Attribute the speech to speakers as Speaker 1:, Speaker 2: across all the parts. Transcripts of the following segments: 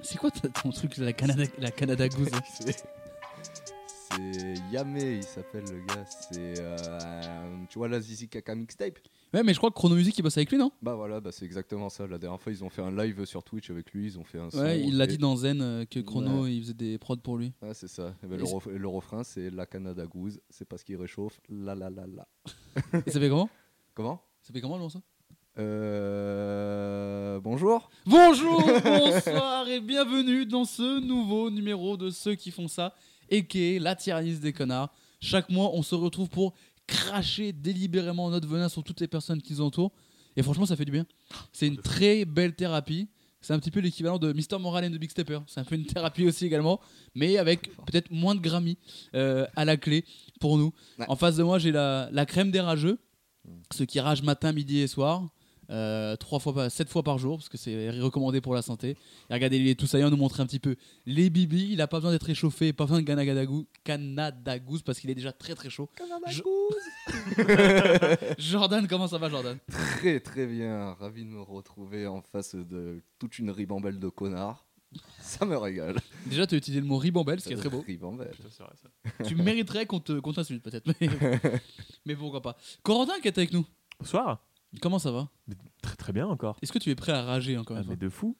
Speaker 1: C'est quoi ta- ton truc, la Canada, la Canada Goose
Speaker 2: C'est c'est Yamé, il s'appelle le gars. C'est. euh, tu vois la Zizi Kaka mixtape
Speaker 1: Ouais, mais je crois que Chrono Music, il bosse avec lui, non
Speaker 2: Bah voilà, bah c'est exactement ça. La dernière fois, ils ont fait un live sur Twitch avec lui. Ils ont fait un. son,
Speaker 1: Ouais, il l'a
Speaker 2: et-
Speaker 1: dit dans Zen euh, que Chrono, il faisait des prods pour lui.
Speaker 2: Ouais, c'est ça. Et ben,
Speaker 1: Et
Speaker 2: le,
Speaker 1: c'est-
Speaker 2: ref- le refrain, c'est la Canada Goose. C'est parce qu'il réchauffe. La la la la.
Speaker 1: Et ça fait comment
Speaker 2: Comment
Speaker 1: Ça fait comment le morceau
Speaker 2: euh... Bonjour.
Speaker 1: Bonjour, bonsoir et bienvenue dans ce nouveau numéro de ceux qui font ça, et qui est la tier list des connards. Chaque mois, on se retrouve pour cracher délibérément notre venin sur toutes les personnes qui nous entourent. Et franchement, ça fait du bien. C'est une très belle thérapie. C'est un petit peu l'équivalent de Mister Moral and the Big Stepper. C'est un peu une thérapie aussi également, mais avec peut-être moins de Grammy euh, à la clé pour nous.
Speaker 2: Ouais.
Speaker 1: En face de moi, j'ai la, la crème des rageux, ceux qui ragent matin, midi et soir. euh, trois fois, par- sept fois par jour parce que c'est recommandé pour la santé. Et regardez, il est tout saillant, nous montrer un petit peu les bibis. Il a pas besoin d'être échauffé, pas besoin de Canada Goose- Canada Goose parce qu'il est déjà très très chaud.
Speaker 2: Canada
Speaker 1: Je-
Speaker 2: Goose.
Speaker 1: Jordan, comment ça va, Jordan
Speaker 2: Très très bien. Ravi de me retrouver en face de toute une ribambelle de connards. Ça me régale.
Speaker 1: Déjà, tu as utilisé le mot ribambelle, ce qui est très beau.
Speaker 2: Ribambelle.
Speaker 3: Putain, c'est vrai, ça.
Speaker 1: tu mériterais qu'on te- qu'on t'insulte peut-être, mais, mais pourquoi pas. Corentin qui est avec nous,
Speaker 3: Bonsoir.
Speaker 1: comment ça va
Speaker 3: Mais Très très bien encore.
Speaker 1: Est-ce que tu es prêt à rager encore
Speaker 3: Ah,
Speaker 1: une fois
Speaker 3: mais de fou.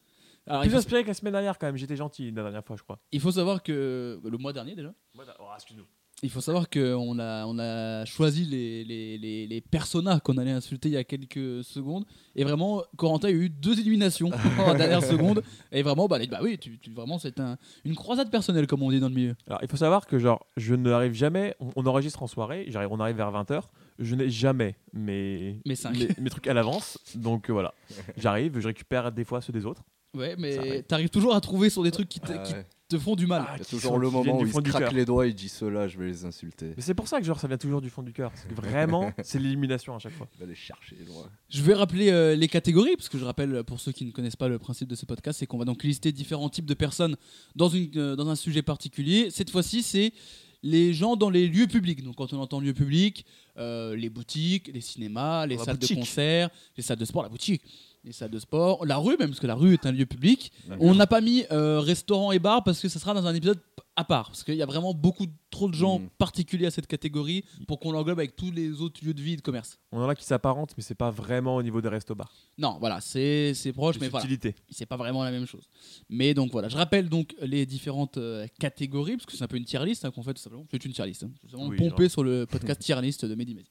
Speaker 1: Alors, il,
Speaker 3: Plus
Speaker 1: faut,
Speaker 3: inspiré que la semaine dernière quand même. J'étais gentil la dernière fois, je crois.
Speaker 1: il faut savoir que le mois dernier déjà,
Speaker 3: Oh, excuse-nous.
Speaker 1: il faut savoir qu'on a, on a choisi les, les, les, les personas qu'on allait insulter il y a quelques secondes. Et vraiment, Corentin a eu deux éliminations en dernière seconde. Et vraiment, bah, les- bah oui, tu, tu- vraiment, c'est un, une croisade personnelle, comme on dit dans le milieu.
Speaker 3: Alors, il faut savoir que genre, je n'arrive jamais. On, on enregistre en soirée. J'arrive, on arrive vers 20h. Je n'ai jamais mes,
Speaker 1: Mais cinq.
Speaker 3: mes, mes trucs à l'avance. Donc euh, voilà. J'arrive, je récupère des fois ceux des autres.
Speaker 1: Ouais,
Speaker 3: Ça
Speaker 1: mais
Speaker 3: arrive.
Speaker 1: t'arrives toujours à trouver sur des trucs qui, te-
Speaker 2: Ah
Speaker 1: qui
Speaker 2: ouais. Ah
Speaker 1: te font du mal.
Speaker 2: Il y a
Speaker 3: Ah, qui
Speaker 2: toujours
Speaker 3: sont-
Speaker 2: le
Speaker 3: qui
Speaker 2: moment
Speaker 3: viennent
Speaker 2: où
Speaker 3: du
Speaker 2: il
Speaker 3: fond
Speaker 2: se
Speaker 3: du
Speaker 2: craque
Speaker 3: cœur.
Speaker 2: les doigts et il dit cela, je vais les insulter.
Speaker 3: Mais c'est pour ça que genre, ça vient toujours du fond du cœur. Parce que vraiment, c'est l'élimination à chaque fois.
Speaker 2: Il va les chercher loin.
Speaker 1: Je vais rappeler euh, les catégories, parce que je rappelle euh, pour ceux qui ne connaissent pas le principe de ce podcast, c'est qu'on va donc lister différents types de personnes dans, une, euh, dans un sujet particulier. Cette fois-ci, c'est les gens dans les lieux publics. Donc quand on entend lieux publics, euh, les boutiques, les cinémas, les
Speaker 3: La
Speaker 1: salles
Speaker 3: boutique.
Speaker 1: de concert, les salles de sport, la boutique, les salles de sport, la rue même, parce que la rue est un lieu public. On n'a pas mis euh, restaurant et bar parce que ça sera dans un épisode p- à part, parce qu'il y a vraiment beaucoup trop de gens
Speaker 3: Hmm.
Speaker 2: Mm.
Speaker 1: particuliers à cette catégorie pour qu'on l'englobe avec tous les autres lieux de vie et de commerce.
Speaker 3: On en a qui s'apparentent, mais c'est pas vraiment au niveau des restos bars.
Speaker 1: Non, voilà, c'est c'est
Speaker 2: Oh,
Speaker 1: proche, mais voilà.
Speaker 3: Utilité.
Speaker 1: c'est pas vraiment la même chose. Mais donc voilà, je rappelle donc les différentes euh, catégories, parce que c'est un peu une tier list hein, qu'on fait tout simplement. C'est une tier list. hein. Nous avons
Speaker 3: Oui,
Speaker 1: pompé
Speaker 3: genre.
Speaker 1: sur le podcast tier list de Mehdi Mehdi,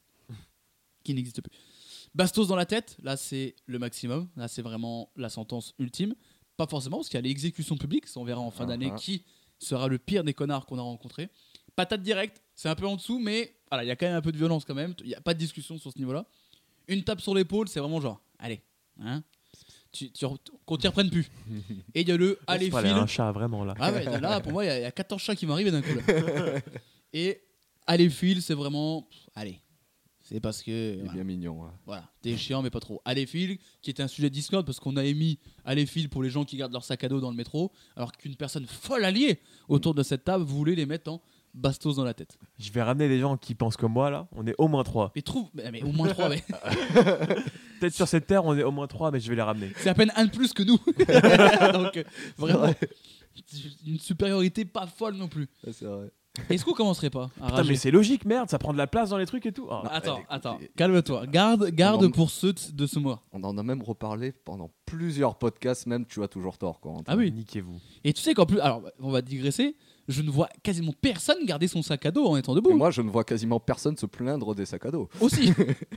Speaker 1: qui n'existe plus. Bastos dans la tête, là c'est le maximum, là c'est vraiment la sentence ultime. Pas forcément, parce qu'il y a l'exécution publique, ça on verra en fin
Speaker 2: Ah,
Speaker 1: d'année
Speaker 2: ah.
Speaker 1: qui sera le pire des connards qu'on a rencontré. Patate directe, c'est un peu en dessous, mais voilà, il y a quand même un peu de violence quand même, il n'y a pas de discussion sur ce niveau-là. Une tape sur l'épaule, c'est vraiment genre, allez, hein, tu, tu, qu'on t'y reprenne plus. Et il y a le allez,
Speaker 3: C'est pas
Speaker 1: file.
Speaker 3: un chat vraiment là.
Speaker 1: Ah ouais, là, pour moi, il y, a- il y a 14 chats qui m'arrivent d'un coup. là. Et allez, file, c'est vraiment. pff, Allez. C'est parce que.
Speaker 3: Eh
Speaker 2: Il est
Speaker 1: Voilà,
Speaker 2: bien mignon. hein.
Speaker 1: voilà, t'es chiant, mais pas trop. Allez, file, qui était un sujet de Discord, parce qu'on a émis allez, file pour les gens qui gardent leur sac à dos dans le métro, alors qu'une personne folle alliée autour de cette table voulait les mettre en bastos dans la tête.
Speaker 3: Je vais ramener des gens qui pensent comme moi là. On est au moins trois.
Speaker 1: Mais trouve. Mais, mais au moins trois, mais.
Speaker 3: Peut-être sur cette terre, on est au moins trois, mais je vais les ramener.
Speaker 1: C'est à peine un de plus que nous. Donc, euh, vraiment. Une supériorité pas folle non plus.
Speaker 2: Ah, c'est vrai.
Speaker 1: Est-ce qu'on commencerait pas à
Speaker 3: Putain,
Speaker 1: rager
Speaker 3: mais c'est logique, merde, ça prend de la place dans les trucs et tout. Ah,
Speaker 1: Non, Attends,
Speaker 2: écoutez,
Speaker 1: attends, calme-toi. Garde, garde
Speaker 2: Non, mais-
Speaker 1: pour ceux de ce mois.
Speaker 2: On en a même reparlé pendant plusieurs podcasts, même tu as toujours tort, Corentin.
Speaker 1: Ah oui.
Speaker 3: Niquez-vous.
Speaker 1: Et tu sais qu'en plus, alors on va digresser. Je ne vois quasiment personne garder son sac à dos en étant
Speaker 2: Et
Speaker 1: debout.
Speaker 2: moi, je ne vois quasiment personne se plaindre des sacs à dos.
Speaker 1: Aussi.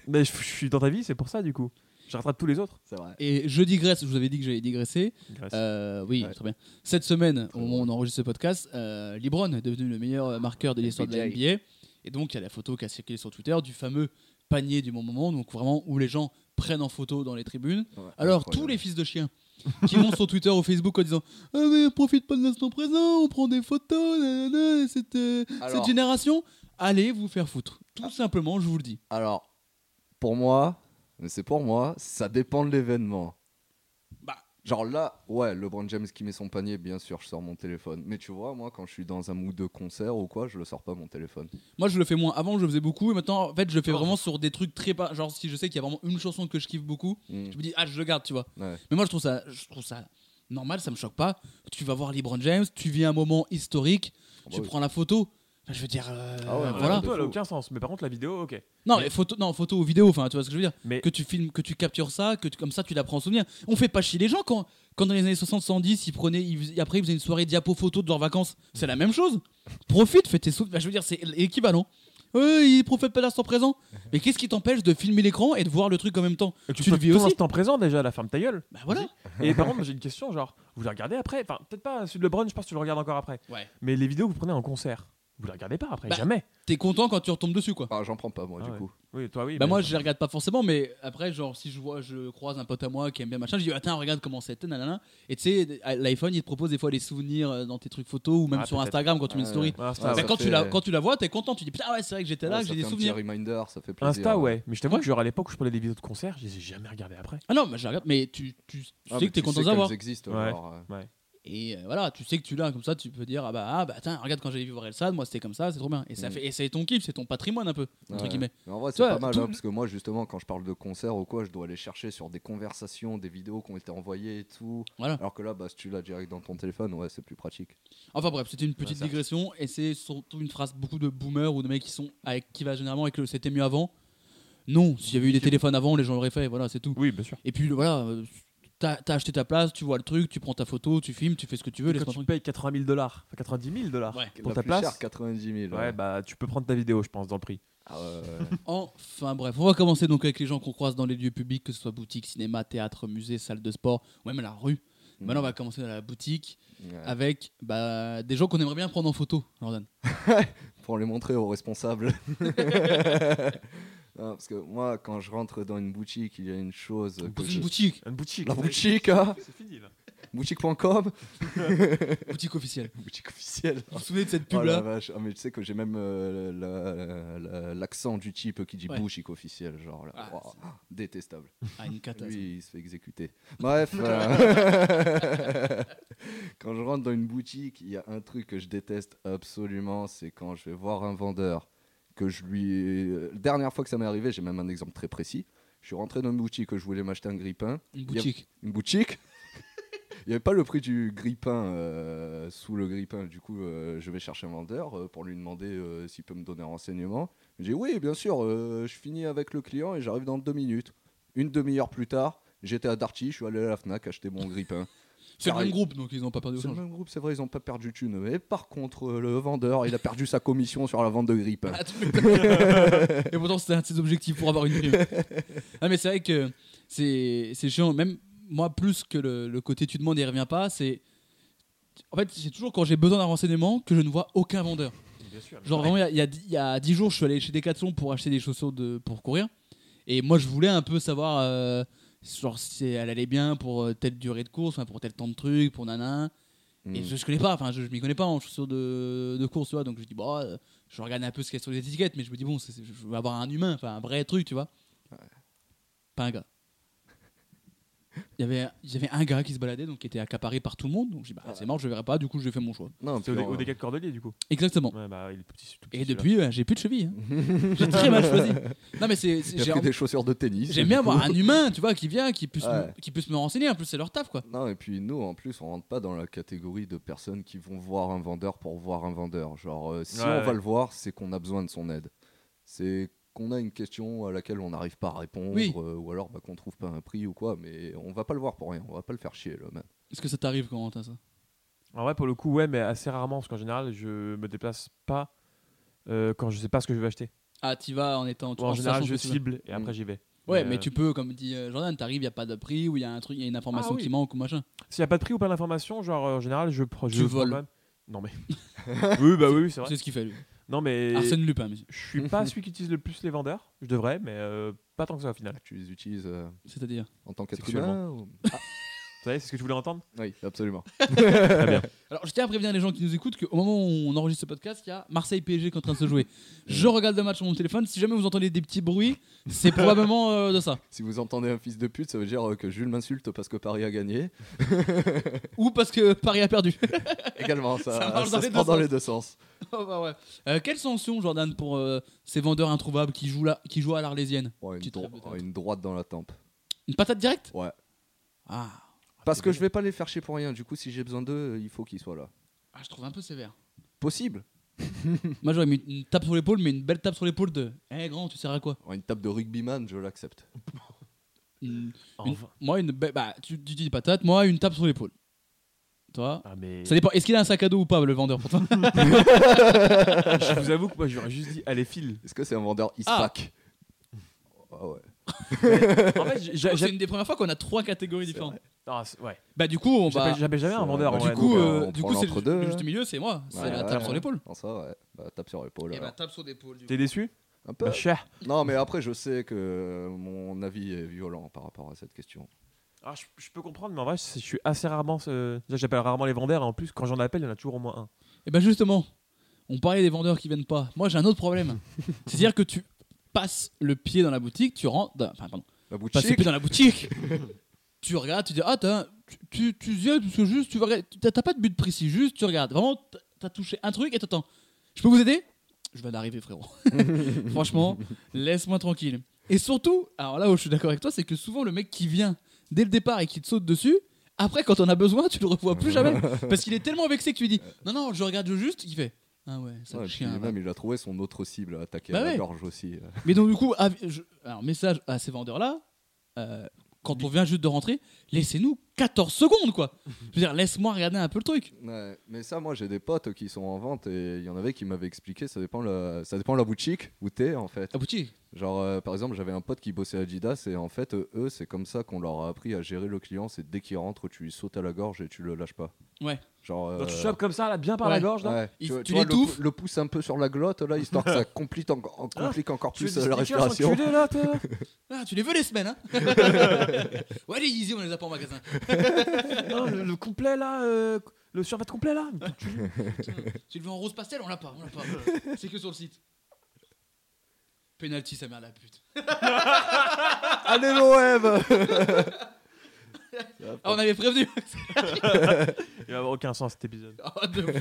Speaker 3: Mais je, je suis dans ta vie, c'est pour ça du coup. Je rattrape tous les autres.
Speaker 2: C'est vrai.
Speaker 1: Et je digresse. Je vous avais dit que j'allais digresser. Euh, oui,
Speaker 2: Ouais.
Speaker 1: très bien. Cette semaine, au
Speaker 2: bon.
Speaker 1: moment où on enregistre ce podcast, euh, LeBron est devenu le meilleur euh, marqueur de l'histoire de la
Speaker 2: NBA.
Speaker 1: NBA. Et donc, il y a la photo qui a circulé sur Twitter du fameux panier du bon moment, donc vraiment où les gens prennent en photo dans les tribunes. Alors, tous les fils de chiens qui vont sur Twitter ou Facebook en disant Ah, mais on profite pas de l'instant présent, on prend des photos, nanana, cette, euh, cette
Speaker 2: Alors.
Speaker 1: génération, allez vous faire foutre. Tout simplement, je vous le dis.
Speaker 2: Alors, pour moi, mais c'est pour moi, ça dépend de l'événement.
Speaker 1: Bah,
Speaker 2: Genre là, ouais, LeBron James qui met son panier, bien sûr, je sors mon téléphone. Mais tu vois, moi, quand je suis dans un mood de concert ou quoi, je le sors pas mon téléphone.
Speaker 1: moi, je le fais moins. Avant, je le faisais beaucoup, et maintenant, en fait, je
Speaker 2: Ah.
Speaker 1: le fais vraiment sur des trucs très. pas- Genre, si je sais qu'il y a vraiment une chanson que je kiffe beaucoup,
Speaker 2: Mm.
Speaker 1: je me dis Ah, je le garde, tu vois.
Speaker 2: Ouais.
Speaker 1: Mais moi, je trouve ça, je trouve ça normal, ça me choque pas. Tu vas voir LeBron James, tu vis un moment historique,
Speaker 2: bah
Speaker 1: tu
Speaker 2: oui.
Speaker 1: prends la photo. Enfin, je veux dire, euh,
Speaker 2: Ah ouais,
Speaker 3: La
Speaker 2: non,
Speaker 1: voilà.
Speaker 2: de
Speaker 3: photo, elle a
Speaker 2: fou.
Speaker 3: aucun sens. Mais par contre, la vidéo, ok.
Speaker 1: Non, mais photo, non, photo ou vidéo, enfin, tu vois ce que je veux dire.
Speaker 3: Mais
Speaker 1: Que tu filmes, que tu captures ça, que tu- comme ça, tu la prends en souvenir. On fait pas chier les gens quand, quand dans les années 60-70, ils prenaient, ils faisaient- après, ils faisaient une soirée diapo photo de leurs vacances. C'est la même chose. Profite, fais tes souvenirs. Bah, je veux dire, c'est l'équivalent. Ouais, ils profitent pas l'instant présent. Mais qu'est-ce qui t'empêche de filmer l'écran et de voir le truc en même temps
Speaker 3: tu,
Speaker 1: tu le
Speaker 3: peux
Speaker 1: vis
Speaker 3: ton
Speaker 1: aussi
Speaker 3: instant présent déjà, la ferme ta gueule.
Speaker 1: Bah voilà.
Speaker 3: Et par contre, j'ai une question genre, vous la regardez après Enfin, peut-être pas celui de LeBron, je pense que tu le regardes encore après.
Speaker 1: Ouais.
Speaker 3: Mais les vidéos que vous prenez en concert, vous la regardez pas après,
Speaker 1: Bah,
Speaker 3: jamais.
Speaker 1: T'es content quand tu retombes dessus, quoi.
Speaker 2: Ah, j'en prends pas moi
Speaker 3: Ah
Speaker 2: du
Speaker 3: ouais.
Speaker 2: coup.
Speaker 3: Oui, toi, oui.
Speaker 1: Bah
Speaker 2: ben
Speaker 3: mais-
Speaker 1: moi je les regarde pas forcément mais après genre si je vois je croise un pote à moi qui aime bien machin je dis attends regarde comment c'était nanana et tu sais à l'iPhone il te propose des fois les souvenirs euh, dans tes trucs photos ou même
Speaker 3: Ah,
Speaker 1: sur
Speaker 3: peut-être.
Speaker 1: Instagram quand tu mets une
Speaker 2: Ouais,
Speaker 1: story
Speaker 2: ouais.
Speaker 3: Ouais, Insta,
Speaker 2: Ah,
Speaker 1: Bah,
Speaker 3: ouais.
Speaker 2: ça
Speaker 1: quand, tu
Speaker 2: fait-
Speaker 1: la, quand tu la vois t'es content tu dis putain ah ouais c'est vrai que j'étais là
Speaker 2: Ouais,
Speaker 1: que
Speaker 2: ça
Speaker 1: j'ai des
Speaker 2: fait un
Speaker 1: souvenirs
Speaker 2: Petit reminder, ça fait plaisir.
Speaker 3: Insta, ouais. Mais je t'avoue
Speaker 1: Ouais.
Speaker 3: que genre à l'époque où je prenais des vidéos de concert, je les ai jamais regardées après.
Speaker 1: ah non mais je la regarde mais tu, tu, tu
Speaker 2: Ah, mais
Speaker 1: sais que t'es content de savoir
Speaker 2: qu'elles existent,
Speaker 3: Ouais.
Speaker 2: alors, euh,
Speaker 1: et euh, voilà tu sais que tu l'as comme ça tu peux dire ah bah ah bah tiens regarde quand j'allais vivre Elsa moi c'était comme ça c'est trop bien et ça
Speaker 2: Mm.
Speaker 1: fait et c'est ton kiff c'est ton patrimoine un peu entre
Speaker 2: ouais.
Speaker 1: guillemets
Speaker 2: Mais en vrai, c'est
Speaker 1: Toi,
Speaker 2: pas mal,
Speaker 1: tout-
Speaker 2: hein, parce que moi, justement, quand je parle de concert ou quoi, je dois aller chercher sur des conversations, des vidéos qui ont été envoyées et tout.
Speaker 1: Voilà.
Speaker 2: Alors que là, bah, si tu l'as direct dans ton téléphone, ouais, c'est plus pratique.
Speaker 1: Enfin bref, c'était une petite
Speaker 2: Ouais, ça-
Speaker 1: digression et c'est surtout une phrase beaucoup de boomers ou de mecs qui sont avec qui va généralement avec le c'était mieux avant. Non, s'il y avait eu des téléphones avant, les gens l'auraient fait, voilà, c'est tout.
Speaker 3: Oui, bien sûr.
Speaker 1: Et puis voilà, euh, t'as t'as acheté ta place, tu vois le truc, tu prends ta photo, tu filmes, tu fais ce que tu veux,
Speaker 3: quand
Speaker 1: laisse-moi
Speaker 3: tu
Speaker 1: tranquille.
Speaker 3: payes 80 000 dollars, 90 000 dollars
Speaker 1: Ouais.
Speaker 3: pour
Speaker 2: La
Speaker 3: ta
Speaker 2: plus
Speaker 3: place,
Speaker 2: chère, 90 000.
Speaker 3: ouais, bah tu peux prendre ta vidéo, je pense, dans le prix.
Speaker 2: Ah ouais, ouais, ouais.
Speaker 1: Enfin bref, on va commencer donc avec les gens qu'on croise dans les lieux publics, que ce soit boutique, cinéma, théâtre, musée, salle de sport, ou même la rue. Maintenant, on va commencer dans la boutique
Speaker 2: Ouais.
Speaker 1: avec bah, des gens qu'on aimerait bien prendre en photo, Jordan.
Speaker 2: pour les montrer aux responsables. Non, parce que moi, quand je rentre dans une boutique, il y a une chose. Que
Speaker 1: Dans
Speaker 2: je...
Speaker 1: une boutique,
Speaker 3: Une boutique.
Speaker 2: La boutique, hein
Speaker 3: C'est fini là.
Speaker 2: Boutique.com
Speaker 1: boutique officielle.
Speaker 2: Boutique officielle.
Speaker 1: Vous vous souvenez de cette
Speaker 2: Oh
Speaker 1: pub
Speaker 2: la
Speaker 1: là
Speaker 2: vache. Ah, mais tu sais que j'ai même euh, la- la- l'accent du type qui dit
Speaker 1: Ouais.
Speaker 2: boutique officielle. Genre, là.
Speaker 1: Ah,
Speaker 2: Ouah, détestable.
Speaker 1: Ah, une cata. ça.
Speaker 2: Lui, il se fait exécuter. Bref, euh, quand je rentre dans une boutique, il y a un truc que je déteste absolument, c'est quand je vais voir un vendeur que je lui. euh, Dernière fois que ça m'est arrivé, j'ai même un exemple très précis. Je suis rentré dans une boutique que je voulais m'acheter un grippin.
Speaker 1: Une
Speaker 2: Il y a-
Speaker 1: boutique.
Speaker 2: Une boutique. Il n'y avait pas le prix du grippin euh, sous le grippin. Du coup, euh, je vais chercher un vendeur euh, pour lui demander euh, s'il peut me donner un renseignement. Il dit oui, bien sûr. euh, je finis avec le client et j'arrive dans deux minutes. Une demi-heure plus tard, j'étais à Darty. Je suis allé à la Fnac acheter mon grippin.
Speaker 1: C'est le
Speaker 2: Pareil.
Speaker 1: même groupe, donc ils n'ont pas perdu au
Speaker 2: C'est le
Speaker 1: change.
Speaker 2: même groupe, c'est vrai, ils n'ont pas perdu de thune. Mais par contre, euh, le vendeur, il a perdu sa commission sur la vente de grippin.
Speaker 1: Ah, tu m'étonnes. Et pourtant, c'était un de ses objectifs pour avoir une prime. Ah, mais c'est vrai que c'est c'est chiant. Même moi, plus que le, le côté tu demandes et il revient pas, c'est. En fait, c'est toujours quand j'ai besoin d'un renseignement que je ne vois aucun vendeur.
Speaker 3: Bien sûr.
Speaker 1: Genre, vraiment, il y a- il y a, dix- il y a 10 jours, je suis allé chez Decathlon pour acheter des chaussures de, pour courir. Et moi, je voulais un peu savoir euh, genre, si elle allait bien pour euh, telle durée de course, enfin, pour tel temps de truc, pour nanan. Et
Speaker 2: Mm.
Speaker 1: je, je connais pas, enfin je, je m'y connais pas en chaussures de, de course, tu vois. Donc je dis, bon, euh, je regarde un peu ce qu'il y a sur les étiquettes, mais je me dis, bon, c'est- c'est- je veux avoir un humain, enfin un vrai truc, tu vois. Pas un gars. Il y avait il y avait un gars qui se baladait, donc qui était accaparé par tout le monde. Donc je dis, bah
Speaker 2: Ah.
Speaker 1: c'est mort, je verrai pas, du coup je fais mon choix.
Speaker 2: Non,
Speaker 3: C'est
Speaker 2: puis,
Speaker 3: au,
Speaker 2: euh,
Speaker 3: décal cordelier du coup.
Speaker 1: Exactement.
Speaker 3: Ouais, bah il est petit, tout petit.
Speaker 1: Et depuis, euh, j'ai plus de cheville. hein. j'ai très mal choisi. Non, mais c'est. c'est-
Speaker 2: il a
Speaker 1: j'ai-
Speaker 2: pris des chaussures de tennis.
Speaker 1: J'aime bien avoir un humain, tu vois, qui vient, qui puisse, me,
Speaker 2: Ouais.
Speaker 1: qui puisse me renseigner. En plus, c'est leur taf, quoi.
Speaker 2: Non, et puis nous, en plus, on rentre pas dans la catégorie de personnes qui vont voir un vendeur pour voir un vendeur. Genre, euh, si
Speaker 3: Ouais,
Speaker 2: on
Speaker 3: ouais.
Speaker 2: va le voir, c'est qu'on a besoin de son aide. C'est qu'on a une question à laquelle on n'arrive pas à répondre,
Speaker 1: Oui.
Speaker 2: euh, ou alors bah, qu'on trouve pas un prix ou quoi, mais on va pas le voir pour rien, on va pas le faire chier, le man.
Speaker 1: Est-ce que ça t'arrive, Corentin, ça
Speaker 3: En vrai, pour le coup, ouais, mais assez rarement parce qu'en général, je me déplace pas euh, quand je sais pas ce que je vais acheter.
Speaker 1: Ah, t'y vas en étant.
Speaker 3: Ou en
Speaker 1: en
Speaker 3: général,
Speaker 1: sachant
Speaker 3: je
Speaker 1: que tu vas.
Speaker 3: cible et après
Speaker 2: Mm.
Speaker 3: j'y vais.
Speaker 1: Ouais, mais
Speaker 3: euh,
Speaker 1: tu peux, comme dit euh, Jordan, t'arrives, il n'y a pas de prix ou il y a un truc, il y a une information
Speaker 3: Ah oui.
Speaker 1: qui manque ou machin.
Speaker 3: S'il n'y a pas de prix ou pas d'information, genre euh, en général, je prends.
Speaker 1: Tu voles.
Speaker 3: Non mais. oui, bah oui, oui, c'est vrai.
Speaker 1: C'est ce qu'il fait lui.
Speaker 3: Non mais.
Speaker 1: Arsène Lupin, monsieur.
Speaker 3: Je suis pas celui qui utilise le plus les vendeurs. Je devrais, mais euh, pas tant que ça au final.
Speaker 2: Tu les utilises euh,
Speaker 1: C'est-à-dire.
Speaker 2: en tant qu'être
Speaker 3: Sexuellement.
Speaker 2: humain ou-
Speaker 3: Vous savez, c'est ce que tu voulais entendre
Speaker 2: Oui, absolument.
Speaker 3: Très bien.
Speaker 1: Alors, je tiens à prévenir les gens qui nous écoutent qu'au moment où on enregistre ce podcast, il y a Marseille PSG qui est en train de se jouer. Je regarde le match sur mon téléphone. Si jamais vous entendez des petits bruits, c'est probablement euh, de ça.
Speaker 2: Si vous entendez un fils de pute, ça veut dire euh, que Jules m'insulte parce que Paris a gagné.
Speaker 1: Ou parce que Paris a perdu.
Speaker 2: Également, ça,
Speaker 1: Ça marche
Speaker 2: ça
Speaker 1: dans
Speaker 2: se
Speaker 1: les
Speaker 2: prend
Speaker 1: deux
Speaker 2: dans
Speaker 1: sens.
Speaker 2: les deux sens.
Speaker 1: Oh, bah ouais. Euh, quelle sanction, Jordan, pour euh, ces vendeurs introuvables qui jouent, là, qui jouent à l'Arlésienne
Speaker 2: Ouais, Oh, une,
Speaker 1: Petite
Speaker 2: dro-
Speaker 1: rêve de théâtre.
Speaker 2: une droite dans la tempe.
Speaker 1: Une patate directe
Speaker 2: Ouais.
Speaker 1: Ah.
Speaker 2: Parce que je vais pas les faire chier pour rien. Du coup, si j'ai besoin d'eux, il faut qu'ils soient là.
Speaker 1: Ah, je trouve un peu sévère.
Speaker 2: Possible.
Speaker 1: Moi, j'aurais mis une tape sur l'épaule, mais une belle tape sur l'épaule de. Eh, grand, tu sers à quoi
Speaker 2: Une table de rugbyman, je l'accepte.
Speaker 1: Une- une-
Speaker 3: Enfin.
Speaker 1: Moi, une. be- Bah, tu, tu dis patate, moi, une tape sur l'épaule. Toi
Speaker 3: Ah, mais
Speaker 1: Ça dépend. Est-ce qu'il a un sac à dos ou pas, le vendeur, pour toi
Speaker 3: je vous avoue que moi j'aurais juste dit allez file.
Speaker 2: Est-ce que c'est un vendeur is
Speaker 1: Ah.
Speaker 2: pack Ah ouais.
Speaker 3: En fait, j'ai- j'ai-
Speaker 1: C'est une des premières fois qu'on a trois catégories différentes.
Speaker 3: Ah, c'est- ouais.
Speaker 1: Bah, du coup, on va.
Speaker 3: J'appelle j'appelle jamais un
Speaker 2: c'est-
Speaker 3: vendeur.
Speaker 2: bah,
Speaker 3: en
Speaker 1: Du
Speaker 3: vrai,
Speaker 1: coup,
Speaker 3: donc, euh,
Speaker 1: euh,
Speaker 2: on
Speaker 1: du
Speaker 2: prend
Speaker 1: coup, c'est le,
Speaker 2: l'entre-deux,
Speaker 1: le juste
Speaker 2: hein.
Speaker 1: milieu, c'est moi. C'est
Speaker 2: Ouais,
Speaker 1: la
Speaker 2: ouais,
Speaker 1: tape
Speaker 2: ouais.
Speaker 1: sur l'épaule.
Speaker 2: En ça, ouais. Bah, tape sur l'épaule.
Speaker 1: Et bah,
Speaker 2: alors.
Speaker 1: tape sur l'épaule. du
Speaker 3: T'es
Speaker 1: coup.
Speaker 3: déçu
Speaker 1: ben.
Speaker 2: Un peu.
Speaker 3: Bah, cher.
Speaker 2: Non, mais après, je sais que mon avis est violent par rapport à cette question.
Speaker 3: Alors, ah, je, je peux comprendre, mais en vrai, c'est- je suis assez rarement. ce- déjà, J'appelle rarement les vendeurs, et en plus, quand j'en appelle, il y en a toujours au moins un.
Speaker 1: Et ben justement, on parlait des vendeurs qui viennent pas. Moi, j'ai un autre problème. C'est-à-dire que tu passes le pied dans la boutique, tu rentres. dans- Enfin, pardon.
Speaker 2: La
Speaker 1: Passes le
Speaker 2: boutique
Speaker 1: pied dans la boutique. tu regardes, tu dis ah t'as, un- tu tu tu viens parce que juste tu vas regarder- t'as t'as pas de but précis, juste tu regardes. Vraiment, t- t'as touché un truc et t'attends. Je peux vous aider Je viens d'arriver, frérot. Franchement, laisse-moi tranquille. Et surtout, alors là où je suis d'accord avec toi, c'est que souvent le mec qui vient dès le départ et qui te saute dessus, après quand on a besoin, tu le revois plus jamais parce qu'il est tellement vexé que tu lui dis non non, je regarde juste, il fait ah ouais, ça
Speaker 2: Ouais, puis
Speaker 1: chien. va.
Speaker 2: même, il a trouvé son autre cible à attaquer
Speaker 1: Bah
Speaker 2: à la
Speaker 1: ouais.
Speaker 2: gorge aussi.
Speaker 1: Mais donc du coup, av- je- alors message à ces vendeurs-là, euh, quand on vient juste de rentrer, laissez-nous 14 secondes quoi. Je veux dire, laisse-moi regarder un peu le truc.
Speaker 2: Ouais, mais ça, moi, j'ai des potes qui sont en vente et il y en avait qui m'avaient expliqué, ça dépend la, ça dépend la boutique où t'es en fait.
Speaker 1: Ah boutique.
Speaker 2: Genre, euh, par exemple, j'avais un pote qui bossait à Adidas et en fait, euh, eux, c'est comme ça qu'on leur a appris à gérer le client, c'est dès qu'il rentre, tu lui sautes à la gorge et tu le lâches pas.
Speaker 1: Ouais.
Speaker 2: Genre,
Speaker 3: Donc, tu
Speaker 2: euh,
Speaker 3: chopes comme ça, là, bien par
Speaker 1: Ouais.
Speaker 3: la gorge, là.
Speaker 2: ouais.
Speaker 1: Il- tu
Speaker 2: vois, le
Speaker 1: l'étouffes.
Speaker 2: pou- Le, pousse un peu sur la glotte, là, histoire que ça complique, en- en- complique encore
Speaker 3: Tu
Speaker 2: plus
Speaker 3: veux
Speaker 2: euh,
Speaker 3: des
Speaker 2: la
Speaker 1: hein,
Speaker 3: stickers,
Speaker 2: respiration.
Speaker 3: enculé, là, toi
Speaker 1: Ah, tu les veux les semaines hein Ouais, les Yeezy, on les a pas en magasin.
Speaker 3: Non, le, le complet, là. euh, le survêt complet, là.
Speaker 1: Tiens, tu le veux en rose pastel, on l'a pas, on l'a pas. C'est que sur le site. Penalty, sa mère la pute.
Speaker 2: Allez, l'OM
Speaker 1: Ah, on avait prévenu.
Speaker 3: Il va avoir aucun sens cet épisode.
Speaker 1: Oh, de fou.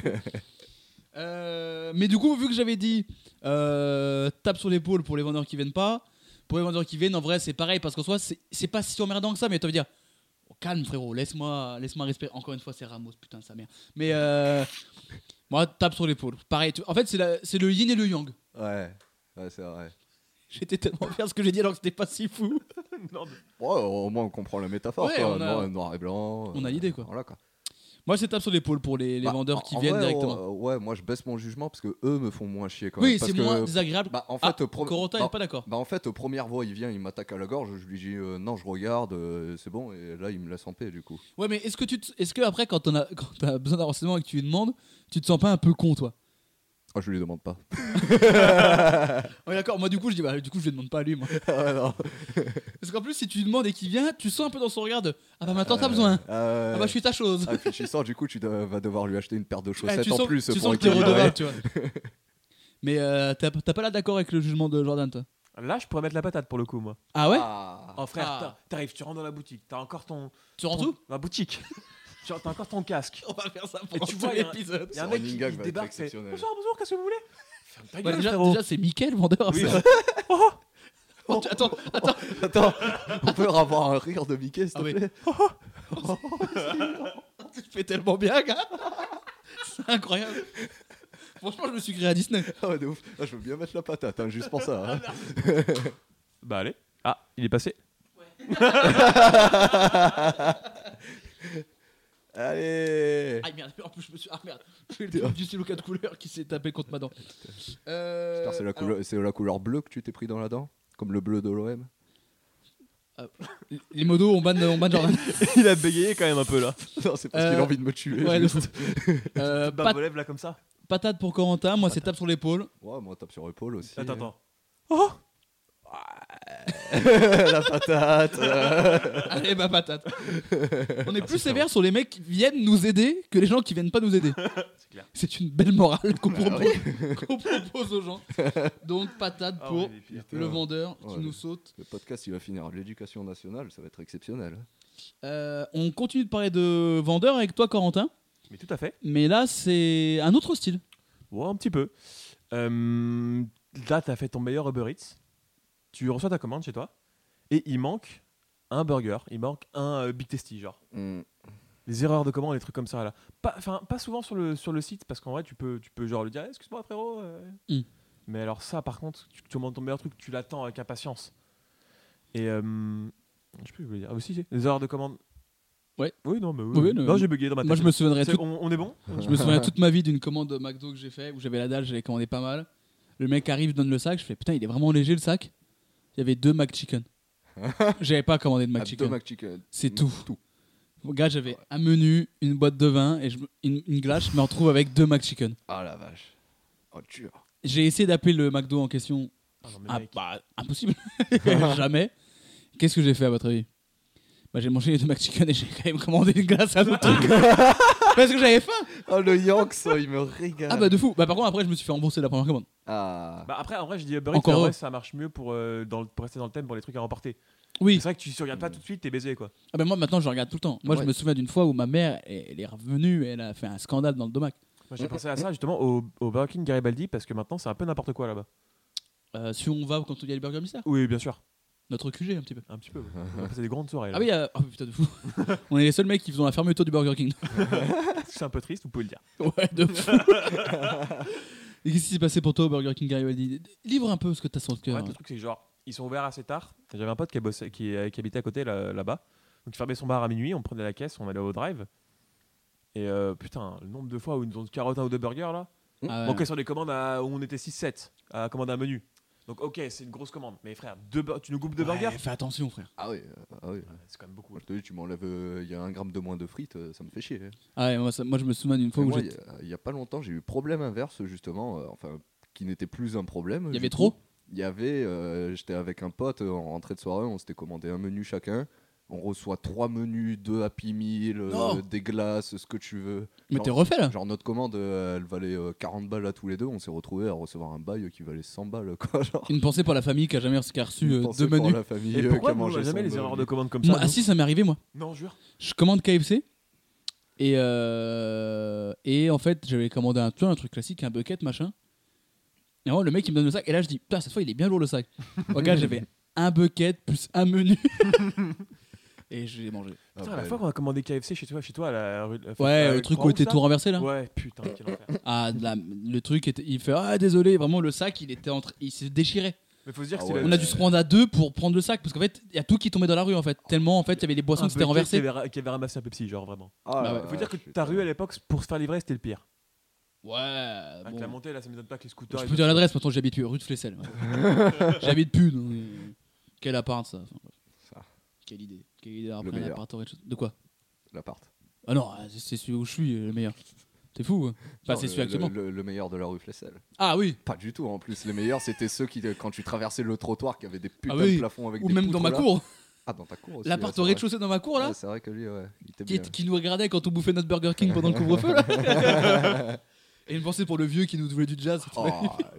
Speaker 1: Euh, mais du coup, vu que j'avais dit euh, tape sur l'épaule pour les vendeurs qui viennent pas, pour les vendeurs qui viennent, en vrai, c'est pareil parce qu'en soi, c'est c'est pas si emmerdant que ça. Mais tu vas dire, oh, calme frérot, laisse-moi laisse respirer. Encore une fois, c'est Ramos, putain, sa mère. Mais euh, moi, tape sur l'épaule. Pareil, tu- en fait, c'est la- c'est le yin et le yang.
Speaker 2: Ouais, ouais c'est vrai.
Speaker 1: J'étais tellement fier de ce que j'ai dit alors que c'était pas si fou.
Speaker 3: non,
Speaker 2: Ouais, au moins, on comprend la métaphore,
Speaker 1: Ouais,
Speaker 2: quoi.
Speaker 1: on a-
Speaker 2: Noir, noir et blanc.
Speaker 1: On a
Speaker 2: euh,
Speaker 1: l'idée, quoi.
Speaker 2: Voilà, quoi.
Speaker 1: Moi, c'est tape sur l'épaule pour les, les
Speaker 2: Bah,
Speaker 1: vendeurs
Speaker 2: en-
Speaker 1: qui
Speaker 2: en
Speaker 1: viennent
Speaker 2: vrai,
Speaker 1: directement.
Speaker 2: oh, ouais, moi, je baisse mon jugement parce que eux me font moins chier, quand même.
Speaker 1: oui,
Speaker 2: Parce
Speaker 1: c'est
Speaker 2: que,
Speaker 1: moins désagréable.
Speaker 2: Bah, en fait,
Speaker 1: Ah,
Speaker 2: euh, pro-
Speaker 1: Corota
Speaker 2: bah,
Speaker 1: est pas d'accord.
Speaker 2: bah, en fait, euh, première voix, il vient, il m'attaque à la gorge, je lui dis euh, non, je regarde, euh, c'est bon, et là, il me laisse en paix, du coup.
Speaker 1: Ouais, mais est-ce que tu te- est-ce que après quand on a quand t'as besoin d'un renseignement et que tu lui demandes, tu te sens pas un peu con toi
Speaker 2: Ah, je lui demande pas.
Speaker 1: Ouais, d'accord. Moi du coup, je dis bah du coup, je lui demande pas à lui moi.
Speaker 2: ah, non.
Speaker 1: Parce qu'en plus, si tu lui demandes et qu'il vient, tu sens un peu dans son regard de ah bah maintenant t'as besoin.
Speaker 2: Euh,
Speaker 1: Ah bah je suis ta chose.
Speaker 2: ah, puis tu sors, du coup, tu dois- vas devoir lui acheter une paire de
Speaker 1: Ah,
Speaker 2: chaussettes
Speaker 1: tu
Speaker 2: en
Speaker 1: sens,
Speaker 2: plus.
Speaker 1: tu
Speaker 2: pour
Speaker 1: sens que t'es
Speaker 2: équilibrer.
Speaker 1: redevable, tu vois. Mais euh, t'as t'as pas là d'accord avec le jugement de Jordan toi
Speaker 3: Là, je pourrais mettre la patate pour le coup, moi.
Speaker 1: Ah ouais
Speaker 2: Ah.
Speaker 3: Oh, frère,
Speaker 1: Ah.
Speaker 3: t'as- t'arrives, tu rentres dans la boutique, t'as encore ton.
Speaker 1: Tu rends
Speaker 3: ton-
Speaker 1: tout
Speaker 3: La boutique. Genre, t'as encore ton casque.
Speaker 1: On va faire ça
Speaker 3: Et
Speaker 1: pour
Speaker 3: tu
Speaker 1: tout
Speaker 3: vois, il y a un-
Speaker 1: l'épisode.
Speaker 3: Il y a un
Speaker 2: C'est
Speaker 3: mec
Speaker 2: un
Speaker 3: qui
Speaker 2: gag,
Speaker 3: qui
Speaker 2: va être
Speaker 3: débarque, c'est.
Speaker 2: exceptionnel.
Speaker 3: Bonjour, bonjour, qu'est-ce que vous voulez Ferme ta
Speaker 1: Bah,
Speaker 3: gueule,
Speaker 1: déjà,
Speaker 3: frérot.
Speaker 1: déjà, c'est Mickaël vendeur.
Speaker 3: Oui,
Speaker 1: ça.
Speaker 3: bah-
Speaker 2: Oh,
Speaker 1: Oh, tu- attends, attends.
Speaker 2: Attends, on peut avoir un rire de Mickey, s'il
Speaker 1: Ah
Speaker 2: te
Speaker 1: oui.
Speaker 2: plaît
Speaker 1: Tu fais tellement bien, gars. C'est incroyable. Franchement, je me suis créé à Disney.
Speaker 2: Ah ouais, de ouf. Ah, je veux bien mettre la patate, hein, juste pour ça. hein.
Speaker 3: Bah allez. Ah, il est passé.
Speaker 2: Allez
Speaker 1: Ah merde, en plus je me suis. Ah merde, j'ai le truc du stylo 4 couleurs qui s'est tapé contre ma dent. Euh,
Speaker 2: Putain, C'est la,
Speaker 1: alors,
Speaker 2: couleur- c'est la couleur bleue que tu t'es pris dans la dent Comme le bleu de l'OM
Speaker 1: Les modos, on banne, on banne Jordan.
Speaker 3: il a bégayé quand même un peu là.
Speaker 2: Non, c'est parce
Speaker 1: Euh,
Speaker 2: qu'il a envie de me tuer.
Speaker 1: ouais,
Speaker 2: juste.
Speaker 1: Euh,
Speaker 3: Bah
Speaker 1: pat-
Speaker 3: relève là comme ça.
Speaker 1: patate pour Corentin, moi c'est tape sur l'épaule.
Speaker 2: Ouais, moi, tape sur l'épaule aussi.
Speaker 3: Attends, attends.
Speaker 2: la patate euh.
Speaker 1: Allez, ma patate. On est plus sévère sur les mecs qui viennent nous aider que les gens qui viennent pas nous aider.
Speaker 3: C'est clair.
Speaker 1: C'est une belle morale qu'on propose, qu'on propose aux gens. Donc
Speaker 3: Ah
Speaker 1: patate pour le vendeur qui
Speaker 2: Ouais.
Speaker 1: nous saute.
Speaker 2: Le podcast, il va finir à l'éducation nationale, ça va être exceptionnel. hein.
Speaker 1: Euh, on continue de parler de vendeur avec toi, Corentin.
Speaker 3: Mais tout à fait.
Speaker 1: Mais là, c'est un autre style.
Speaker 3: Ouais, un petit peu. Euh, là, t'as fait ton meilleur Uber Eats. Tu reçois ta commande chez toi. Et il manque un burger. Il manque un euh, Big Tasty, genre.
Speaker 2: Mm.
Speaker 3: les erreurs de commande, les trucs comme ça. Là. Pas, enfin, pas souvent sur le, sur le site, parce qu'en vrai, tu peux, tu peux genre lui dire Eh, Excuse-moi, frérot. euh.
Speaker 1: Mm.
Speaker 3: Mais alors, ça, par contre, tu, tu commandes ton meilleur truc, tu l'attends avec impatience. Et. euh, je sais plus, je voulais dire. Ah, aussi, les erreurs de commande.
Speaker 1: Ouais.
Speaker 3: Oui, non, mais. oui,
Speaker 1: Oui,
Speaker 3: oui.
Speaker 1: non,
Speaker 3: non,
Speaker 1: mais-
Speaker 3: j'ai bugué dans ma tête.
Speaker 1: Moi, je me souviendrai
Speaker 3: C'est-
Speaker 1: tout-
Speaker 3: on, on est bon
Speaker 1: Je me souviens toute ma vie d'une commande McDo que j'ai fait où j'avais la dalle, j'avais commandé pas mal. Le mec arrive, donne le sac, je fais putain, il est vraiment léger le sac. Il y avait deux McChicken. J'avais pas commandé de
Speaker 2: Abdo
Speaker 1: McChicken.
Speaker 2: Ah, McChicken.
Speaker 1: C'est tout. Mon gars, j'avais un menu, une boîte de vin et je me- une, une glace, je me retrouve avec deux McChicken.
Speaker 2: Ah la vache. Oh, dur.
Speaker 1: J'ai essayé d'appeler le McDo en question.
Speaker 3: Ah non, mais
Speaker 1: Ah,
Speaker 3: mec.
Speaker 1: bah, impossible. Jamais. Qu'est-ce que j'ai fait à votre avis bah, j'ai mangé les deux McChicken et j'ai quand même commandé une glace à l'autre truc. Parce que j'avais faim.
Speaker 2: Oh, le Yanks, oh, il me régale.
Speaker 1: Ah bah de fou. Bah par contre après je me suis fait rembourser la première commande.
Speaker 2: Ah.
Speaker 3: Bah, après, en vrai, je dis Uber Eats,
Speaker 1: Encore
Speaker 3: mais en
Speaker 1: heureux.
Speaker 3: vrai, ça marche mieux pour, euh, dans le- pour rester dans le thème pour les trucs à remporter.
Speaker 1: Oui.
Speaker 3: C'est vrai que tu ne regardes pas tout de suite, t'es baisé quoi.
Speaker 1: Ah ben moi maintenant je regarde tout le temps. Moi je
Speaker 2: Ouais.
Speaker 1: me souviens d'une fois où ma mère elle est revenue et elle a fait un scandale dans le domac.
Speaker 3: Moi j'ai pensé à ça justement au, au Burger King Garibaldi parce que maintenant c'est un peu n'importe quoi là-bas.
Speaker 1: Euh, si on va quand il y a le burger mystère,
Speaker 3: Oui, bien sûr,
Speaker 1: notre QG un petit peu.
Speaker 3: un petit peu. ouais. On a passé des grandes soirées. là.
Speaker 1: Ah oui, euh, oh putain de fou. on est les seuls mecs qui faisons la fermeture du Burger King.
Speaker 3: c'est un peu triste, vous pouvez le dire.
Speaker 1: ouais, de fou. et qu'est-ce qui s'est passé pour toi au Burger King Garibaldi Livre un peu ce que t'as sur le
Speaker 3: En
Speaker 1: cœur.
Speaker 3: fait, le truc c'est que genre ils sont ouverts assez tard. J'avais un pote qui, bossait, qui, euh, qui habitait à côté là- là-bas, donc il fermait son bar à minuit, on prenait la caisse, on allait au drive. Et euh, putain, le nombre de fois où ils nous ont carotte un ou deux burgers là.
Speaker 1: Ah ouais.
Speaker 3: Manquait sur des commandes à- où on était 6-7 à commander un menu. Donc ok, c'est une grosse commande, mais frère, deux bur- tu nous coupes deux
Speaker 1: Ouais,
Speaker 3: burgers,
Speaker 1: Fais attention frère.
Speaker 2: Ah oui, ah oui.
Speaker 3: c'est quand même beaucoup.
Speaker 2: Moi, je te dis, tu m'enlèves, euh, il y a un gramme de moins de frites, euh, ça me fait chier. hein.
Speaker 1: Ah ouais, moi, ça- moi, je me souviens d'une fois
Speaker 2: Mais
Speaker 1: où
Speaker 2: moi, Il
Speaker 1: j'étais-
Speaker 2: y a- il y, a pas longtemps, j'ai eu problème inverse, justement, euh, enfin, qui n'était plus un problème.
Speaker 1: il y
Speaker 2: du
Speaker 1: avait
Speaker 2: coup.
Speaker 1: trop.
Speaker 2: Il y avait, euh, j'étais avec un pote euh, en rentrée de soirée, on s'était commandé un menu chacun. On reçoit trois menus, deux Happy Meal, euh,
Speaker 1: Non.
Speaker 2: des glaces, ce que tu veux.
Speaker 1: Mais
Speaker 2: Genre-
Speaker 1: t'es refait là.
Speaker 2: Genre notre commande, euh, elle valait euh, 40 balles à tous les deux. On s'est retrouvés à recevoir un bail qui valait 100 balles, quoi. Genre,
Speaker 1: Une pensée pour la famille qui a jamais qui a reçu
Speaker 2: Une
Speaker 1: euh,
Speaker 2: pensée
Speaker 1: deux
Speaker 2: pour
Speaker 1: menus.
Speaker 2: la famille
Speaker 3: Et
Speaker 2: euh, qui
Speaker 3: pourquoi
Speaker 2: a
Speaker 3: nous, on
Speaker 2: mangé
Speaker 3: n'a jamais
Speaker 2: 100
Speaker 3: les erreurs de
Speaker 2: balles.
Speaker 3: commande comme ça
Speaker 1: Moi,
Speaker 3: nous
Speaker 1: ah si ça m'est arrivé moi.
Speaker 3: Non, jure.
Speaker 1: je commande KFC et euh, et en fait j'avais commandé un tu vois, un truc classique un bucket machin et vraiment le mec il me donne le sac et là je dis putain cette fois il est bien lourd le sac regarde j'avais un bucket plus un menu et je l'ai mangé
Speaker 2: Ah,
Speaker 3: Putain,
Speaker 2: bah,
Speaker 3: la fois qu'on a commandé KFC chez toi, chez toi, à la rue. la-
Speaker 1: ouais
Speaker 3: la-
Speaker 1: le truc où
Speaker 3: Croix-Rouge,
Speaker 1: était
Speaker 3: là
Speaker 1: tout renversé là
Speaker 3: Ouais, putain, quel enfer.
Speaker 1: ah de la- le truc était, il fait ah désolé vraiment le sac il était entre il se déchirait
Speaker 3: Mais faut se dire
Speaker 2: Ah
Speaker 3: que c'est
Speaker 2: ouais.
Speaker 3: la-
Speaker 1: on a dû se prendre à deux pour prendre le sac parce qu'en fait il y a tout qui tombait dans la rue en fait tellement en fait il y avait des
Speaker 3: un
Speaker 1: boissons qui
Speaker 3: bucket
Speaker 1: s'étaient renversées
Speaker 3: Qui avait, ra- qui avait ramassé un Pepsi, genre vraiment.
Speaker 2: ah,
Speaker 1: Bah ouais.
Speaker 2: ouais,
Speaker 3: faut dire que
Speaker 2: putain.
Speaker 3: ta rue à l'époque, pour se faire livrer, c'était le pire.
Speaker 1: ouais
Speaker 3: Avec
Speaker 1: Ah bon.
Speaker 3: la montée, là, ça m'étonne pas que les scooters.
Speaker 1: Je
Speaker 3: et
Speaker 1: peux
Speaker 3: tout.
Speaker 1: dire l'adresse, maintenant j'habite plus, rue de Flessel. ouais. j'habite plus. donc, euh, Quel appart ça. enfin, bref.
Speaker 2: Ça.
Speaker 1: Quelle idée. Quelle idée d'avoir
Speaker 2: Le
Speaker 1: pris un
Speaker 2: meilleur.
Speaker 1: appart au rez-de-chaussée. De quoi
Speaker 2: L'appart.
Speaker 1: Ah non, euh, c'est c'est celui où je suis euh, le meilleur. T'es fou hein. Enfin,
Speaker 2: Non,
Speaker 1: c'est
Speaker 2: le-
Speaker 1: celui actuellement.
Speaker 2: Le, le meilleur de la rue Flessel.
Speaker 1: Ah oui
Speaker 2: Pas du tout, en plus. Les meilleurs, c'était ceux qui, euh, quand tu traversais le trottoir, qui avaient des putains
Speaker 1: Ah oui.
Speaker 2: de plafonds avec
Speaker 1: Ou
Speaker 2: des
Speaker 1: même dans
Speaker 2: poutres,
Speaker 1: ma
Speaker 2: là.
Speaker 1: cour.
Speaker 2: Ah, dans ta cour aussi. ouais,
Speaker 1: L'appart au
Speaker 2: c'est vrai.
Speaker 1: rède-de-chaussée dans ma cour là.
Speaker 2: Ouais, c'est vrai que lui, ouais. Il était
Speaker 1: qui,
Speaker 2: bien.
Speaker 1: qui nous regardait quand on bouffait notre Burger King pendant le couvre-feu là. Et une pensée pour le vieux qui nous voulait du jazz.
Speaker 2: Oh,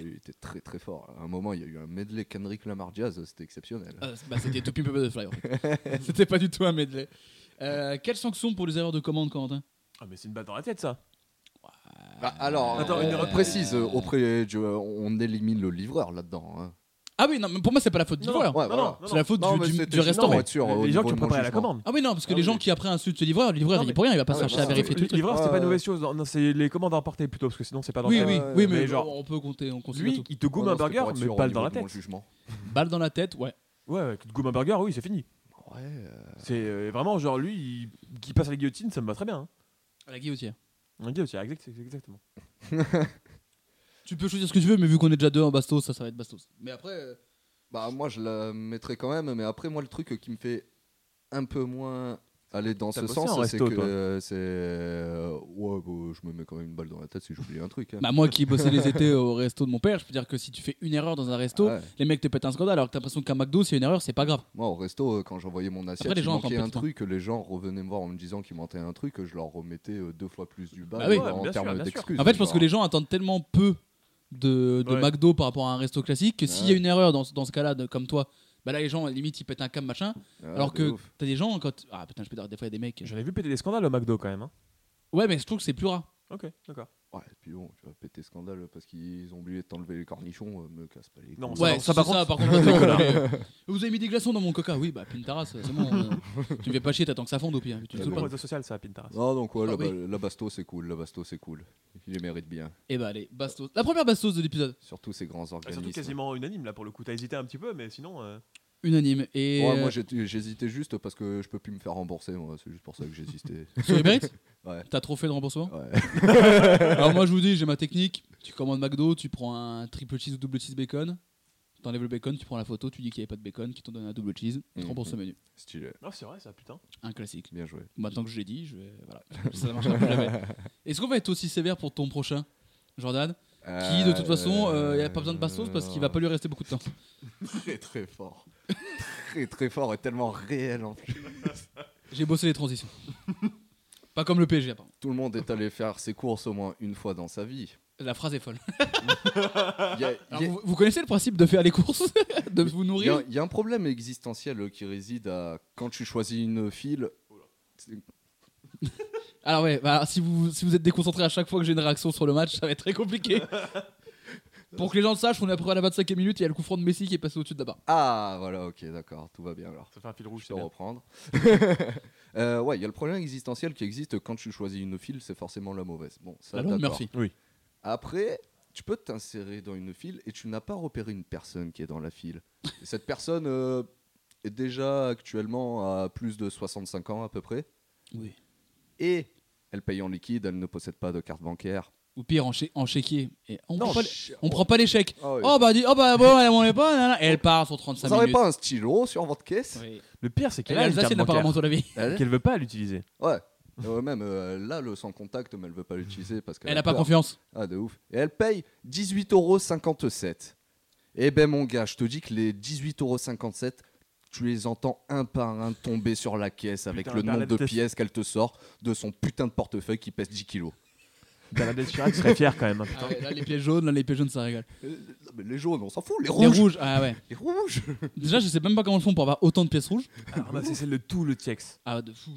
Speaker 2: il était très très fort. À un moment, il y a eu un medley Kendrick Lamar Jazz, c'était exceptionnel.
Speaker 1: Ah, c'est- bah, c'était tout Pimp a Butterfly en fait. C'était pas du tout un medley. Euh, quelle sanction pour les erreurs de commande, Quentin
Speaker 3: Ah, mais c'est une balle dans la tête, ça.
Speaker 2: Ah, alors,
Speaker 3: Attends,
Speaker 2: euh,
Speaker 3: une
Speaker 2: on
Speaker 3: erreur-
Speaker 2: précise, euh, auprès du- euh, on élimine le livreur là-dedans. hein.
Speaker 1: Ah oui, non, mais pour moi c'est pas la faute du
Speaker 3: Non,
Speaker 1: voleur.
Speaker 2: Ouais,
Speaker 3: non,
Speaker 2: voilà.
Speaker 3: non,
Speaker 1: C'est la faute
Speaker 2: Non, mais
Speaker 1: du, du-
Speaker 2: c'était
Speaker 1: du
Speaker 2: juste
Speaker 1: restaurant.
Speaker 2: pour être sûr,
Speaker 3: Les-
Speaker 2: au
Speaker 3: Les
Speaker 2: niveau
Speaker 3: gens qui
Speaker 2: de
Speaker 3: ont
Speaker 2: mon
Speaker 3: préparé la
Speaker 2: jugement.
Speaker 3: commande.
Speaker 1: Ah oui, non, parce que
Speaker 3: Ah
Speaker 1: les
Speaker 3: oui.
Speaker 1: gens qui après insultent le livreur, le livreur
Speaker 3: Non,
Speaker 1: il est
Speaker 3: mais-
Speaker 1: pour rien, il va pas
Speaker 2: Ah
Speaker 1: se
Speaker 2: ouais,
Speaker 1: chercher à
Speaker 2: voilà.
Speaker 1: vérifier tout le
Speaker 3: Le
Speaker 1: truc.
Speaker 3: livreur, c'était pas
Speaker 2: Ouais.
Speaker 3: une mauvaise chose. Non, non, c'est les commandes à emporter plutôt, parce que sinon, c'est pas dans
Speaker 1: Oui,
Speaker 3: le
Speaker 1: oui,
Speaker 3: thème.
Speaker 2: ouais,
Speaker 1: oui,
Speaker 2: ouais,
Speaker 1: mais
Speaker 3: mais genre-
Speaker 1: on peut compter, on considère
Speaker 3: Lui,
Speaker 1: tout.
Speaker 3: il te goûme
Speaker 2: Ouais,
Speaker 3: un
Speaker 2: non, c'était
Speaker 3: burger,
Speaker 2: pour être
Speaker 3: mais
Speaker 2: sûr, au
Speaker 3: balle
Speaker 2: niveau
Speaker 3: dans la
Speaker 2: de mon
Speaker 3: tête.
Speaker 2: jugement.
Speaker 1: Balle dans la tête, ouais.
Speaker 3: Ouais, ouais, tu te goûmes un burger, oui, c'est fini.
Speaker 2: Ouais, euh,
Speaker 3: C'est euh, vraiment genre lui, il- qui passe à la guillotine, ça me va très bien. hein.
Speaker 1: À la guillotière.
Speaker 3: La guillotine, exact- exactement.
Speaker 1: Tu peux choisir ce que tu veux, mais vu qu'on est déjà deux en bastos, ça, ça va être bastos. Mais après, euh,
Speaker 2: Bah moi je la mettrais quand même, mais après moi le truc qui me fait un peu moins aller dans
Speaker 3: T'as
Speaker 2: ce
Speaker 3: bossé
Speaker 2: sens,
Speaker 3: en
Speaker 2: c'est
Speaker 3: resto,
Speaker 2: que
Speaker 3: toi.
Speaker 2: euh, c'est euh, ouais bah, je me mets quand même une balle dans la tête si j'oublie un truc. hein.
Speaker 1: bah, moi qui bossais les étés au resto de mon père, je peux dire que si tu fais une erreur dans un resto,
Speaker 2: Ah ouais.
Speaker 1: les mecs te pètent un scandale, alors que t'as l'impression qu'un McDo, c'est une erreur, c'est pas grave.
Speaker 2: Moi au resto euh, quand j'envoyais mon assiette,
Speaker 1: Après, les
Speaker 2: il
Speaker 1: gens
Speaker 2: manquait
Speaker 1: attendent
Speaker 2: un
Speaker 1: peu de
Speaker 2: truc, les gens revenaient me voir en me disant qu'il manquait un truc, je leur remettais euh, deux fois plus du bal
Speaker 1: Bah oui.
Speaker 2: euh,
Speaker 3: Ouais,
Speaker 2: en
Speaker 3: bien sûr,
Speaker 2: termes
Speaker 3: bien sûr.
Speaker 2: d'excuses.
Speaker 1: En fait, je pense
Speaker 2: genre.
Speaker 1: que les gens attendent tellement peu de, de
Speaker 3: Ouais.
Speaker 1: McDo par rapport à un resto classique que s'il y a
Speaker 2: Ouais.
Speaker 1: une erreur dans, ce- dans ce cas-là, de- comme toi, bah là, les gens, limite, ils pètent un câble, machin.
Speaker 2: Ouais,
Speaker 1: alors
Speaker 2: Ah, de
Speaker 1: que
Speaker 2: ouf.
Speaker 1: t'as des gens, quand. Ah putain, je peux dire, des fois, il y a des mecs.
Speaker 3: J'en ai vu péter des scandales au McDo quand même. hein.
Speaker 1: Ouais, mais je trouve que c'est plus rare.
Speaker 3: Ok, d'accord.
Speaker 2: Ouais, et puis bon, tu vas péter scandale parce qu'ils ont oublié de t'enlever les cornichons, euh, me casse pas les
Speaker 3: Non,
Speaker 2: couilles.
Speaker 3: ça,
Speaker 1: Ouais,
Speaker 3: ça,
Speaker 1: c'est
Speaker 3: par
Speaker 1: ça, par contre, c'est cool, mais, euh, vous avez mis des glaçons dans mon coca, oui, bah Pintaras, c'est bon. euh, tu me fais pas chier, t'attends que ça fonde au pire. Tu te
Speaker 3: C'est
Speaker 2: Ouais,
Speaker 1: fous
Speaker 3: tout
Speaker 2: bon.
Speaker 1: pas.
Speaker 3: réseau social, ça, Pinterest.
Speaker 2: Non, donc ouais,
Speaker 1: Ah
Speaker 2: la,
Speaker 1: oui.
Speaker 2: ba- la basto c'est cool, la basto c'est cool. Il les mérite bien,
Speaker 1: Et bah allez, bastos. La première bastos de l'épisode,
Speaker 2: surtout ces grands
Speaker 3: Ah, Surtout
Speaker 2: organismes.
Speaker 3: quasiment unanime là pour le coup. T'as hésité un petit peu, mais sinon. euh,
Speaker 1: unanime. Et
Speaker 2: Ouais, moi
Speaker 1: euh,
Speaker 2: j'ai- j'hésitais juste parce que je peux plus me faire rembourser, moi, c'est juste pour ça que j'hésitais.
Speaker 1: sur les mérites
Speaker 2: Ouais.
Speaker 1: T'as trop fait de remboursement
Speaker 2: Ouais.
Speaker 1: Alors moi je vous dis, j'ai ma technique. Tu commandes McDo, tu prends un triple cheese ou double cheese bacon. T'enlèves le bacon, tu prends la photo, tu dis qu'il n'y avait pas de bacon, qu'ils t'ont donné un double cheese. Tu te
Speaker 2: Mhm.
Speaker 1: rends pour ce menu.
Speaker 2: Stylé,
Speaker 3: Non, c'est vrai, ça, putain.
Speaker 1: Un classique.
Speaker 2: bien joué.
Speaker 1: Maintenant que je l'ai dit, je vais... voilà. ça ne marchera plus jamais. Est-ce qu'on va être aussi sévère pour ton prochain Jordan, qui de toute façon, il
Speaker 2: Euh,
Speaker 1: n'y a pas besoin de bastos parce qu'il va pas lui rester beaucoup de temps.
Speaker 2: Très très fort. très très fort et tellement réel en plus.
Speaker 1: J'ai bossé les transitions. pas comme le PSG, apparemment.
Speaker 2: Tout le monde est allé faire ses courses au moins une fois dans sa vie.
Speaker 1: La phrase est folle.
Speaker 2: Il y a-
Speaker 1: Alors,
Speaker 2: il y a-
Speaker 1: vous, vous connaissez le principe de faire les courses, de vous
Speaker 2: il y,
Speaker 1: nourrir
Speaker 2: a- il y a un problème existentiel euh, qui réside à quand tu choisis une file.
Speaker 1: Alors ouais, bah, si, vous, si vous êtes déconcentré à chaque fois que j'ai une réaction sur le match, ça va être très compliqué. Pour que les gens le sachent, on est à peu près à la 25e minute et il y a le coup franc de Messi qui est passé au-dessus de là-bas.
Speaker 2: Ah voilà, ok, d'accord, tout va bien alors.
Speaker 3: Ça fait un fil rouge,
Speaker 2: Je peux
Speaker 3: c'est bien.
Speaker 2: reprendre. Euh, ouais, il y a le problème existentiel qui existe quand tu choisis une file, c'est forcément la mauvaise. Bon, ça,
Speaker 1: La longue
Speaker 2: d'accord.
Speaker 1: Murphy.
Speaker 2: Après, tu peux t'insérer dans une file et tu n'as pas repéré une personne qui est dans la file. Et cette personne euh, est déjà actuellement à plus de 65 ans à peu près.
Speaker 1: Oui.
Speaker 2: Et elle paye en liquide, elle ne possède pas de carte bancaire.
Speaker 1: Ou pire, en, chéquier. en chéquier. Et on, prend pas les-
Speaker 2: ch-
Speaker 1: on prend pas les chèques.
Speaker 2: Ah oui.
Speaker 1: Oh bah dis, oh bah bon, elle m'en est pas, nanana. et elle part sur 35
Speaker 2: Vous n'avez
Speaker 1: minutes.
Speaker 2: pas un stylo sur votre caisse
Speaker 1: Oui.
Speaker 3: Le pire, c'est
Speaker 1: Elle
Speaker 3: qu'elle
Speaker 1: est
Speaker 3: a une carte
Speaker 1: alsacienne apparemment
Speaker 3: bancaire
Speaker 1: sur la vie.
Speaker 2: Elle
Speaker 3: qu'elle veut pas l'utiliser.
Speaker 2: Ah Ouais. Euh, même euh, là, le sans contact, mais elle veut pas l'utiliser parce qu'elle
Speaker 1: Elle
Speaker 2: a
Speaker 1: a pas
Speaker 2: peur.
Speaker 1: confiance.
Speaker 2: Ah, de ouf. Et elle paye 18,57€. Eh ben, mon gars, je te dis que les 18,57€, tu les entends un par un tomber sur la caisse avec
Speaker 3: Putain,
Speaker 2: le
Speaker 3: par la
Speaker 2: nombre de
Speaker 3: vitesse.
Speaker 2: pièces qu'elle te sort de son putain de portefeuille qui pèse 10 kilos.
Speaker 3: Bernadette Chirac serait fière quand même. hein, putain.
Speaker 1: Ah ouais, là les pieds jaunes, là les pieds jaunes ça rigole.
Speaker 2: Euh, les jaunes, on s'en fout, les
Speaker 1: Les
Speaker 2: rouges.
Speaker 1: rouges, ah ouais.
Speaker 2: Les rouges.
Speaker 1: Déjà je sais même pas comment ils font pour avoir autant de pièces rouges.
Speaker 3: Alors, bah, c'est celle de tout le Tiex.
Speaker 1: Ah de fou.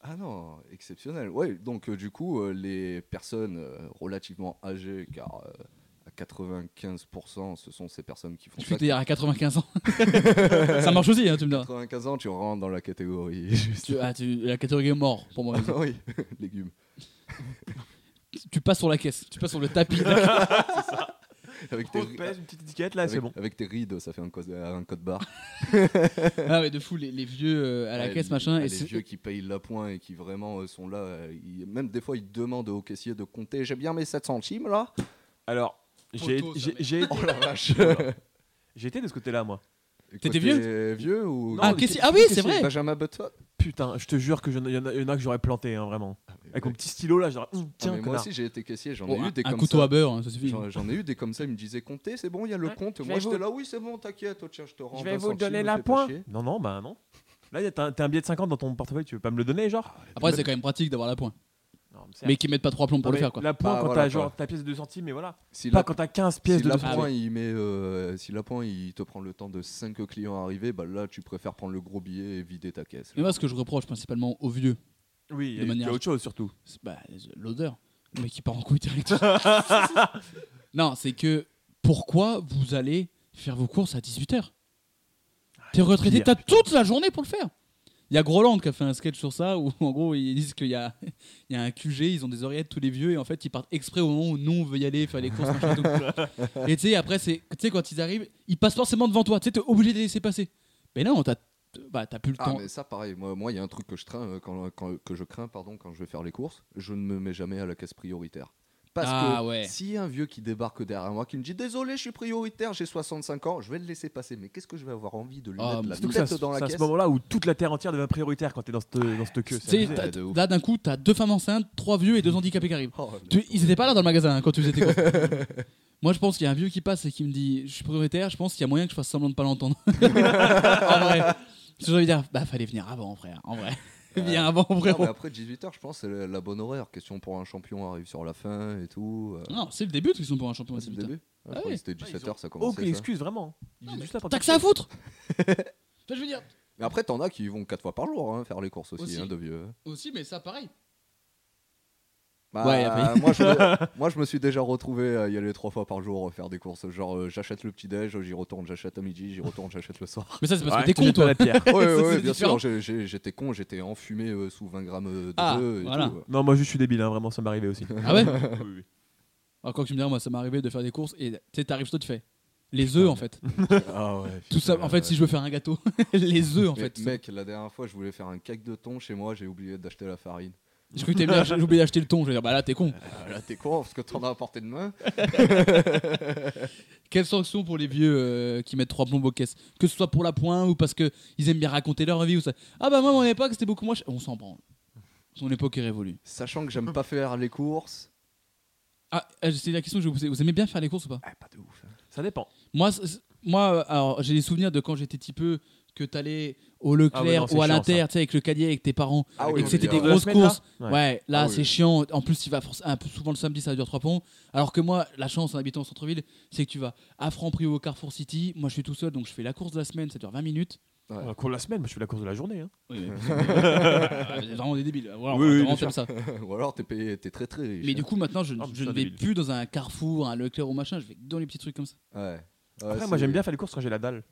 Speaker 2: Ah non, exceptionnel. Ouais, donc euh, du coup, euh, les personnes euh, relativement âgées, car euh, à 95%, ce sont ces personnes qui font
Speaker 1: Tu
Speaker 2: ça.
Speaker 1: fais dire à 95 ans. ça marche aussi, hein, tu me dis.
Speaker 2: 95 ans, tu rentres dans la catégorie. juste. Ah
Speaker 1: Tu, ah, tu- la catégorie est mort pour moi.
Speaker 2: oui, légumes.
Speaker 1: tu passes sur la caisse, tu passes sur le tapis. d'accord.
Speaker 2: Avec tes,
Speaker 3: On
Speaker 2: ri-
Speaker 3: pèse une petite étiquette là,
Speaker 2: avec-
Speaker 3: c'est bon.
Speaker 2: avec tes rides, ça fait un code, un code barre.
Speaker 1: ah ouais, de fou, les, les vieux euh, à la
Speaker 2: Ouais,
Speaker 1: caisse,
Speaker 2: les-
Speaker 1: machin.
Speaker 2: ah,
Speaker 1: et
Speaker 2: les
Speaker 1: c'est-
Speaker 2: vieux qui payent l'appoint et qui vraiment euh, sont là. euh, ils- même des fois, ils demandent au caissier de compter. J'ai bien mes 7 centimes là.
Speaker 3: Alors, j'ai
Speaker 1: Poteau, ça,
Speaker 3: j'ai-
Speaker 1: mec.
Speaker 3: j'ai été-
Speaker 2: Oh la vache.
Speaker 3: j'ai été de ce côté-là, moi.
Speaker 1: T'étais vieux
Speaker 2: T'es vieux ou
Speaker 1: Ah,
Speaker 3: Non,
Speaker 1: caissier-
Speaker 3: les-
Speaker 1: ah oui,
Speaker 3: les
Speaker 1: c'est vrai.
Speaker 2: Benjamin Button
Speaker 3: Putain, je te jure que j'en- il y, en a- il y en a que j'aurais planté, hein, vraiment.
Speaker 1: Ah,
Speaker 3: Avec mon petit stylo là, j'aurais. Hum,
Speaker 2: Tiens,
Speaker 3: Tiens,
Speaker 2: Ah, moi
Speaker 3: connard.
Speaker 2: aussi, j'ai été caissier. J'en
Speaker 1: Bon,
Speaker 2: ai
Speaker 1: un,
Speaker 2: eu des
Speaker 1: Oh, un
Speaker 2: comme
Speaker 1: couteau
Speaker 2: ça.
Speaker 1: à beurre, hein, ça suffit.
Speaker 2: J'en j'en ai eu des comme ça, ils me disaient compter, c'est bon, il y a le
Speaker 3: Ouais,
Speaker 2: compte.
Speaker 3: Ah, je
Speaker 2: Moi
Speaker 3: vais
Speaker 2: j'étais
Speaker 3: vous-
Speaker 2: là, oui, c'est bon, t'inquiète, oh, tiens, je te rends.
Speaker 3: Je vais
Speaker 2: 20
Speaker 3: vous
Speaker 2: centimes,
Speaker 3: donner
Speaker 2: me
Speaker 3: la
Speaker 2: fais pas
Speaker 3: pointe.
Speaker 2: chier.
Speaker 3: Non, non, bah non. Là, y a- t'as t'as un billet de 50 dans ton portefeuille, tu veux pas me le donner, genre
Speaker 1: Après, c'est quand même pratique d'avoir la pointe.
Speaker 3: Non, mais c'est-
Speaker 1: Mais qu'ils mettent pas trois plombs pour le
Speaker 3: Non, mais
Speaker 1: faire, quoi.
Speaker 3: La pointe
Speaker 2: Ah,
Speaker 3: quand
Speaker 2: voilà,
Speaker 3: t'as genre
Speaker 2: quoi.
Speaker 3: ta pièce de 2 centimes, mais voilà.
Speaker 2: Si
Speaker 3: pas
Speaker 2: la-
Speaker 3: quand t'as 15 pièces
Speaker 2: Si
Speaker 3: de 2
Speaker 1: Ah
Speaker 3: centimes.
Speaker 1: ouais.
Speaker 2: l'appoint il met, euh, si l'appoint il te prend le temps de 5 clients arrivés, bah là tu préfères prendre le gros billet et vider ta caisse.
Speaker 1: Mais moi, ce que je reproche principalement aux vieux,
Speaker 3: Oui,
Speaker 1: De
Speaker 3: il y a
Speaker 1: manière-
Speaker 3: autre chose surtout.
Speaker 1: c'est bah, l'odeur. Le mec qui part en couille direct. non, c'est que pourquoi vous allez faire vos courses à 18h
Speaker 2: Ah,
Speaker 1: T'es retraité,
Speaker 3: pire,
Speaker 2: euh,
Speaker 1: t'as toute la journée pour le faire. Il y a Groland qui a fait un sketch sur ça où en gros ils disent qu'il y a, il y a un QG, ils ont des oreillettes tous les vieux et en fait ils partent exprès au moment où nous on veut y aller faire les courses. machin, tout. et tu sais, après, c'est, tu sais, quand ils arrivent, ils passent forcément devant toi, tu sais, t'es obligé de les laisser passer. Mais non, t'as, bah, t'as plus le
Speaker 2: Ah
Speaker 1: temps.
Speaker 2: mais ça pareil, moi moi, il y a un truc que je crains euh, quand, quand- que je crains pardon quand je vais faire les courses, je ne me mets jamais à la caisse prioritaire. Parce
Speaker 1: Ah,
Speaker 2: que
Speaker 1: ouais.
Speaker 2: si un vieux qui débarque derrière moi qui me dit désolé je suis prioritaire, j'ai 65 ans, je vais le laisser passer, mais qu'est-ce que je vais avoir envie de lui
Speaker 1: Ah,
Speaker 2: mettre
Speaker 1: mais
Speaker 2: la
Speaker 3: Surtout que ça,
Speaker 2: tête
Speaker 3: c'est
Speaker 2: dans la
Speaker 3: à ce
Speaker 2: caisse
Speaker 3: moment-là où toute la terre entière devient prioritaire quand t'es dans cette dans cette
Speaker 1: Tu
Speaker 3: queue.
Speaker 1: sais,
Speaker 3: c'est abusé.
Speaker 1: t'as-
Speaker 2: de ouf.
Speaker 1: là d'un coup, t'as deux femmes enceintes, trois vieux et deux handicapés qui arrivent.
Speaker 2: Oh,
Speaker 1: Tu- ils étaient pas là dans le magasin hein, quand tu faisais tes courses. Moi, je pense qu'il y a un vieux qui passe et qui me dit Je suis prioritaire, je pense qu'il y a moyen que je fasse semblant de pas l'entendre. en vrai. Parce que J'ai envie de dire Bah, fallait venir avant, frère. En vrai. Viens avant,
Speaker 2: Non, mais
Speaker 1: frérot.
Speaker 2: après 18h je pense c'est la, la bonne horaire, question pour un champion arrive sur la fin et tout. euh,
Speaker 1: Non, c'est le début qu'ils sont pour un championnat.
Speaker 2: c'est le début Ah, je
Speaker 1: Ah
Speaker 2: croyais
Speaker 1: oui.
Speaker 2: que c'était
Speaker 3: Ah, ils
Speaker 2: 17h ça commençait.
Speaker 3: Aucune
Speaker 2: ça.
Speaker 3: excuse vraiment. Ils
Speaker 1: Non,
Speaker 3: viennent
Speaker 1: mais
Speaker 3: juste là pour
Speaker 1: T'as que ça à foutre Enfin, Je veux dire.
Speaker 2: Mais après, t'en as qui vont quatre fois par jour hein, faire les courses aussi,
Speaker 1: Aussi.
Speaker 2: hein, de vieux. hein.
Speaker 1: Aussi, mais ça, pareil.
Speaker 2: Bah,
Speaker 1: Ouais, après-
Speaker 2: moi, je, moi, je me suis déjà retrouvé à y aller trois fois par jour faire des courses. Genre, euh, j'achète le petit-déj, j'y retourne, j'achète à midi, j'y retourne, j'achète le soir.
Speaker 1: Mais ça, c'est parce
Speaker 3: Ouais,
Speaker 1: que t'es
Speaker 3: tu jettes
Speaker 1: con,
Speaker 3: pas
Speaker 1: toi.
Speaker 3: la
Speaker 2: Ouais,
Speaker 3: pierre.
Speaker 2: ouais,
Speaker 1: Ça,
Speaker 2: ouais,
Speaker 1: c'est
Speaker 2: bien sûr,
Speaker 1: différent.
Speaker 2: j'ai- j'ai- j'étais con, j'étais enfumé euh, sous 20 grammes euh, de
Speaker 1: Ah,
Speaker 2: bœuf et
Speaker 1: voilà.
Speaker 2: tout.
Speaker 3: Non, moi je suis débile, hein, vraiment, ça m'est arrivé aussi.
Speaker 1: Ah ouais
Speaker 3: Oui, oui, oui.
Speaker 1: Alors, quand tu me dis, moi, ça m'est arrivé de faire des courses et tu sais, t'arrives, toi, tu fais les œufs, en fait.
Speaker 2: Ah ouais,
Speaker 1: Tout ça, en fait, si je veux faire un gâteau, les œufs, en
Speaker 2: Mais-
Speaker 1: fait. tout
Speaker 2: Mec, la dernière fois, je voulais faire un cake de thon chez moi, j'ai oublié d'acheter la farine.
Speaker 1: ça. J'ai cru que t'allais me dire, j'ai oublié d'acheter le thon. Je vais dire, bah là, t'es con.
Speaker 2: Ah, là, t'es con, parce que t'en as à portée de main.
Speaker 1: Quelles sanctions pour les vieux euh, qui mettent trois plombes aux caisses Que ce soit pour la pointe ou parce que ils aiment bien raconter leur vie ou ça. Ah bah moi, mon époque, c'était beaucoup moins. ch- On s'en prend. Son époque est révolue.
Speaker 2: Sachant que j'aime pas faire les courses.
Speaker 1: Ah, euh, c'est la question que je vais vous poser. Vous aimez bien faire les courses ou pas
Speaker 2: Ah, pas de ouf. hein.
Speaker 3: Ça dépend.
Speaker 1: Moi, c- c- moi, euh, alors j'ai des souvenirs de quand j'étais petit peu que t'allais au Leclerc
Speaker 3: Ah ouais, non, c'est
Speaker 1: ou à
Speaker 3: chiant,
Speaker 1: l'Inter, tu sais, avec le cahier, avec tes parents,
Speaker 2: Ah
Speaker 1: et
Speaker 2: oui,
Speaker 1: que
Speaker 2: oui,
Speaker 1: c'était
Speaker 2: oui,
Speaker 1: des
Speaker 2: oui.
Speaker 3: Deux
Speaker 1: grosses
Speaker 3: semaines,
Speaker 1: courses.
Speaker 3: là
Speaker 1: Ouais.
Speaker 3: Ouais.
Speaker 1: là,
Speaker 2: Ah oui,
Speaker 1: c'est
Speaker 2: oui.
Speaker 1: chiant. En plus, il va forcément un peu souvent le samedi, ça dure trois ponts. Alors que moi, la chance en habitant au centre-ville, c'est que tu vas à Franprix ou au Carrefour City. Moi, je suis tout seul, donc je fais la course de la semaine, ça dure 20 minutes.
Speaker 2: Ouais.
Speaker 3: La course de Euh, la semaine, moi, je fais la course de la journée. hein.
Speaker 1: Oui, mais- Ah, c'est vraiment des débiles. Voilà,
Speaker 3: Oui, oui,
Speaker 1: vraiment,
Speaker 3: bien
Speaker 1: t'aimes ça.
Speaker 2: Ou alors, t'es payé, t'es très très riche. hein.
Speaker 1: Mais du coup, maintenant, je,
Speaker 3: Ah, mais
Speaker 1: je ne
Speaker 3: ça,
Speaker 1: vais
Speaker 3: débile.
Speaker 1: plus dans un carrefour, un Leclerc ou machin, je vais dans les petits trucs comme ça.
Speaker 2: hein. Ouais. Ouais,
Speaker 3: Après,
Speaker 2: c'est-
Speaker 3: moi j'aime bien faire les courses quand j'ai la dalle.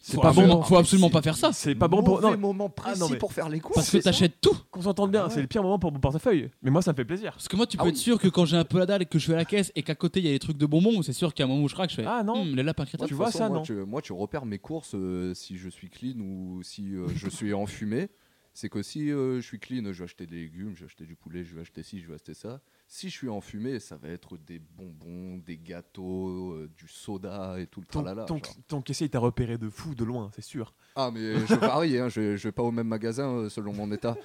Speaker 3: C'est
Speaker 1: Faut,
Speaker 3: pas
Speaker 1: absolument-
Speaker 3: bon.
Speaker 1: faut absolument
Speaker 2: c'est-
Speaker 1: pas faire ça.
Speaker 3: C'est pas bon pour.
Speaker 2: Mauvais
Speaker 3: Non, Ah,
Speaker 2: moment précis
Speaker 3: non, mais-
Speaker 2: pour faire les courses.
Speaker 1: Parce que
Speaker 2: c'est ça
Speaker 1: t'achètes tout.
Speaker 3: qu'on s'entende bien,
Speaker 2: Ah ouais.
Speaker 3: c'est le pire moment pour mon portefeuille. Mais moi ça me fait plaisir.
Speaker 1: Parce que moi, tu
Speaker 2: Ah
Speaker 1: peux être
Speaker 2: oui.
Speaker 1: sûr que quand j'ai un peu la dalle et que je suis à la caisse et qu'à côté il y a des trucs de bonbons, c'est sûr qu'à un moment où je craque, je fais
Speaker 3: Ah non
Speaker 1: Hum, les lapins crétins.
Speaker 2: Moi, de
Speaker 3: Tu
Speaker 2: toute
Speaker 3: vois
Speaker 2: façon,
Speaker 3: ça,
Speaker 2: moi,
Speaker 3: non
Speaker 2: tu, moi, tu repères mes courses euh, si je suis clean ou si euh, je suis enfumé. C'est que si euh, je suis clean, je vais acheter des légumes, je vais acheter du poulet, je vais acheter ci, je vais acheter ça. Si je suis enfumé, ça va être des bonbons, des gâteaux, euh, du soda et tout le
Speaker 3: Ton,
Speaker 2: tralala.
Speaker 3: ton,
Speaker 2: Oh genre.
Speaker 3: ton caissier il t'a repéré de fou, de loin, c'est sûr.
Speaker 2: Ah, mais je varie, hein, je, je vais pas au même magasin euh, selon mon état.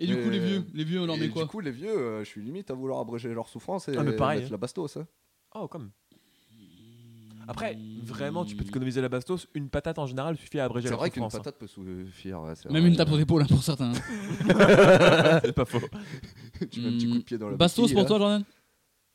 Speaker 1: Et du coup,
Speaker 2: Mais-
Speaker 1: les vieux, les vieux, on leur
Speaker 2: Et
Speaker 1: met quoi
Speaker 2: du coup, les vieux, euh, je suis limite à vouloir abréger leur souffrance et
Speaker 3: Ah, mais pareil,
Speaker 2: mettre
Speaker 3: hein.
Speaker 2: la bastos. hein.
Speaker 3: Oh, comme. Après, vraiment, tu peux t'économiser la bastos. Une patate en général suffit à abréger
Speaker 2: C'est
Speaker 3: la
Speaker 2: vrai qu'une
Speaker 3: souffrance.
Speaker 2: patate peut suffire. ouais, c'est
Speaker 1: Même
Speaker 2: vrai.
Speaker 1: une tape sur l'épaule hein, pour certains.
Speaker 3: hein. C'est pas faux.
Speaker 2: Tu mets un petit coup de pied dans la
Speaker 1: Hmm. Bastos
Speaker 2: béquille,
Speaker 1: pour
Speaker 2: là.
Speaker 1: toi, Jordan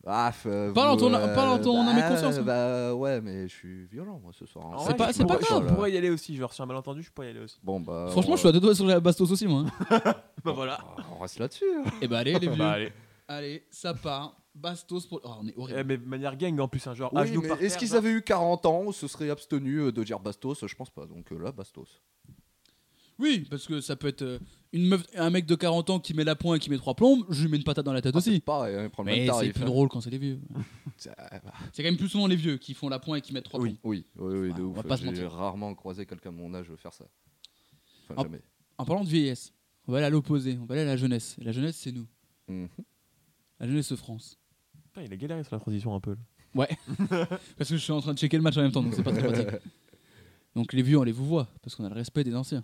Speaker 2: Ah, f- euh,
Speaker 1: Parle en
Speaker 2: vous,
Speaker 1: ton-
Speaker 2: euh,
Speaker 1: parle en ton âme et conscience, hein.
Speaker 2: Bah ouais, mais je suis violent moi ce soir. hein.
Speaker 3: En
Speaker 1: C'est
Speaker 3: vrai,
Speaker 1: pas-
Speaker 3: je
Speaker 1: c'est pas
Speaker 3: pourrais-
Speaker 1: grave.
Speaker 3: Je pourrais y aller aussi. Genre, sur un malentendu, je pourrais y aller aussi.
Speaker 2: Bon bah.
Speaker 1: Franchement,
Speaker 2: on-
Speaker 1: je suis à deux doigts sur la Bastos aussi, moi. hein.
Speaker 3: Bah voilà.
Speaker 2: On reste là-dessus. hein.
Speaker 1: et bah, allez, les vieux.
Speaker 3: Bah allez.
Speaker 1: Allez, ça part. Bastos pour. Oh, on est
Speaker 3: Eh,
Speaker 1: horrible.
Speaker 3: mais de manière gang en plus, hein, genre. à
Speaker 2: Oui,
Speaker 3: genoux
Speaker 2: mais
Speaker 3: par
Speaker 2: est-ce
Speaker 3: terre,
Speaker 2: qu'ils
Speaker 3: genre.
Speaker 2: avaient eu 40 ans, se seraient abstenus euh, de dire Bastos Je pense pas. Donc euh, là, Bastos.
Speaker 1: Oui, parce que ça peut être euh, une meuf, un mec de 40 ans qui met la pointe et qui met trois plombes, je lui mets une patate dans la tête
Speaker 2: Ah, c'est
Speaker 1: aussi.
Speaker 2: Pareil, hein, ils prennent le
Speaker 1: Mais
Speaker 2: même
Speaker 1: c'est
Speaker 2: tarif.
Speaker 1: plus
Speaker 2: hein.
Speaker 1: drôle quand c'est les vieux.
Speaker 2: Ah, bah,
Speaker 1: C'est quand même plus souvent les vieux qui font la pointe et qui mettent trois
Speaker 2: Oui,
Speaker 1: plombes.
Speaker 2: oui, oui, oui, de
Speaker 1: On
Speaker 2: ouf.
Speaker 1: va pas se
Speaker 2: J'ai
Speaker 1: mentir.
Speaker 2: rarement croisé quelqu'un de mon âge faire ça. Enfin,
Speaker 1: Ah.
Speaker 2: jamais.
Speaker 1: En parlant de vieillesse, on va aller à l'opposé, on va aller à la jeunesse. Et la jeunesse, c'est nous.
Speaker 2: Mhm.
Speaker 1: La jeunesse de France.
Speaker 3: Putain, il a galéré sur la transition un peu. là.
Speaker 1: Parce que je suis en train de checker le match en même temps, donc c'est pas très pratique. Donc les vieux, on les vous voit, parce qu'on a le respect des anciens.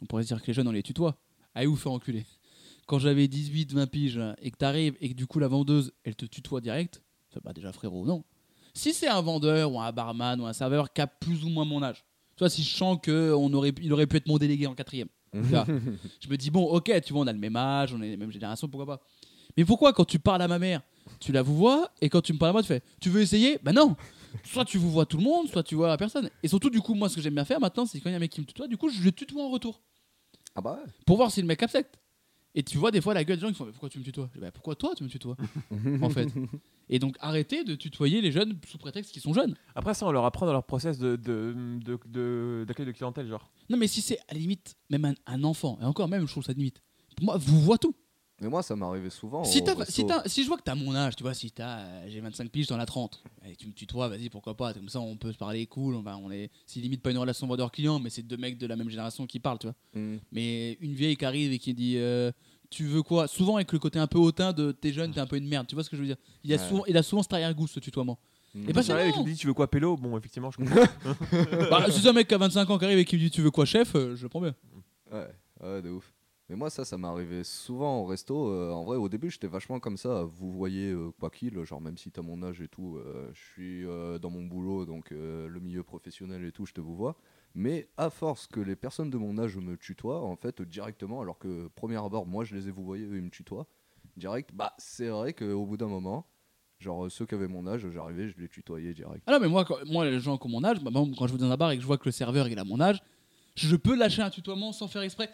Speaker 1: On pourrait se dire que les jeunes, on les tutoie. Allez vous faire enculer. Quand j'avais 18, 20 piges, là, et que t'arrives, et que du coup la vendeuse, elle te tutoie direct, ça bah déjà frérot, non. Si c'est un vendeur ou un barman ou un serveur qui a plus ou moins mon âge, tu vois, si je sens qu'il aurait, il aurait pu être mon délégué en quatrième, tu vois, je me dis, bon, ok, tu vois, on a le même âge, on est la même génération, pourquoi pas. Mais pourquoi quand tu parles à ma mère, tu la vous vois, et quand tu me parles à moi, tu fais, tu veux essayer Ben non Soit tu vous vois tout le monde, soit tu vois la personne. Et surtout, du coup, moi, ce que j'aime bien faire maintenant, c'est quand il y a un mec qui me tutoie, du coup, je le tutoie en retour
Speaker 2: Ah bah ouais.
Speaker 1: pour voir si le mec accepte. Et tu vois des fois la gueule des gens qui font mais pourquoi tu me tutoies Je dis, bah, pourquoi toi tu me tutoies en fait. Et donc arrêtez de tutoyer les jeunes sous prétexte qu'ils sont jeunes.
Speaker 3: Après, ça, on leur apprend dans leur process d'accueil de, de, de, d'accueil de clientèle, genre.
Speaker 1: Non mais si c'est à la limite même un, un enfant et encore même je trouve ça de limite. Pour moi vous voit tout.
Speaker 2: Mais moi, ça m'arrivait souvent.
Speaker 1: si
Speaker 2: au
Speaker 1: t'as-
Speaker 2: Oh, resto.
Speaker 1: si t'as- si je vois que t'as mon âge tu vois si t'as euh, j'ai 25 piges dans la 30 et tu me tutoies vas-y pourquoi pas comme ça on peut se parler cool on va on est c'est limite pas une relation vendeur client mais c'est deux mecs de la même génération qui parlent tu vois.
Speaker 2: Mhm.
Speaker 1: Mais une vieille qui arrive et qui dit euh, tu veux quoi Souvent avec le côté un peu hautain de t'es jeune, t'es un peu une merde. Tu vois ce que je veux dire Il y a
Speaker 2: Ouais.
Speaker 1: souvent, il a souvent cet arrière-goût ce tutoiement.
Speaker 2: Mhm.
Speaker 1: Et pas
Speaker 3: Si t'arrives et
Speaker 1: seulement.
Speaker 3: qu'il dit tu veux quoi pélo Bon effectivement je comprends.
Speaker 1: bah, si c'est un mec qui a 25 ans qui arrive et qui me dit tu veux quoi chef, euh, je le prends bien.
Speaker 2: Ouais, ouais, de ouf. Mais moi, ça, ça m'est arrivé souvent au resto. euh, en vrai, au début, j'étais vachement comme ça. Vous voyez, euh, quoi qu'il, genre, même si t'as mon âge et tout, euh, je suis euh, dans mon boulot, donc euh, le milieu professionnel et tout, je te vous vois. Mais à force que les personnes de mon âge me tutoient, en fait, directement, alors que premier abord, moi, je les ai vous voyez, eux, ils me tutoient, direct, bah, c'est vrai qu'au bout d'un moment, genre, euh, ceux qui avaient mon âge, j'arrivais, je les tutoyais direct.
Speaker 1: Ah non mais moi, quand, moi les gens qui ont mon âge, bah, par exemple, quand je vais dans un bar et que je vois que le serveur il a mon âge, je peux lâcher un tutoiement sans faire exprès.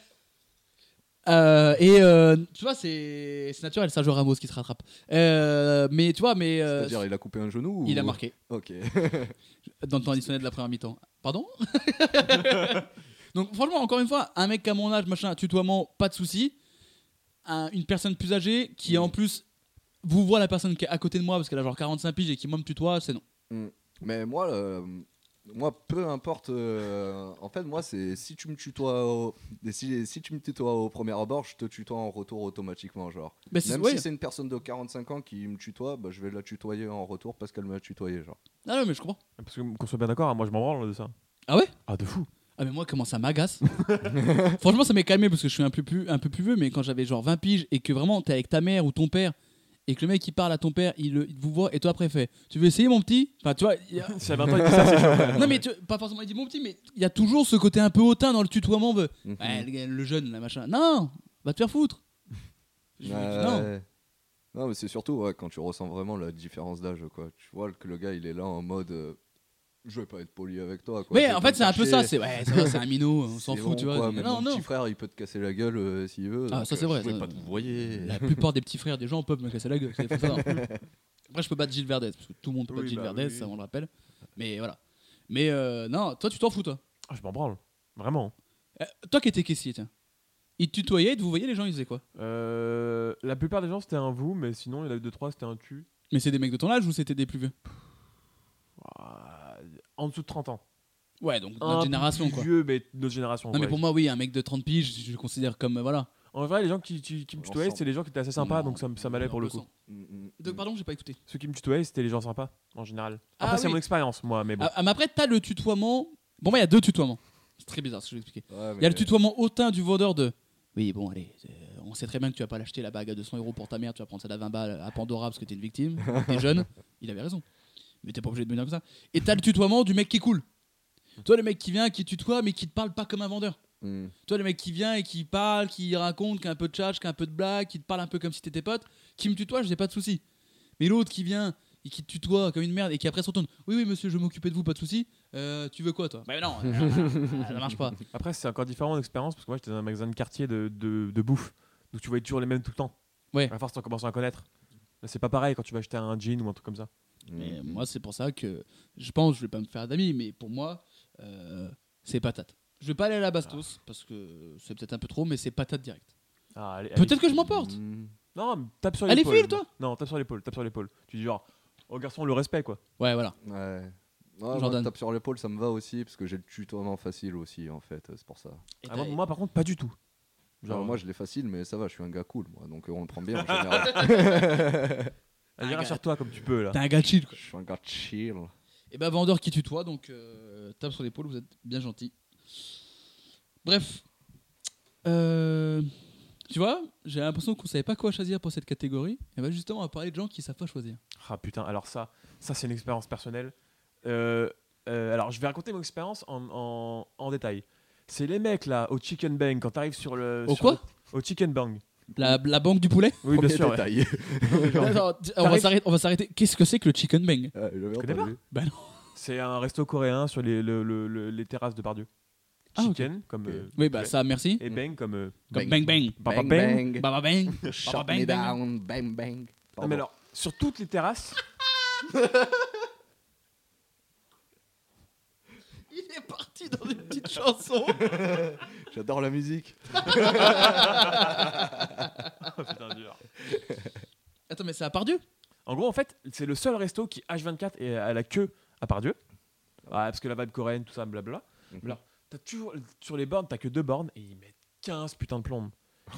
Speaker 1: Euh, et euh, tu vois, c'est c'est naturel, Sergio Ramos qui se rattrape. Euh, mais tu vois, mais euh,
Speaker 2: C'est-à-dire, il a coupé un genou
Speaker 1: il a
Speaker 2: ou-
Speaker 1: marqué
Speaker 2: Ok.
Speaker 1: dans le temps additionnel de la première mi-temps. Pardon Donc franchement, encore une fois, un mec à mon âge, machin, tutoiement, pas de souci. Un- une personne plus âgée qui en plus vous voit la personne qui est à côté de moi parce qu'elle a genre 45 piges et qui moi me tutoie, c'est non.
Speaker 2: Mais moi, euh, moi, peu importe. euh, en fait, moi, c'est si tu me tutoies, au, si, si tu me tutoies au premier abord, je te tutoie en retour automatiquement, genre.
Speaker 1: Bah, c'est-
Speaker 2: Même
Speaker 1: ouais.
Speaker 2: si c'est une personne de 45 ans qui me tutoie, bah, je vais la tutoyer en retour parce qu'elle m'a tutoyé, genre.
Speaker 1: Ah non, mais je comprends.
Speaker 3: Parce que, qu'on soit bien d'accord, hein, moi je m'en branle de ça.
Speaker 1: Ah ouais
Speaker 3: Ah, de fou.
Speaker 1: Ah mais moi comment ça m'agace Franchement ça m'est calmé parce que je suis un peu plus un peu plus vieux mais quand j'avais genre 20 piges et que vraiment t'es avec ta mère ou ton père et que le mec il parle à ton père il, le- il vous voit et toi après il fait tu veux essayer mon petit Enfin tu vois il y a-
Speaker 3: Si à 20 ans, il dit ça, Ah, c'est chaud.
Speaker 1: non mais tu- pas forcément il dit mon petit mais il y a toujours ce côté un peu hautain dans le tutoiement de,
Speaker 2: Mhm.
Speaker 1: Ouais, le, gars, le jeune là machin non va te faire foutre Je lui dis,
Speaker 2: Ouais,
Speaker 1: non
Speaker 2: ouais. Euh, Non, mais c'est surtout ouais, quand tu ressens vraiment la différence d'âge, quoi. Tu vois que le gars, il est là en mode. euh, je vais pas être poli avec toi. Quoi. Je
Speaker 1: mais
Speaker 2: vais
Speaker 1: en
Speaker 2: pas
Speaker 1: fait
Speaker 2: me
Speaker 1: c'est un peu
Speaker 2: chercher.
Speaker 1: ça c'est ouais ça va, c'est un minot on s'en
Speaker 2: C'est
Speaker 1: fout
Speaker 2: bon,
Speaker 1: tu vois
Speaker 2: quoi,
Speaker 1: Mais
Speaker 2: mais
Speaker 1: non
Speaker 2: mon
Speaker 1: non
Speaker 2: petit frère, il peut te casser la gueule euh, s'il veut.
Speaker 1: Ah,
Speaker 2: donc,
Speaker 1: ça, c'est
Speaker 2: euh,
Speaker 1: vrai,
Speaker 2: Je vais
Speaker 1: ça,
Speaker 2: pas
Speaker 1: euh,
Speaker 2: te voyer.
Speaker 1: la plupart des petits frères des gens peuvent me casser la gueule c'est- faut savoir. après je peux battre Gilles Verdez parce que tout le monde peut battre
Speaker 3: Oui,
Speaker 1: Gilles
Speaker 3: bah
Speaker 1: Verdez
Speaker 3: oui.
Speaker 1: ça on le rappelle mais voilà mais euh, non toi tu t'en fous toi
Speaker 3: Ah, je m'en branle. Vraiment.
Speaker 1: Euh, toi qui étais caissier tiens ils te tutoyaient vous voyez les gens ils faisaient quoi
Speaker 3: Euh, la plupart des gens, c'était un vous, mais sinon, il y en a eu 2-3, c'était un tu.
Speaker 1: mais c'est des mecs de ton âge ou c'était des plus vieux
Speaker 3: Ah, En dessous de 30 ans.
Speaker 1: ouais donc
Speaker 3: Un
Speaker 1: notre
Speaker 3: peu
Speaker 1: génération
Speaker 3: plus
Speaker 1: quoi
Speaker 3: Vieux, mais notre génération.
Speaker 1: non mais
Speaker 3: ouais.
Speaker 1: pour moi oui un mec de 30 piges je le considère comme euh, voilà
Speaker 3: En vrai, les gens qui, qui- qui me
Speaker 2: On
Speaker 3: tutoyaient,
Speaker 2: s'en-
Speaker 3: c'était les gens qui étaient assez sympas,
Speaker 1: Non,
Speaker 3: donc ça, me- ça m'allait
Speaker 1: on
Speaker 3: pour le
Speaker 1: le
Speaker 3: coup.
Speaker 1: sent.
Speaker 2: Mm, mm,
Speaker 1: Donc,
Speaker 2: mm.
Speaker 1: pardon j'ai pas écouté
Speaker 3: Ceux qui me tutoyaient, c'était les gens sympas, en général.
Speaker 1: Ah
Speaker 3: Après, c'est
Speaker 1: oui.
Speaker 3: mon expérience, moi, mais bon.
Speaker 1: Ah, ah, mais après, t'as le tutoiement. Bon, moi, il y a deux tutoiements. C'est très bizarre ce que je vais expliquer.
Speaker 2: Ouais,
Speaker 1: Il y a le
Speaker 2: mais-
Speaker 1: tutoiement hautain du vendeur de. Oui, bon, allez, euh, on sait très bien que tu vas pas l'acheter la bague à 200 euros pour ta mère, tu vas prendre ça à 20 balles à Pandora parce que t'es une victime, t'es jeune. Il avait raison. Mais t'es pas obligé de devenir comme ça. Et t'as le tutoiement du mec qui est cool. Toi, le mec qui vient, qui tutoie, mais qui te parle pas comme un vendeur.
Speaker 2: Mm.
Speaker 1: Toi, le mec qui vient et qui parle, qui raconte, qui a un peu de tchatch, qui a un peu de blague, qui te parle un peu comme si t'étais pote, qui me tutoie, j'ai pas de souci. Mais l'autre qui vient et qui te tutoie comme une merde et qui après se retourne Oui, oui, monsieur, je vais m'occuper de vous, pas de souci. Euh, tu veux quoi, toi Mais non, euh, ça marche pas.
Speaker 3: Après, c'est encore différent d'expérience parce que moi, j'étais dans un magasin de quartier de, de, de bouffe. Donc, tu voyais toujours les mêmes tout le temps.
Speaker 1: Ouais.
Speaker 3: À force, t'en commences à connaître. Là, C'est pas pareil quand tu vas acheter un jean ou un truc comme ça.
Speaker 2: Mm.
Speaker 1: Mais moi, c'est pour ça que je pense, je vais pas me faire d'amis, mais pour moi, euh, c'est patate. Je vais pas aller à la Bastos parce que c'est peut-être un peu trop, mais c'est patate direct.
Speaker 3: Ah, allez- allez.
Speaker 1: Peut-être que je m'emporte.
Speaker 2: Mm.
Speaker 3: Non, mais tape sur
Speaker 1: Allez,
Speaker 3: l'épaule.
Speaker 1: file, toi
Speaker 3: Non, tape sur l'épaule, tape sur l'épaule. Tu dis genre, oh garçon, le respect quoi.
Speaker 1: Ouais, voilà.
Speaker 2: Ouais. Ouais, moi,
Speaker 1: Jordan.
Speaker 2: je tape sur l'épaule, ça me va aussi, parce que j'ai le tutoiement facile aussi, en fait, euh, c'est pour ça.
Speaker 1: Et
Speaker 3: Ah,
Speaker 1: t'as- Bah,
Speaker 3: moi, moi, par contre, pas du tout.
Speaker 2: Alors,
Speaker 3: Genre,
Speaker 2: moi, je l'ai facile, mais ça va, je suis un gars cool, moi, donc euh, on le prend bien en général.
Speaker 3: allez,
Speaker 1: Ah,
Speaker 3: sur toi comme tu peux là.
Speaker 1: t'es un gars chill, quoi.
Speaker 2: je suis un gars chill.
Speaker 1: Et ben vendeur qui tutoie, donc euh, tape sur l'épaule, vous êtes bien gentil. Bref. Euh, tu vois, j'ai l'impression qu'on savait pas quoi choisir pour cette catégorie. Et ben justement, on va parler de gens qui savent pas choisir.
Speaker 3: Ah putain, alors ça, ça c'est une expérience personnelle. Euh, euh, alors je vais raconter mon expérience en, en- en détail. C'est les mecs là au Chicken Bang quand t'arrives sur le.
Speaker 1: Au
Speaker 3: sur
Speaker 1: quoi
Speaker 3: le- Au Chicken Bang.
Speaker 1: La, la banque du poulet
Speaker 3: Oui, bien
Speaker 2: Premier
Speaker 3: sûr. ouais.
Speaker 2: détail.
Speaker 1: Attends, on, va
Speaker 3: T'arrives-
Speaker 1: s'arrêter, on va s'arrêter. Qu'est-ce que c'est que le chicken bang
Speaker 2: Ah, j'avais
Speaker 3: connais
Speaker 2: entendu.
Speaker 1: Bah
Speaker 3: C'est un resto coréen sur les, le- le- le- les terrasses de Pardieu.
Speaker 1: Ah, ok.
Speaker 3: Chicken comme.
Speaker 2: Ok.
Speaker 3: euh,
Speaker 1: Oui, bah
Speaker 3: ouais.
Speaker 1: ça, merci.
Speaker 3: Et Bang comme. euh,
Speaker 1: Comme bang
Speaker 2: Bang.
Speaker 1: bang.
Speaker 3: Papa Bang.
Speaker 1: Baba bang.
Speaker 2: Shut
Speaker 1: bang,
Speaker 2: me
Speaker 1: bang.
Speaker 2: down, bang, bang.
Speaker 3: Non, mais alors, sur toutes les terrasses.
Speaker 1: Il est parti dans une petite chanson.
Speaker 2: Pardon. J'adore la musique.
Speaker 3: Oh, putain, dur.
Speaker 1: Attends, mais c'est à part Dieu
Speaker 3: En gros, en fait, c'est le seul resto qui, H24, est à la queue à Pardieu. Ah, parce que la vibe coréenne, tout ça, blablabla.
Speaker 2: Mhm.
Speaker 3: Alors, t'as toujours, sur les bornes, t'as que deux bornes et ils mettent 15 putains de plombes.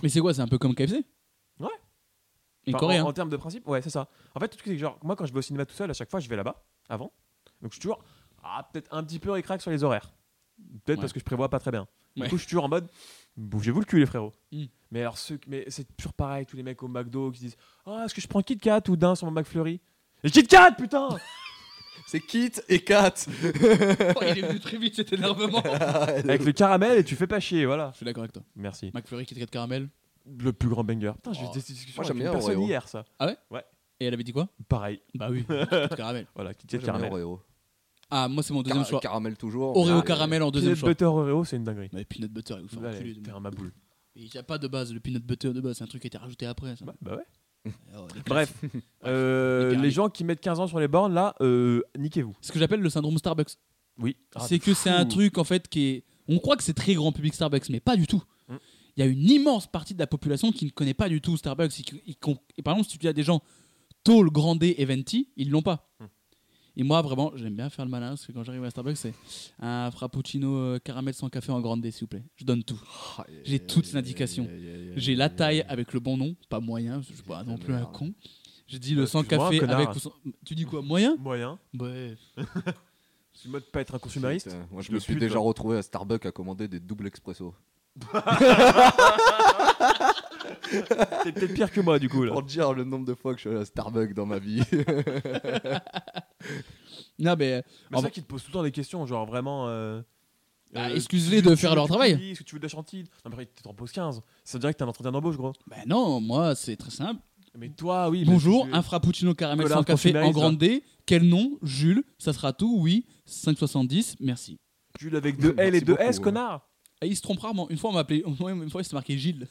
Speaker 1: Mais c'est quoi C'est un peu comme KFC
Speaker 3: Ouais.
Speaker 1: Mais
Speaker 3: Enfin,
Speaker 1: coréen.
Speaker 3: En, en termes de principe, ouais, c'est ça. En fait, tout ce qui est genre, moi, quand je vais au cinéma tout seul, à chaque fois, je vais là-bas, avant. Donc, je suis toujours, ah, peut-être un petit peu récrac sur les horaires. Peut-être
Speaker 1: Ouais.
Speaker 3: parce que je prévois pas très bien.
Speaker 1: Ouais.
Speaker 3: Du coup, je suis toujours en mode, bougez-vous le cul, les frérots.
Speaker 1: Mm.
Speaker 3: Mais alors, ceux, mais c'est toujours pareil, tous les mecs au McDo qui disent, ah, est-ce que je prends Kit Kat ou d'un sur mon McFlurry Et Kit Kat, putain
Speaker 2: C'est Kit et Kat.
Speaker 1: Oh, il est venu très vite cet énervement. Je
Speaker 3: Avec le caramel et tu fais pas chier, voilà.
Speaker 1: suis d'accord avec toi.
Speaker 3: Merci.
Speaker 1: McFlurry qui traite de caramel.
Speaker 3: Le plus grand banger. Putain, j'ai
Speaker 1: Oh.
Speaker 3: eu des discussions
Speaker 2: Moi, j'aime
Speaker 3: avec une
Speaker 2: bien
Speaker 3: personne
Speaker 2: Oreo.
Speaker 3: hier, ça.
Speaker 1: Et elle avait dit quoi
Speaker 3: Pareil,
Speaker 1: Bah oui, de caramel.
Speaker 3: voilà, Kit Kat
Speaker 2: J'aime bien
Speaker 3: caramel.
Speaker 2: Oreo.
Speaker 1: Ah, moi c'est mon deuxième
Speaker 2: Car-
Speaker 1: choix.
Speaker 2: Caramel toujours.
Speaker 1: Oreo
Speaker 2: Ah,
Speaker 1: caramel en deuxième
Speaker 3: Peanut
Speaker 1: choix.
Speaker 3: butter Oreo, c'est une dinguerie.
Speaker 1: Mais peanut butter, il vous fait
Speaker 3: Allez,
Speaker 1: enculer.
Speaker 3: T'es un maboule.
Speaker 1: Il n'y a pas de base, le peanut butter de base, c'est un truc qui a été rajouté après. ça.
Speaker 3: Bah, bah ouais.
Speaker 1: Oh, les
Speaker 3: Bref, euh,
Speaker 1: Hyper
Speaker 3: les
Speaker 1: riche.
Speaker 3: gens qui mettent 15 ans sur les bornes, là, euh, niquez-vous.
Speaker 1: Ce que j'appelle le syndrome Starbucks.
Speaker 3: Oui.
Speaker 1: c'est que c'est un
Speaker 3: Ah, fou.
Speaker 1: truc en fait qui est. On croit que c'est très grand public Starbucks, mais pas du tout.
Speaker 3: Mm.
Speaker 1: Il y a une immense partie de la population qui ne connaît pas du tout Starbucks. Et qui- et qu'on- et par exemple, si tu dis à des gens Tall, Grandé et Venti, ils l'ont pas.
Speaker 3: Mm.
Speaker 1: Et moi, vraiment, j'aime bien faire le malin parce que quand j'arrive à Starbucks, c'est un frappuccino euh, caramel sans café en Grandé, s'il vous plaît. Je donne tout. J'ai toutes les indications. J'ai la taille avec le bon nom, pas moyen, je suis pas non plus un
Speaker 2: Merde.
Speaker 1: con. J'ai dit le
Speaker 3: Euh,
Speaker 1: sans
Speaker 3: excuse-moi,
Speaker 1: café
Speaker 3: connard.
Speaker 1: avec. le sans- Tu dis quoi Moyen
Speaker 3: moyen.
Speaker 1: Bref.
Speaker 3: C'est le mode pas être un consumériste.
Speaker 2: Putain, euh, Moi, je
Speaker 3: Le
Speaker 2: me suis
Speaker 3: pute.
Speaker 2: déjà retrouvé à Starbucks à commander des doubles expresso.
Speaker 1: euh,
Speaker 3: C'est peut-être pire que moi, du coup. Là.
Speaker 2: Pour dire le nombre de fois que je suis allé à Starbucks dans ma vie.
Speaker 1: Non, mais. euh, En
Speaker 3: Mais c'est ça
Speaker 1: vrai-
Speaker 3: qui te pose tout le temps des questions, genre vraiment. euh,
Speaker 1: Bah,
Speaker 3: euh,
Speaker 1: excuse-les
Speaker 3: tu-
Speaker 1: de
Speaker 3: tu
Speaker 1: faire
Speaker 3: veux
Speaker 1: leur
Speaker 3: du
Speaker 1: travail.
Speaker 3: cookie Est-ce que tu veux de la chantilly Non, mais tu t'en poses 15. Ça veut dire que t'as un entretien d'embauche, gros.
Speaker 1: Ben non, moi c'est très simple.
Speaker 3: Mais toi, oui. mais
Speaker 1: Bonjour,
Speaker 3: tu-
Speaker 1: un frappuccino caramel
Speaker 3: Colin
Speaker 1: sans café en
Speaker 3: Confirmé,
Speaker 1: grande D. Quel nom Jules, ça sera tout, oui. 5,70, merci.
Speaker 3: Jules avec deux L et
Speaker 2: Merci
Speaker 3: deux
Speaker 2: beaucoup,
Speaker 3: S,
Speaker 2: ouais.
Speaker 3: connard.
Speaker 1: Et il se trompe rarement. Une fois, on m'a appelé. Une fois, il s'est marqué Gilles.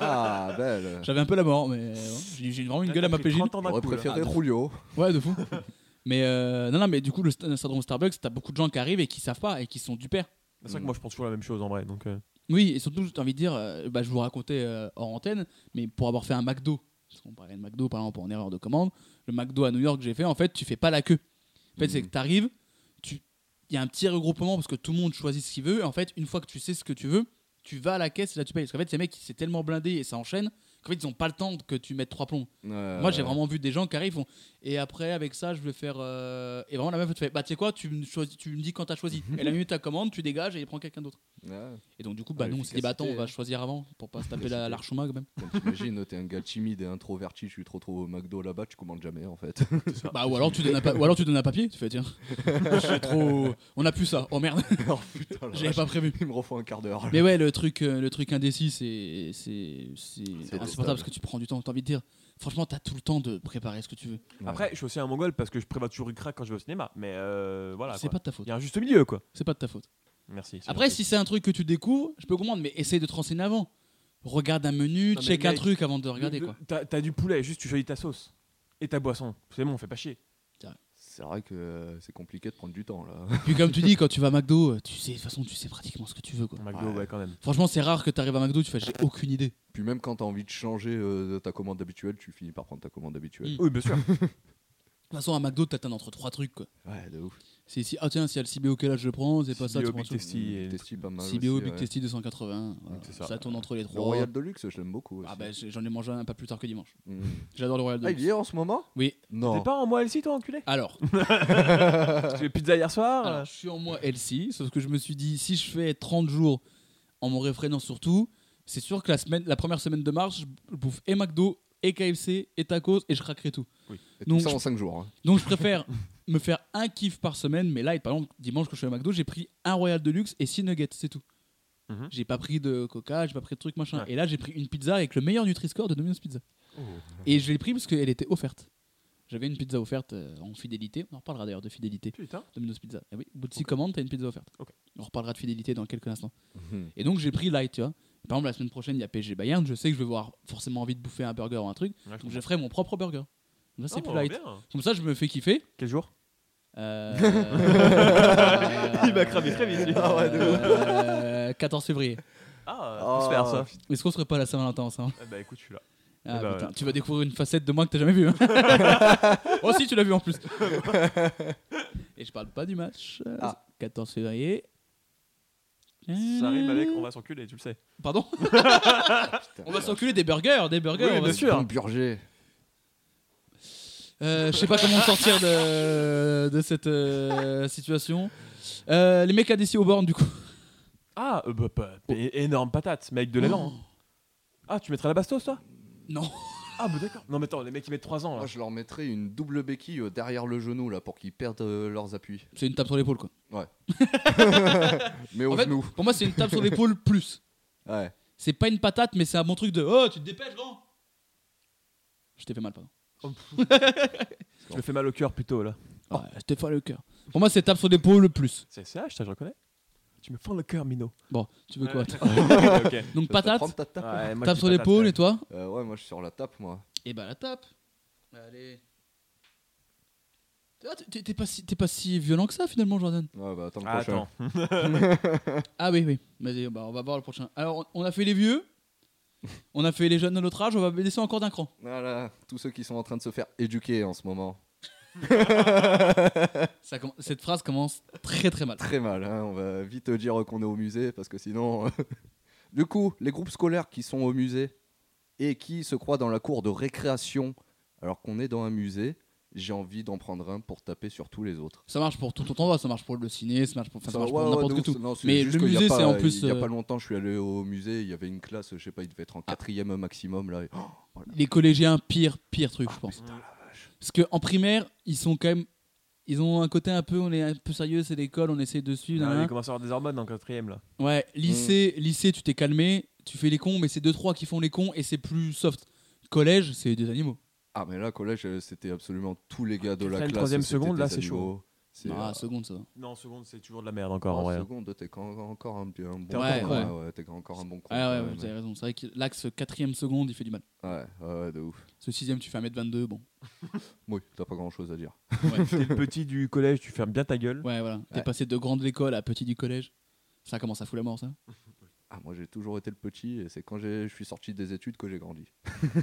Speaker 2: ah, belle.
Speaker 1: J'avais un peu la mort, mais euh, j'ai j'ai vraiment une gueule à m'appeler Gilles.
Speaker 2: J'aurais préféré Rulio.
Speaker 1: Ouais, de fou. mais euh, non, non, mais du coup, le st- le syndrome Starbucks, t'as beaucoup de gens qui arrivent et qui savent pas et qui sont du père.
Speaker 3: C'est vrai que moi, je pense toujours la même chose en vrai. Donc, euh,
Speaker 1: Oui, et surtout, j'ai envie de dire, euh, bah, je vous racontais euh, hors antenne, mais pour avoir fait un McDo, parce qu'on parlait de McDo par exemple en erreur de commande, le McDo à New York que j'ai fait, en fait, tu fais pas la queue. En fait, c'est que
Speaker 2: Mhm.
Speaker 1: t'arrives, tu il y a un petit regroupement parce que tout le monde choisit ce qu'il veut, et en fait, une fois que tu sais ce que tu veux, tu vas à la caisse et là tu payes. Parce qu'en fait, ces mecs, c'est tellement blindé et ça enchaîne qu'en fait, ils ont pas le temps que tu mettes trois plombs.
Speaker 2: Euh,
Speaker 1: Moi, j'ai vraiment vu des gens qui arrivent, font, et après, avec ça, je vais faire. euh, Et vraiment, la meuf, elle te fait, bah, tu sais quoi, tu me choisis- tu me dis quand t'as choisi. Et la minute, ta commande, tu dégages et il prend quelqu'un d'autre.
Speaker 2: Ouais.
Speaker 1: Et donc, du coup, bah,
Speaker 2: Ah,
Speaker 1: nous, on s'est dit, bah, attends, on
Speaker 2: l'efficacité,
Speaker 1: va
Speaker 2: hein.
Speaker 1: choisir avant pour pas se taper la-
Speaker 2: L'efficacité.
Speaker 1: l'archuma quand même.
Speaker 2: Quand T'imagines, t'es un gars timide et introverti, tu te retrouves au McDo là-bas, tu commandes jamais en fait.
Speaker 1: Bah, ou alors tu donnes un, pa- ou alors tu donnes un papier, tu fais, tiens, j'ai trop. On a plus ça, oh merde,
Speaker 2: oh putain, la
Speaker 1: j'avais
Speaker 2: vache.
Speaker 1: pas prévu.
Speaker 2: Il me refait un quart d'heure.
Speaker 1: Mais ouais, le truc, euh, le truc indécis, c'est c'est c'est
Speaker 2: détestable.
Speaker 1: insupportable parce que tu prends du temps. T'as envie de dire, franchement, t'as tout le temps de préparer ce que tu veux.
Speaker 2: Ouais.
Speaker 3: Après, je suis aussi un mongol parce que je prévois toujours une craque quand je vais au cinéma. Mais euh, voilà.
Speaker 1: c'est pas
Speaker 3: quoi.
Speaker 1: de ta faute.
Speaker 3: Il y a un juste milieu, quoi.
Speaker 1: C'est pas de ta faute.
Speaker 3: Merci. c'est
Speaker 1: Après,
Speaker 3: gentil.
Speaker 1: si c'est un truc que tu découvres, je peux comprendre, mais essaye de te renseigner avant. Regarde un menu,
Speaker 3: Non, mais
Speaker 1: check un
Speaker 3: mec,
Speaker 1: truc avant de regarder
Speaker 3: Le-
Speaker 1: quoi.
Speaker 3: le- T'as t'as du poulet, juste tu choisis ta sauce et ta boisson. C'est bon, fais pas chier.
Speaker 2: C'est vrai que euh, c'est compliqué de prendre du temps là.
Speaker 1: Puis comme tu dis, quand tu vas à McDo, euh, tu sais, de toute façon, tu sais pratiquement ce que tu veux quoi.
Speaker 3: McDo,
Speaker 2: Ouais.
Speaker 3: ouais, quand même.
Speaker 1: Franchement, c'est rare que t'arrives à McDo, tu fais, j'ai aucune idée.
Speaker 2: Puis même quand t'as envie de changer euh, de ta commande habituelle, tu finis par prendre ta commande habituelle.
Speaker 3: Oui, bien sûr.
Speaker 1: De toute façon, à McDo, t'attends entre trois trucs. Quoi.
Speaker 2: Ouais, de ouf.
Speaker 1: C'est si, ah tiens, s'il y a le CBO, quel âge je prends C'est pas ça, tu
Speaker 3: CBO,
Speaker 1: prends
Speaker 3: Big
Speaker 1: tout.
Speaker 3: Tasty et-
Speaker 2: Tasty, Mm, pas mal.
Speaker 1: CBO,
Speaker 2: aussi,
Speaker 1: Big
Speaker 2: ouais.
Speaker 1: Tasty 280. voilà.
Speaker 3: c'est
Speaker 1: ça.
Speaker 3: ça.
Speaker 1: tourne entre les
Speaker 2: Le
Speaker 1: trois.
Speaker 2: Royal Deluxe, je l'aime beaucoup aussi.
Speaker 1: hein. Ah bah, j'ai- j'en ai mangé un pas plus tard que dimanche.
Speaker 2: Mm.
Speaker 1: J'adore le Royal
Speaker 2: Ah, il y
Speaker 1: Deluxe.
Speaker 2: est en ce moment
Speaker 1: Oui,
Speaker 2: Non.
Speaker 3: T'es pas en moi aussi, toi, enculé
Speaker 1: alors,
Speaker 3: J'ai pizza hier soir.
Speaker 1: alors, je suis en moi LC, sauf que je me suis dit, si je fais 30 jours en me réfrénant surtout, c'est sûr que la, semaine, la première semaine de mars, je bouffe et McDo, et KFC, et tacos, et je craquerai tout.
Speaker 2: Et
Speaker 1: Donc,
Speaker 2: tout ça
Speaker 1: je-
Speaker 2: en 5 jours. hein.
Speaker 1: Donc je préfère me faire un kiff par semaine, mais là, et par exemple, dimanche quand je suis à McDo, j'ai pris un Royal Deluxe et 6 nuggets, c'est tout.
Speaker 3: Mhm.
Speaker 1: J'ai pas pris de coca, j'ai pas pris de truc machin.
Speaker 3: Ouais.
Speaker 1: Et là, j'ai pris une pizza avec le meilleur Nutri-Score de Domino's Pizza.
Speaker 3: Oh,
Speaker 1: Et je l'ai pris parce qu'elle était offerte. J'avais une pizza offerte euh, en fidélité. On en reparlera d'ailleurs de fidélité.
Speaker 3: Putain.
Speaker 1: Domino's Pizza. Eh oui, au bout de 6 commandes, t'as une pizza offerte.
Speaker 3: Ok. Mhm.
Speaker 1: On reparlera de fidélité dans quelques instants. Et donc j'ai pris light, tu vois. Par exemple, la semaine prochaine, il y a PSG Bayern. Je sais que je vais avoir forcément envie de bouffer un burger ou un truc. Donc je ferai mon propre burger. Là, c'est
Speaker 3: Oh,
Speaker 1: plus light.
Speaker 3: bien.
Speaker 1: Comme ça, je me fais kiffer.
Speaker 3: Quel jour
Speaker 1: Euh,
Speaker 3: Il m'a cramé très vite, lui. Ah ouais, de ouf.
Speaker 1: Euh, 14 février.
Speaker 3: Ah,
Speaker 2: Ah.
Speaker 3: on se fait ça.
Speaker 1: Est-ce qu'on serait pas à la Saint-Valentin ensemble
Speaker 3: Eh Bah écoute, je suis là.
Speaker 1: hein ah,
Speaker 3: Eh bah,
Speaker 1: putain,
Speaker 3: ouais.
Speaker 1: Tu vas découvrir une facette de moi que t'as jamais vue. hein. oh si, tu l'as vu en plus. Et je parle pas du match. euh,
Speaker 2: Ah.
Speaker 1: 14 février.
Speaker 3: Ça arrive avec, on va s'enculer, tu le sais.
Speaker 1: Pardon
Speaker 2: Putain.
Speaker 1: On va s'enculer des burgers, des burgers.
Speaker 3: Oui,
Speaker 1: on va-
Speaker 3: bien
Speaker 2: C'est
Speaker 3: sûr.
Speaker 2: bon, Burger.
Speaker 1: Euh, je sais pas comment sortir de, de cette euh, situation. Euh, les mecs à DC aux bornes, du coup.
Speaker 3: Ah, euh, bah, bah, bah, énorme patate, mec de l'élan. hein. Ah, tu mettrais la bastos, toi
Speaker 1: Non.
Speaker 3: Ah, bah d'accord. Non, mais attends, les mecs, ils mettent 3 ans.
Speaker 2: Moi,
Speaker 3: Là.
Speaker 2: je leur mettrais une double béquille euh, derrière le genou là pour qu'ils perdent euh, leurs appuis.
Speaker 1: C'est une tape sur l'épaule, quoi.
Speaker 2: Mais au
Speaker 1: En fait,
Speaker 2: genou.
Speaker 1: pour moi, c'est une tape sur l'épaule plus.
Speaker 2: Ouais.
Speaker 1: C'est pas une patate, mais c'est un bon truc de Oh, tu te dépêches, grand Je t'ai fait mal, pardon.
Speaker 3: Je me fais mal au cœur plutôt, là.
Speaker 1: Ouais, je t'ai fait le cœur. Pour moi, c'est tape sur l'épaule plus.
Speaker 3: C'est CH, ça, je reconnais. Tu me fends le cœur, Mino.
Speaker 1: Bon, tu veux quoi
Speaker 3: Ouais.
Speaker 1: toi
Speaker 3: Ok.
Speaker 1: Donc
Speaker 2: Ça te
Speaker 1: patate,
Speaker 2: prend ta tape.
Speaker 3: Ouais, moi, je
Speaker 1: tape
Speaker 3: dis
Speaker 1: sur
Speaker 3: patate,
Speaker 1: l'épaule
Speaker 3: ouais.
Speaker 1: et toi
Speaker 2: Euh, ouais, moi je suis sur la tape, moi.
Speaker 1: Et bah la tape. Allez. Ah, t'es- T'es pas, si, t'es pas si violent que ça finalement, Jordan.
Speaker 2: Ouais, bah attends, le
Speaker 3: Ah,
Speaker 2: prochain.
Speaker 3: attends.
Speaker 1: Ah oui, oui. Vas-y, bah, on va voir le prochain. Alors, on on a fait les vieux, on a fait les jeunes de notre âge, on va baisser encore d'un cran.
Speaker 2: Voilà, tous ceux qui sont en train de se faire éduquer en ce moment.
Speaker 1: Ça comm- Cette phrase commence très très mal.
Speaker 2: Très mal, hein, on va vite dire qu'on est au musée parce que sinon. du coup, les groupes scolaires qui sont au musée et qui se croient dans la cour de récréation alors qu'on est dans un musée, j'ai envie d'en prendre un pour taper sur tous les autres.
Speaker 1: Ça marche pour tout ton endroit, ça marche pour le ciné, ça marche pour, enfin, ça marche
Speaker 2: ouais,
Speaker 1: pour
Speaker 2: Bah ouais,
Speaker 1: n'importe
Speaker 2: de
Speaker 1: que
Speaker 2: ouf,
Speaker 1: tout.
Speaker 2: non, c'est
Speaker 1: Mais
Speaker 2: juste
Speaker 1: le
Speaker 2: qu'il y a
Speaker 1: musée,
Speaker 2: pas-
Speaker 1: c'est en plus,
Speaker 2: Il y a
Speaker 1: euh, Ah.
Speaker 2: pas longtemps, je suis allé au musée, il y avait une classe, je sais pas, il devait être en quatrième maximum là. et- Oh,
Speaker 1: Les collégiens, pire, pire truc, je pense.
Speaker 3: putain,
Speaker 1: Parce qu'en primaire, ils sont quand même. Ils ont un côté un peu, on est un peu sérieux, c'est l'école, on essaie de suivre.
Speaker 3: Ah,
Speaker 1: nanana.
Speaker 3: Il commence à avoir des hormones en quatrième là.
Speaker 1: Ouais, lycée, lycée, tu t'es calmé, tu fais les cons, mais c'est deux trois qui font les cons et c'est plus soft. Collège, c'est des animaux.
Speaker 2: Ah, mais là, collège, euh, c'était absolument tous les gars de la
Speaker 3: Quatrième,
Speaker 2: classe.
Speaker 3: troisième,
Speaker 2: c'était
Speaker 3: seconde,
Speaker 2: des
Speaker 3: là, c'est hein.
Speaker 2: animaux. C'est,
Speaker 1: Ah,
Speaker 2: euh,
Speaker 1: seconde ça. va.
Speaker 3: Non, en seconde, c'est toujours de la merde encore en
Speaker 2: en
Speaker 3: vrai.
Speaker 2: seconde, t'es quand- encore un, un bon con,
Speaker 1: Ouais,
Speaker 2: ouais,
Speaker 1: ouais.
Speaker 2: ouais, t'es encore un bon con.
Speaker 1: Ah ouais,
Speaker 2: quand
Speaker 1: ouais,
Speaker 2: même.
Speaker 1: vous avez raison. C'est vrai que l'axe quatrième seconde, il fait du mal.
Speaker 2: Ouais, ouais, ouais, de ouf.
Speaker 1: Ce sixième, tu fais 1m22, bon.
Speaker 2: Oui, t'as pas grand chose à dire.
Speaker 3: T'es le hein. petit du collège, tu fermes bien ta gueule.
Speaker 1: Ouais, voilà. T'es
Speaker 2: Ouais.
Speaker 1: passé de grande l'école à petit du collège. Ça commence à foutre la mort, ça.
Speaker 2: Ah, moi j'ai toujours été le petit et c'est quand j'ai- je suis sorti des études que j'ai grandi.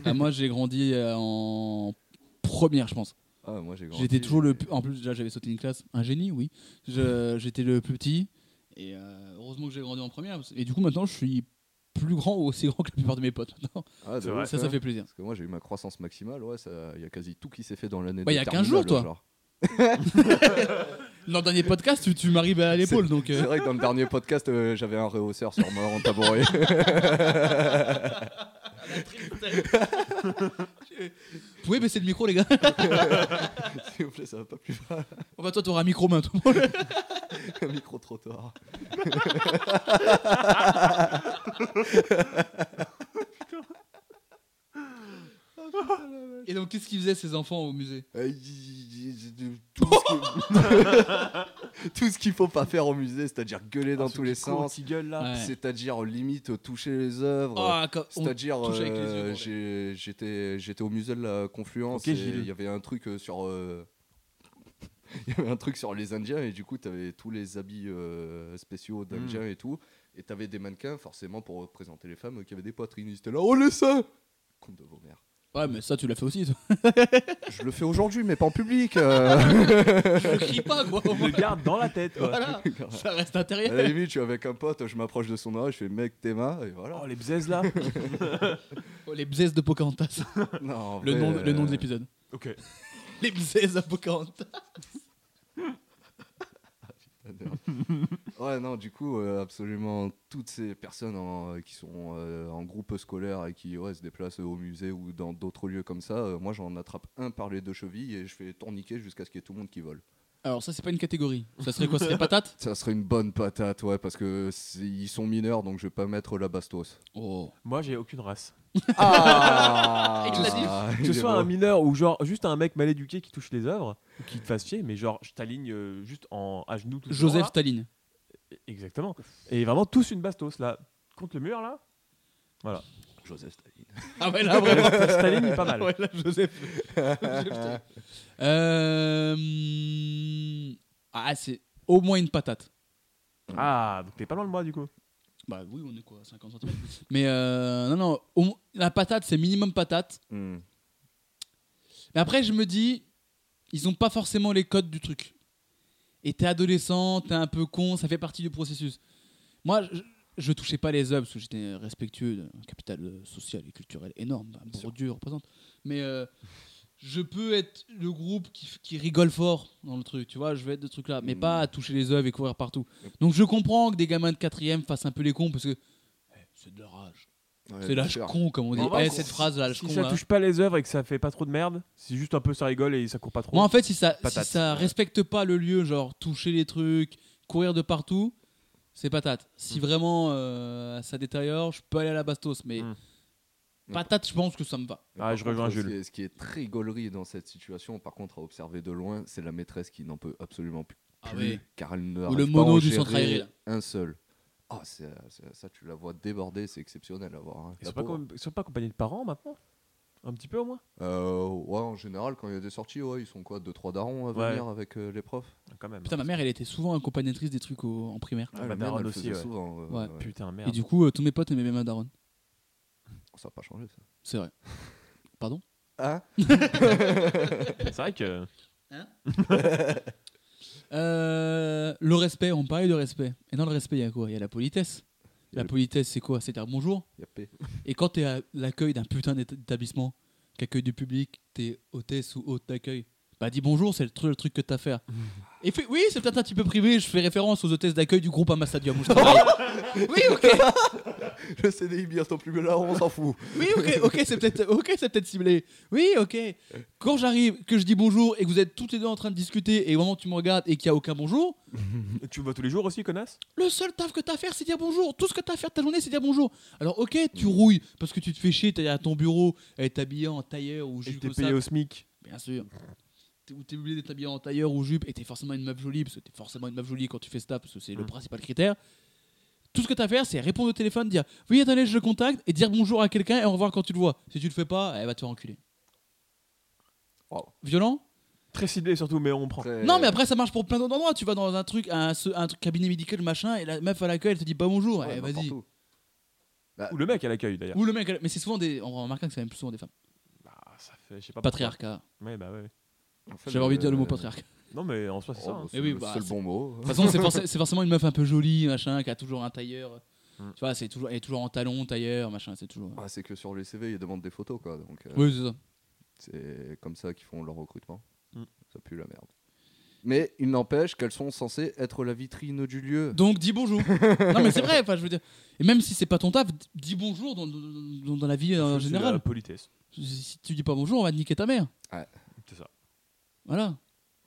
Speaker 1: Ah, moi, j'ai grandi euh, en première, je pense.
Speaker 2: Ah, moi j'ai grandi.
Speaker 1: J'étais toujours le.
Speaker 2: et-
Speaker 1: plus- En plus, déjà, j'avais sauté une classe. Un génie, oui. Je- J'étais le plus petit. Et euh, heureusement que j'ai grandi en première. parce- Et du coup, maintenant, je suis plus grand ou aussi grand que la plupart de mes potes. maintenant.
Speaker 2: Ah, de
Speaker 3: C'est vrai.
Speaker 2: ouf,
Speaker 1: ça, ça
Speaker 2: hein.
Speaker 1: fait plaisir.
Speaker 2: Parce que moi j'ai eu ma croissance maximale, ouais, il y a quasi tout qui s'est fait dans l'année.
Speaker 1: Bah,
Speaker 2: de
Speaker 1: y a 15 jours,
Speaker 2: terminale,
Speaker 1: toi.
Speaker 2: genre.
Speaker 1: Dans le dernier podcast, tu, tu m'arrives à l'épaule, donc. euh,
Speaker 2: C'est vrai que dans le dernier podcast, euh, j'avais un rehausseur sur moi en tabouret.
Speaker 1: Vous pouvez baisser le micro, les gars
Speaker 2: S'il vous plaît, ça va pas plus mal.
Speaker 1: Oh, bah, toi, t'auras un micro main, tout le monde.
Speaker 2: Un micro-trottoir.
Speaker 1: Et donc, qu'est-ce qu'ils faisaient, ces enfants, au musée
Speaker 2: Euh, y- y- y- y- Tout ce que- tout ce qu'il faut pas faire au musée, c'est-à-dire gueuler
Speaker 3: Ah,
Speaker 2: dans tous les sens,
Speaker 3: Qui gueule là.
Speaker 1: Ouais.
Speaker 2: c'est-à-dire limite toucher les œuvres.
Speaker 1: Ah, quand- on-
Speaker 2: C'est-à-dire,
Speaker 1: touche avec les yeux,
Speaker 2: euh,
Speaker 1: bordel.
Speaker 2: j'ai- j'étais j'étais au musée de la Confluence
Speaker 3: Ok,
Speaker 2: et
Speaker 3: j'ai lu.
Speaker 2: il y avait un truc euh, sur. euh, Il y avait un truc sur les Indiens et du coup, tu avais tous les habits euh,
Speaker 1: Hmm.
Speaker 2: spéciaux d'Indiens et tout. Et tu avais des mannequins, forcément, pour représenter les femmes euh, qui avaient des poitrines. Ils étaient là, oh les seins Compte de vos mères.
Speaker 1: Ouais, mais ça, tu l'as fait aussi, toi.
Speaker 2: Je le fais aujourd'hui, mais pas en public. euh.
Speaker 1: Je crie pas, quoi. au
Speaker 3: Il
Speaker 1: moins.
Speaker 3: le garde dans la tête. quoi.
Speaker 1: Voilà, ça reste
Speaker 2: à
Speaker 1: intérieur.
Speaker 2: la limite, je suis avec un pote, je m'approche de son oreille, je fais mec, t'es mains, et voilà.
Speaker 3: Oh les bzaises là.
Speaker 1: Oh, les bzaises de Pocahontas.
Speaker 2: Non, en
Speaker 1: Oh, Le
Speaker 2: vrai,
Speaker 1: nom, le nom de
Speaker 2: euh,
Speaker 1: l'épisode.
Speaker 3: ok.
Speaker 1: Les bzaises à Pocahontas.
Speaker 2: Ouais, non, du coup, euh, absolument toutes ces personnes en- qui sont euh, en groupe scolaire et qui ouais, se déplacent au musée ou dans d'autres lieux comme ça, euh, moi j'en attrape un par les deux chevilles et je fais tourniquer jusqu'à ce qu'il y ait tout le monde qui vole.
Speaker 1: Alors, ça, c'est pas une catégorie. Ça serait quoi C'est des patates
Speaker 2: Ça serait une bonne patate, ouais, parce que c'est- ils sont mineurs donc je vais pas mettre la bastos.
Speaker 1: Oh.
Speaker 3: Moi j'ai aucune race.
Speaker 2: Ah
Speaker 1: Il l'a
Speaker 3: Que ce soit un mineur ou genre juste un mec mal éduqué qui touche les œuvres ou qui te fasse chier, mais genre je t'aligne euh, juste en à genoux tout le
Speaker 1: Joseph
Speaker 3: temps, là.
Speaker 1: Staline.
Speaker 3: Exactement. Et vraiment tous une bastos là contre le mur là.
Speaker 2: Joseph Staline.
Speaker 1: Ah ouais, là, vraiment.
Speaker 3: Staline est pas mal.
Speaker 1: Ouais, là, Joseph. Joseph Staline. Euh, Ah, c'est au moins une patate.
Speaker 3: Ah donc t'es pas loin de moi du coup.
Speaker 1: Bah oui, on est quoi, 50 cm. Mais euh, non, non, au mo- la patate, c'est minimum patate.
Speaker 2: Hmm.
Speaker 1: Mais après, je me dis, ils ont pas forcément les codes du truc. Et t'es adolescent, t'es un peu con, ça fait partie du processus. Moi, je, je touchais pas les œuvres parce que j'étais respectueux d'un capital euh, social et culturel énorme. Un
Speaker 2: sûr.
Speaker 1: Bourdieu représente. Mais euh, je peux être le groupe qui, f- qui rigole fort dans le truc, tu vois. Je vais être de truc là, mais
Speaker 2: Mm.
Speaker 1: pas à toucher les œuvres et courir partout. Donc je comprends que des gamins de quatrième fassent un peu les cons parce que eh, c'est de leur âge.
Speaker 2: Ouais,
Speaker 1: c'est
Speaker 2: bien
Speaker 1: l'âge
Speaker 2: sûr.
Speaker 1: con, comme on dit.
Speaker 3: En vrai,
Speaker 1: Eh,
Speaker 3: si-
Speaker 1: cette phrase, l'âge
Speaker 3: Si
Speaker 1: con.
Speaker 3: ça
Speaker 1: là.
Speaker 3: touche pas les œuvres et que ça fait pas trop de merde, c'est juste un peu ça rigole et ça court pas trop.
Speaker 1: Moi, en fait, si ça, si
Speaker 3: Patate.
Speaker 1: ça respecte pas le lieu, genre toucher les trucs, courir de partout, c'est patate. Si
Speaker 3: Hmm.
Speaker 1: vraiment euh, ça détériore, je peux aller à la bastos, mais
Speaker 3: Mm.
Speaker 1: patate, je pense que ça me va.
Speaker 2: Mais par
Speaker 3: Ah, je rejoins
Speaker 2: contre, ce
Speaker 3: Jules.
Speaker 2: qui est- Ce qui est très gaulerie dans cette situation, par contre, à observer de loin, c'est la maîtresse qui n'en peut absolument plus.
Speaker 1: Ah
Speaker 2: plus,
Speaker 1: ouais.
Speaker 2: car elle ne
Speaker 1: Ou le
Speaker 2: arrive pas à
Speaker 1: mono
Speaker 2: en
Speaker 1: du centre
Speaker 2: gérer
Speaker 1: aéré, là.
Speaker 2: Un seul. Ah, c'est- c'est- ça, tu la vois déborder, c'est exceptionnel à voir. hein.
Speaker 3: Ils
Speaker 2: La
Speaker 3: sont pas,
Speaker 2: pauvre.
Speaker 3: com- ils sont pas accompagnés de parents maintenant Un petit peu au moins
Speaker 2: Euh, ouais, en général, quand il y a des sorties, ouais, ils sont quoi 2-3 darons à
Speaker 3: Ouais.
Speaker 2: venir avec euh, les profs
Speaker 3: Ah, Quand même.
Speaker 1: Putain, ma mère, elle était souvent accompagnatrice des trucs au- en primaire.
Speaker 3: Ah,
Speaker 2: la
Speaker 3: ma
Speaker 2: mienne,
Speaker 3: daronne
Speaker 2: elle
Speaker 3: aussi,
Speaker 2: faisait
Speaker 3: ouais.
Speaker 2: souvent. euh,
Speaker 1: Ouais.
Speaker 2: ouais.
Speaker 3: Putain,
Speaker 1: Et
Speaker 3: merde.
Speaker 1: du coup, euh, tous mes potes aimaient bien ma daronne.
Speaker 2: Oh, Ça n'a pas changé, ça.
Speaker 1: C'est vrai. Pardon
Speaker 2: Ah
Speaker 3: C'est vrai que.
Speaker 1: Euh, Le respect, on parlait de respect. Et dans le respect, il y a quoi Il y a la politesse.
Speaker 2: Il y a
Speaker 1: La
Speaker 2: le-
Speaker 1: politesse, c'est quoi C'est dire bonjour.
Speaker 2: Il y a P.
Speaker 1: Et quand t'es à l'accueil d'un putain d'éta- d'établissement qui accueille du public, t'es hôtesse ou hôte d'accueil, bah dis bonjour, c'est le, tru- le truc que t'as à faire. Et fait, oui, c'est peut-être un petit peu privé, je fais référence aux hôtesses d'accueil du groupe Amastadium où je travaille. oui, ok,
Speaker 2: Le CDI bientôt plus là, on s'en fout.
Speaker 1: oui, ok, ok, c'est peut-être ok, c'est peut-être ciblé. Oui, ok. Quand j'arrive, que je dis bonjour et que vous êtes toutes les deux en train de discuter et au moment où tu me regardes et qu'il n'y a aucun bonjour,
Speaker 3: Tu me vois tous les jours aussi, connasse
Speaker 1: Le seul taf que t'as à faire, c'est dire bonjour. Tout ce que t'as à faire de ta journée, c'est dire bonjour. Alors, ok, tu rouilles parce que tu te fais chier, t'es à ton bureau, et t'es habillé en tailleur ou
Speaker 3: Et
Speaker 1: jupe
Speaker 3: t'es
Speaker 1: comme
Speaker 3: payé
Speaker 1: ça.
Speaker 3: au SMIC.
Speaker 1: Bien sûr. T'es- Ou t'es obligé d'être habillé en tailleur ou jupe, et t'es forcément une meuf jolie, parce que t'es forcément une meuf jolie quand tu fais ça, parce que c'est le
Speaker 3: Mm.
Speaker 1: principal critère. Tout ce que t'as à faire, c'est répondre au téléphone, dire oui, attendez, je le contacte, et dire bonjour à quelqu'un et au revoir quand tu le vois. Si tu le fais pas, elle va te faire enculer.
Speaker 2: Wow.
Speaker 1: Violent
Speaker 3: Très ciblé surtout, mais on prend.
Speaker 2: Très-
Speaker 1: Non, mais après, ça marche pour plein d'autres endroits. Tu vas dans un truc, un, ce- un truc cabinet médical, machin, et la meuf à l'accueil, elle te dit pas bonjour.
Speaker 2: Ouais,
Speaker 1: Eh,
Speaker 2: n'importe
Speaker 1: vas-y.
Speaker 2: où. Bah,
Speaker 3: Ou le mec à l'accueil d'ailleurs.
Speaker 1: Ou le mec, mais c'est souvent des. On remarque que c'est même plus souvent des femmes.
Speaker 3: Bah, ça fait. Je sais pas. pourquoi.
Speaker 1: Patriarcat.
Speaker 3: Ouais, bah ouais.
Speaker 2: en fait,
Speaker 1: J'avais envie de dire le mot patriarcat.
Speaker 3: Non, mais en soi, c'est ça.
Speaker 2: Oh,
Speaker 3: hein.
Speaker 2: bah,
Speaker 1: Eh
Speaker 2: C'est
Speaker 1: oui,
Speaker 2: le
Speaker 1: bah,
Speaker 2: seul
Speaker 1: c'est-
Speaker 2: bon mot. hein.
Speaker 1: De toute façon, c'est forc- c'est forcément une meuf un peu jolie, machin, qui a toujours un tailleur.
Speaker 3: Mm.
Speaker 1: Tu vois, c'est toujours, elle est toujours en talon, tailleur, machin, c'est toujours.
Speaker 2: Ah, c'est que sur les CV, ils demandent des photos, quoi. Donc, euh,
Speaker 1: Oui, c'est ça.
Speaker 2: c'est comme ça qu'ils font leur recrutement.
Speaker 3: Mm.
Speaker 2: Ça pue la merde. Mais il n'empêche qu'elles sont censées être la vitrine du lieu.
Speaker 1: Donc dis bonjour. non, mais c'est vrai, enfin, je veux dire. Et même si c'est pas ton taf, d- dis bonjour dans, dans- dans la vie euh, en
Speaker 3: C'est La
Speaker 1: général.
Speaker 3: politesse.
Speaker 1: Si tu dis pas bonjour, on va te niquer ta mère.
Speaker 3: C'est ça.
Speaker 1: Voilà.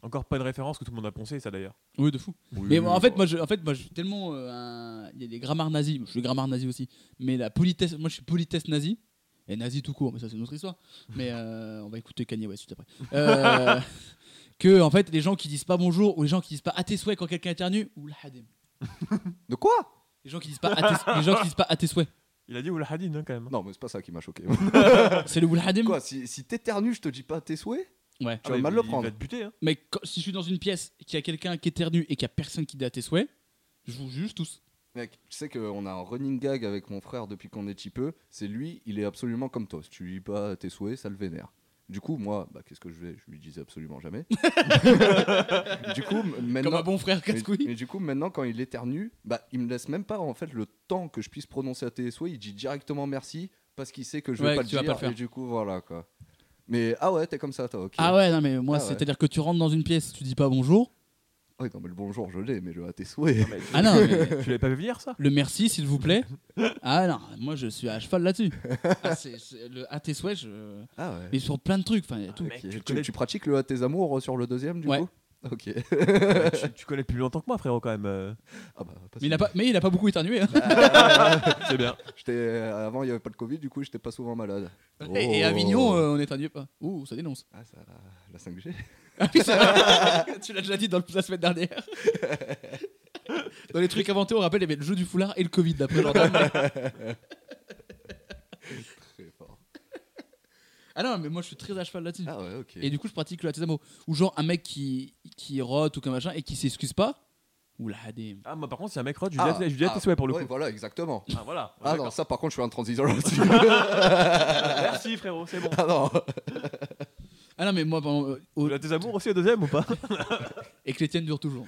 Speaker 3: Encore pas de référence que tout le monde a poncé, ça d'ailleurs.
Speaker 1: Oui, de fou. Mais
Speaker 2: Mmh.
Speaker 1: bon, en fait, moi, je, en fait, moi, je suis tellement. euh, un- Il y a des grammars nazis. Je suis grammaire nazi aussi. Mais la politesse, moi, je suis politesse nazi. Et nazi tout court, mais ça, c'est une autre histoire. Mais euh, on va écouter Kanye West juste après. Euh, que, en fait, les gens qui disent pas bonjour ou les gens qui disent pas à tes souhaits quand quelqu'un éternue, ou la hadem.
Speaker 2: De quoi
Speaker 1: Les gens qui disent pas à tes, les gens qui disent pas à tes souhaits.
Speaker 3: Il a dit Oula Hadid, hein, quand même.
Speaker 2: Non, mais c'est pas ça qui m'a choqué.
Speaker 1: C'est le ou la hadem.
Speaker 2: quoi Si, si t'éternues, je te dis pas tes souhaits
Speaker 1: Ouais.
Speaker 2: Tu vas mal le prendre.
Speaker 3: Il va te buter. Hein.
Speaker 1: Mais quand- si je suis dans une pièce et qu'il y a quelqu'un qui éternue et qu'il y a personne qui dit à tes souhaits, je vous juge tous.
Speaker 2: Mec, tu sais qu'on a un running gag avec mon frère depuis qu'on est petit peu. C'est lui, il est absolument comme toi. Si tu lui dis pas tes souhaits, ça le vénère. Du coup, moi, bah, qu'est-ce que je vais Je lui disais absolument jamais. du coup, m- maintenant.
Speaker 1: Comme un bon frère
Speaker 2: mais,
Speaker 1: casse-couille.
Speaker 2: mais du coup, maintenant, quand il éternue, bah, il me laisse même pas en fait le temps que je puisse prononcer à tes souhaits. Il dit directement merci parce qu'il sait que je vais
Speaker 1: Ouais,
Speaker 2: pas
Speaker 1: que
Speaker 2: le
Speaker 1: tu vas
Speaker 2: dire.
Speaker 1: pas le faire.
Speaker 2: Et du coup, voilà quoi. Mais ah ouais, t'es comme ça, toi. Ok.
Speaker 1: Ah ouais, non, mais moi,
Speaker 2: Ah ouais.
Speaker 1: c'est-à-dire que tu rentres dans une pièce, tu dis pas bonjour.
Speaker 2: Ouais, Ah non, mais le bonjour, je l'ai, mais le à tes souhaits.
Speaker 3: Mais tu-
Speaker 1: Ah non, mais-
Speaker 3: Tu l'avais pas vu venir, ça
Speaker 1: Le merci, s'il vous plaît. Ah non, moi je suis à cheval là-dessus. Ah, c'est- c'est le- à tes souhaits, je...
Speaker 2: Ah ouais.
Speaker 1: euh, mais sur plein de trucs. Enfin, il y a tout.
Speaker 2: Ok.
Speaker 3: Mec, tu
Speaker 2: tu,
Speaker 3: connais-
Speaker 2: tu pratiques le à tes amours euh, sur le deuxième, du
Speaker 1: Ouais.
Speaker 2: coup Ok.
Speaker 3: Ouais, tu, tu connais plus longtemps que moi, frérot, quand même. euh.
Speaker 2: Ah bah, pas
Speaker 1: Mais il, a pas, mais il a pas beaucoup éternué. hein.
Speaker 3: C'est bien.
Speaker 2: J'étais euh, avant il y avait pas de Covid, du coup j'étais pas souvent malade.
Speaker 1: Et, et à
Speaker 2: Oh.
Speaker 1: Avignon, euh, on éternuait pas. Ouh, ça dénonce.
Speaker 2: Ah ça, la 5G.
Speaker 1: Ah oui, c'est vrai. tu l'as déjà dit dans le- la semaine dernière. Dans les trucs inventés, on rappelle, il y avait le jeu du foulard et le Covid d'après Jordan.
Speaker 2: Très fort.
Speaker 1: Ah non, mais moi je suis très à cheval là-dessus.
Speaker 2: Ah ouais, ok.
Speaker 1: Et du coup, je pratique le atizamo. Ou genre un mec qui, qui rote ou qu'un machin et qui s'excuse pas. Ou la hadem.
Speaker 3: Ah, moi, par contre, c'est un mec rod, je
Speaker 2: Ah,
Speaker 3: lui ai dit à
Speaker 2: ah,
Speaker 3: tes souhaits pour le
Speaker 2: ouais,
Speaker 3: coup.
Speaker 2: voilà, exactement.
Speaker 3: Ah, voilà.
Speaker 2: Ah non,
Speaker 3: D'accord.
Speaker 2: ça par contre je suis un transition là-dessus.
Speaker 3: Merci, frérot, c'est bon.
Speaker 2: ah non.
Speaker 1: Ah non, mais moi, pendant- euh, au-
Speaker 3: Oula tes amours aussi au deuxième ou pas
Speaker 1: Et que les tiennes durent toujours.